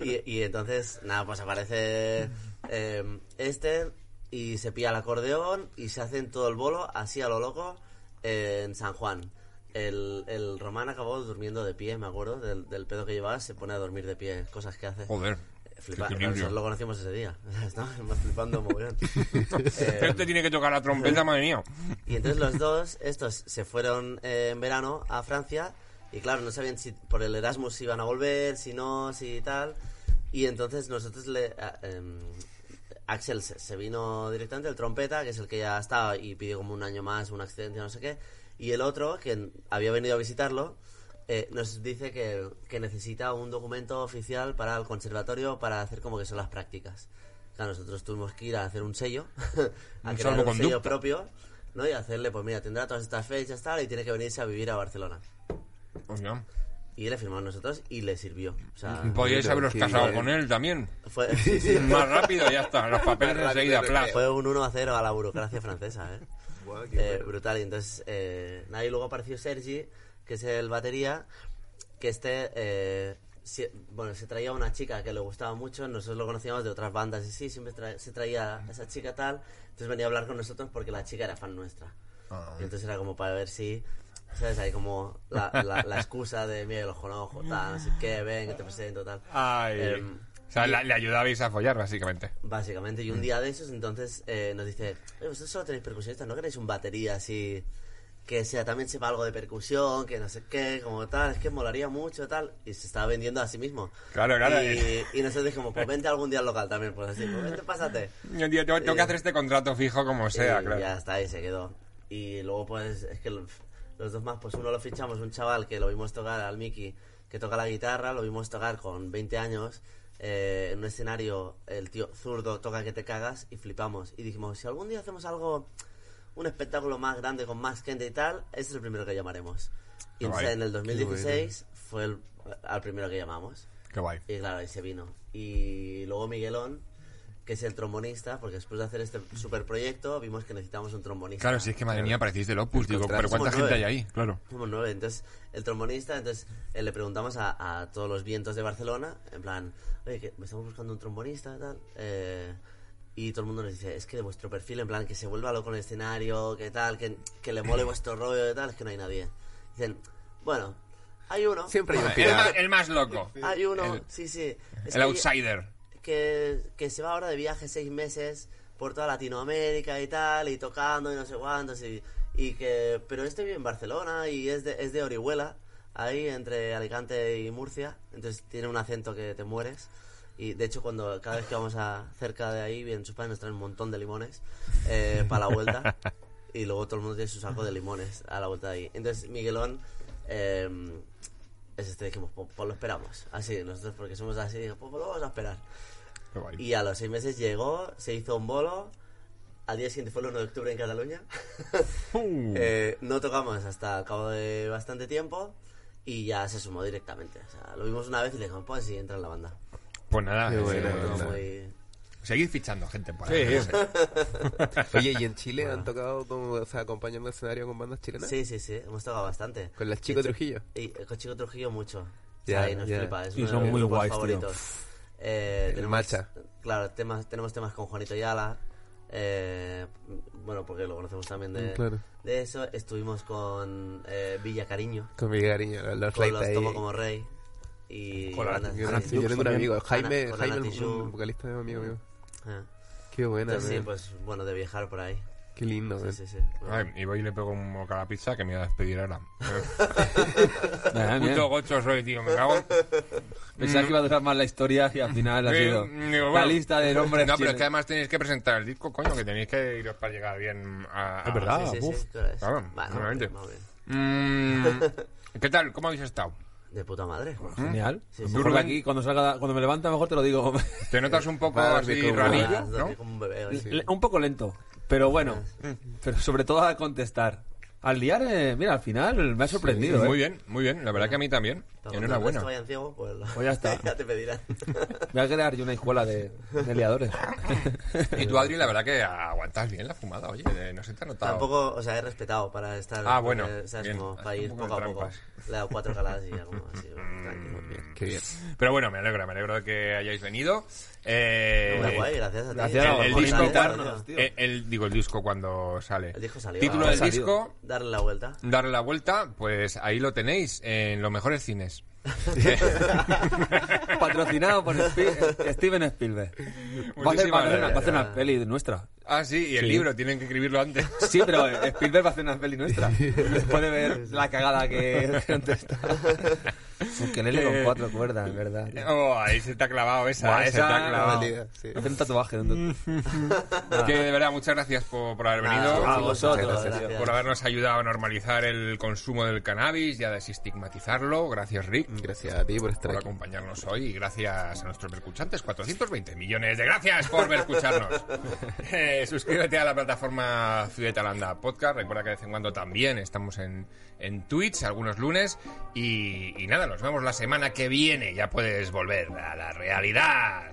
Speaker 4: y, y entonces, nada, pues aparece eh, este y se pilla el acordeón y se hacen todo el bolo, así a lo loco, eh, en San Juan. El, el Román acabó durmiendo de pie, me acuerdo, del, del pedo que llevaba, se pone a dormir de pie, cosas que hace.
Speaker 3: Joder.
Speaker 4: Flipa,
Speaker 3: Qué equilibrio.
Speaker 4: nosotros lo conocimos ese día. Estábamos flipando mogollón.
Speaker 3: Pero
Speaker 4: Eh,
Speaker 3: te Este tiene que tocar la trompeta, madre mía.
Speaker 4: y entonces los dos, estos, se fueron eh, en verano a Francia y claro, no sabían si por el Erasmus si iban a volver, si no, si tal. Y entonces nosotros le... a- em, Axel se, se vino directamente, el trompeta, que es el que ya estaba y pidió como un año más, un accidente, no sé qué. Y el otro, que n- había venido a visitarlo, eh, nos dice que, que necesita un documento oficial para el conservatorio para hacer como que son las prácticas. Claro, nosotros tuvimos que ir a hacer un sello, a
Speaker 3: Un
Speaker 4: crear un sello
Speaker 3: salvoconducto.
Speaker 4: propio, ¿no? Y hacerle, pues mira, tendrá todas estas fechas, tal, y tiene que venirse a vivir a Barcelona.
Speaker 3: Hostia.
Speaker 4: Y le firmamos nosotros y le sirvió. O sea,
Speaker 3: Podíais haberos
Speaker 6: qué
Speaker 3: casado
Speaker 6: bien.
Speaker 3: con él también.
Speaker 4: fue, sí, sí,
Speaker 3: Pues Más rápido, ya está. Los papeles
Speaker 2: Más rápido,
Speaker 3: enseguida, plas.
Speaker 4: fue un 1 a 0 a la burocracia francesa, ¿eh? Eh, brutal. Y entonces, eh, nada, y luego apareció Sergi, que es el batería, que este, eh, si- bueno, se traía una chica que le gustaba mucho, nosotros lo conocíamos de otras bandas y sí, siempre tra- se traía a esa chica tal, entonces venía a hablar con nosotros porque la chica era fan nuestra. Y entonces era como para ver si... ¿Sabes? Hay como la, la- la excusa de mira, los conozco, tal, no sé qué, ven, que te presento, tal.
Speaker 3: Ay.
Speaker 4: Em,
Speaker 3: o sea, la- le ayudabais a follar, básicamente.
Speaker 4: Básicamente, y un día de esos, entonces eh, nos dice: "Eh, Vosotros solo tenéis percusionistas, ¿no queréis un batería así? Que sea, también sepa algo de percusión, que no sé qué, como tal, es que molaría mucho, tal. Y se estaba vendiendo a sí mismo.
Speaker 3: Claro, claro,
Speaker 4: Y,
Speaker 3: eh.
Speaker 4: y nosotros dijimos: Pues vente algún día al local también, pues así, pues vente, pásate.
Speaker 3: Y un día tengo, tengo que hacer este contrato fijo como sea,
Speaker 4: y
Speaker 3: claro.
Speaker 4: ya está, y se quedó. Y luego, pues, es que los, los dos más, pues uno lo fichamos, un chaval que lo vimos tocar al Mickey, que toca la guitarra, lo vimos tocar con 20 años, eh, en un escenario, el tío zurdo toca que te cagas, y flipamos. Y dijimos, si algún día hacemos algo, un espectáculo más grande con más gente y tal, ese es el primero que llamaremos. Y
Speaker 3: Qué
Speaker 4: entonces,
Speaker 3: guay.
Speaker 4: en el 2016 fue el, al primero que llamamos.
Speaker 3: Qué guay.
Speaker 4: Y claro, ahí se vino. Y luego Miguelón, que es el trombonista, porque después de hacer este super proyecto vimos que necesitamos un trombonista.
Speaker 3: Claro, si es que madre mía, parecéis del Opus. Digo,
Speaker 6: contrato.
Speaker 3: pero ¿cuánta
Speaker 4: Somos
Speaker 3: gente hay
Speaker 4: nueve.
Speaker 3: ahí? Claro.
Speaker 4: Somos nueve. Entonces, el trombonista, entonces eh, le preguntamos a, a todos los vientos de Barcelona, en plan, oye, que me estamos buscando un trombonista, tal. eh, y todo el mundo nos dice, es que de vuestro perfil, en plan, que se vuelva loco en el escenario, que tal, que, que le mole vuestro rollo y tal, es que no hay nadie. Dicen, bueno, hay uno.
Speaker 2: Siempre hay un
Speaker 3: El más,
Speaker 2: pirata.
Speaker 3: el más loco.
Speaker 4: Hay uno,
Speaker 3: El-
Speaker 4: sí, sí. Ah, Es
Speaker 3: El
Speaker 4: que-
Speaker 3: outsider.
Speaker 4: que, que se va ahora de viaje seis meses por toda Latinoamérica y tal, y tocando y no sé cuántos, y, y que, pero este vive en Barcelona y es de, es de Orihuela, ahí entre Alicante y Murcia, entonces tiene un acento que te mueres. Y de hecho, cuando cada vez que vamos a, cerca de ahí, vienen sus padres, nos traen un montón de limones eh, para la vuelta. Y luego todo el mundo tiene su saco de limones a la vuelta de ahí. Entonces, Miguelón, eh, es este, dijimos, pues, pues lo esperamos. Así, nosotros porque somos así, dijimos, pues, pues lo vamos a esperar.
Speaker 3: Qué guay.
Speaker 4: Y a los seis meses llegó, se hizo un bolo. Al día siguiente fue el 1 de octubre en Cataluña. Eh, no tocamos hasta al cabo de bastante tiempo y ya se sumó directamente. O sea, lo vimos una vez y le dijimos, pues sí, entra en la banda.
Speaker 3: Pues nada,
Speaker 6: Qué
Speaker 3: eh,
Speaker 6: buena
Speaker 3: eh,
Speaker 4: Todo
Speaker 6: onda.
Speaker 4: muy-
Speaker 3: seguid fichando gente por ahí. no sé.
Speaker 2: Oye, ¿y en Chile han tocado como, o sea, acompañando el escenario con bandas chilenas?
Speaker 4: Sí, sí, sí, hemos tocado bastante.
Speaker 2: Con las Chico
Speaker 4: De hecho-
Speaker 2: Trujillo.
Speaker 4: Y eh, con Chico Trujillo mucho. O
Speaker 2: Ya,
Speaker 4: sea, ahí nos
Speaker 2: ya.
Speaker 4: flipa, es
Speaker 6: Y
Speaker 4: uno de
Speaker 6: son
Speaker 4: los
Speaker 6: muy
Speaker 4: grupos
Speaker 6: guays, tío.
Speaker 4: favoritos. Eh,
Speaker 2: El Macha.
Speaker 4: Claro, temas, tenemos temas con Juanito Yala. eh, bueno, porque lo conocemos también de,
Speaker 2: Mm, claro.
Speaker 4: de eso. Estuvimos con eh, Villa Cariño,
Speaker 2: Con mi cariño, los, los
Speaker 4: con los
Speaker 2: Light
Speaker 4: Tomo
Speaker 2: ahí.
Speaker 4: como Rey. Y
Speaker 2: Con la-
Speaker 4: bandas
Speaker 2: yo
Speaker 4: así.
Speaker 2: tengo- yo tengo un amigo, Jaime,
Speaker 4: con
Speaker 2: Jaime
Speaker 4: Ana
Speaker 2: el,
Speaker 4: Tijoux.
Speaker 2: el vocalista de un amigo mío.
Speaker 4: Ah,
Speaker 2: Qué buena,
Speaker 4: Entonces, sí,
Speaker 2: man.
Speaker 4: pues bueno, de viajar por ahí.
Speaker 2: qué lindo,
Speaker 4: Sí,
Speaker 2: man.
Speaker 4: sí, sí.
Speaker 3: Ay, y voy y le pego un moca a la pizza que me va a despedir ahora.
Speaker 1: Nada, bien.
Speaker 3: Puto gocho soy, tío, me cago.
Speaker 1: Pensaba que iba a durar más la historia y al final ha
Speaker 3: Eh,
Speaker 1: sido
Speaker 3: digo,
Speaker 1: la
Speaker 3: bueno.
Speaker 1: lista de nombres.
Speaker 3: No, pero es
Speaker 1: chilenos.
Speaker 3: que además tenéis que presentar el disco, coño, que tenéis que iros para llegar bien a. a-
Speaker 6: Es verdad. Ah,
Speaker 4: Sí, sí, sí,
Speaker 6: uf,
Speaker 4: claro, es-
Speaker 3: claro,
Speaker 4: Vale, vamos
Speaker 3: obviamente.
Speaker 4: bien, vamos bien.
Speaker 3: Mm, ¿Qué tal? ¿Cómo habéis estado?
Speaker 4: De puta madre.
Speaker 1: Genial.
Speaker 4: Sí,
Speaker 1: A lo
Speaker 4: sí.
Speaker 1: mejor
Speaker 3: Rubén.
Speaker 1: de aquí, cuando, salga, cuando me levanta, mejor te lo digo.
Speaker 3: ¿Te notas un poco
Speaker 2: Madre
Speaker 3: así
Speaker 2: como-
Speaker 3: rarillo,
Speaker 4: Ah, dormí
Speaker 3: no?
Speaker 4: como un bebé hoy.
Speaker 1: Le- Un poco lento, pero bueno. Pero sobre todo a contestar. Al liar, eh, mira, al final me ha sorprendido. ¿eh?
Speaker 3: Muy bien, muy bien. La verdad que a mí también.
Speaker 4: Para cuando el
Speaker 3: Enhorabuena.
Speaker 4: resto vayan ciego, pues, lo-
Speaker 1: Pues ya está.
Speaker 4: ya te pedirán.
Speaker 1: Voy a crear yo una escuela de, de liadores.
Speaker 3: Y tú, Adri, la verdad que aguantas bien la fumada, oye, eh, no se te ha notado.
Speaker 4: Tampoco, o sea, he respetado para estar.
Speaker 3: Ah, bueno,
Speaker 4: porque, ¿sabes?
Speaker 3: bien.
Speaker 4: Como
Speaker 3: Has
Speaker 4: para
Speaker 3: hecho
Speaker 4: ir
Speaker 3: un
Speaker 4: poco
Speaker 3: poco
Speaker 4: a
Speaker 3: de
Speaker 4: poco.
Speaker 3: trampas.
Speaker 4: Le he dado cuatro caladas y ya como así. pues tranquilo.
Speaker 2: Qué bien.
Speaker 3: Pero bueno, me alegra, me alegra que hayáis venido. Eh,
Speaker 4: Muy guay, gracias a ti.
Speaker 1: gracias
Speaker 3: a El- el vosotros disco- por
Speaker 1: invitarnos, tío.
Speaker 3: eh, el- digo, el disco cuando sale.
Speaker 4: El disco salió.
Speaker 3: Título
Speaker 4: Ah,
Speaker 3: del
Speaker 1: salió.
Speaker 3: disco,
Speaker 4: Darle la vuelta.
Speaker 3: darle la vuelta, pues ahí lo tenéis, en los mejores cines.
Speaker 1: Patrocinado por Spi- Steven Spielberg. Va a hacer, va a hacer una, va a hacer una peli de nuestra.
Speaker 3: Ah, sí, y el
Speaker 1: Sí.
Speaker 3: libro, tienen que escribirlo antes.
Speaker 1: Sí, pero eh, Spielberg va a hacer una peli nuestra. Después de ver la cagada que antes está.
Speaker 5: Ukelele con cuatro cuerdas, en verdad.
Speaker 3: Oh, ahí se te ha clavado esa,
Speaker 1: Buah,
Speaker 3: esa
Speaker 1: esa-
Speaker 3: te ha clavado.
Speaker 2: Válida, sí.
Speaker 1: Hacer un tatuaje. Un tatu-
Speaker 3: Que de verdad, muchas gracias por, por haber
Speaker 4: Nada,
Speaker 3: venido.
Speaker 1: a vosotros,
Speaker 4: pues, gracias.
Speaker 1: tío.
Speaker 3: por habernos ayudado a normalizar el consumo del cannabis y a desestigmatizarlo. Gracias, Rick,
Speaker 2: Gracias a ti por estar
Speaker 3: por
Speaker 2: aquí.
Speaker 3: acompañarnos hoy y gracias a nuestros percuchantes. 420 millones de gracias por percucharnos. Eh, suscríbete a la plataforma Ciudatalanda Podcast. Recuerda que de vez en cuando también estamos en, en Twitch algunos lunes. Y, y nada, nos vemos la semana que viene. Ya puedes volver a la realidad.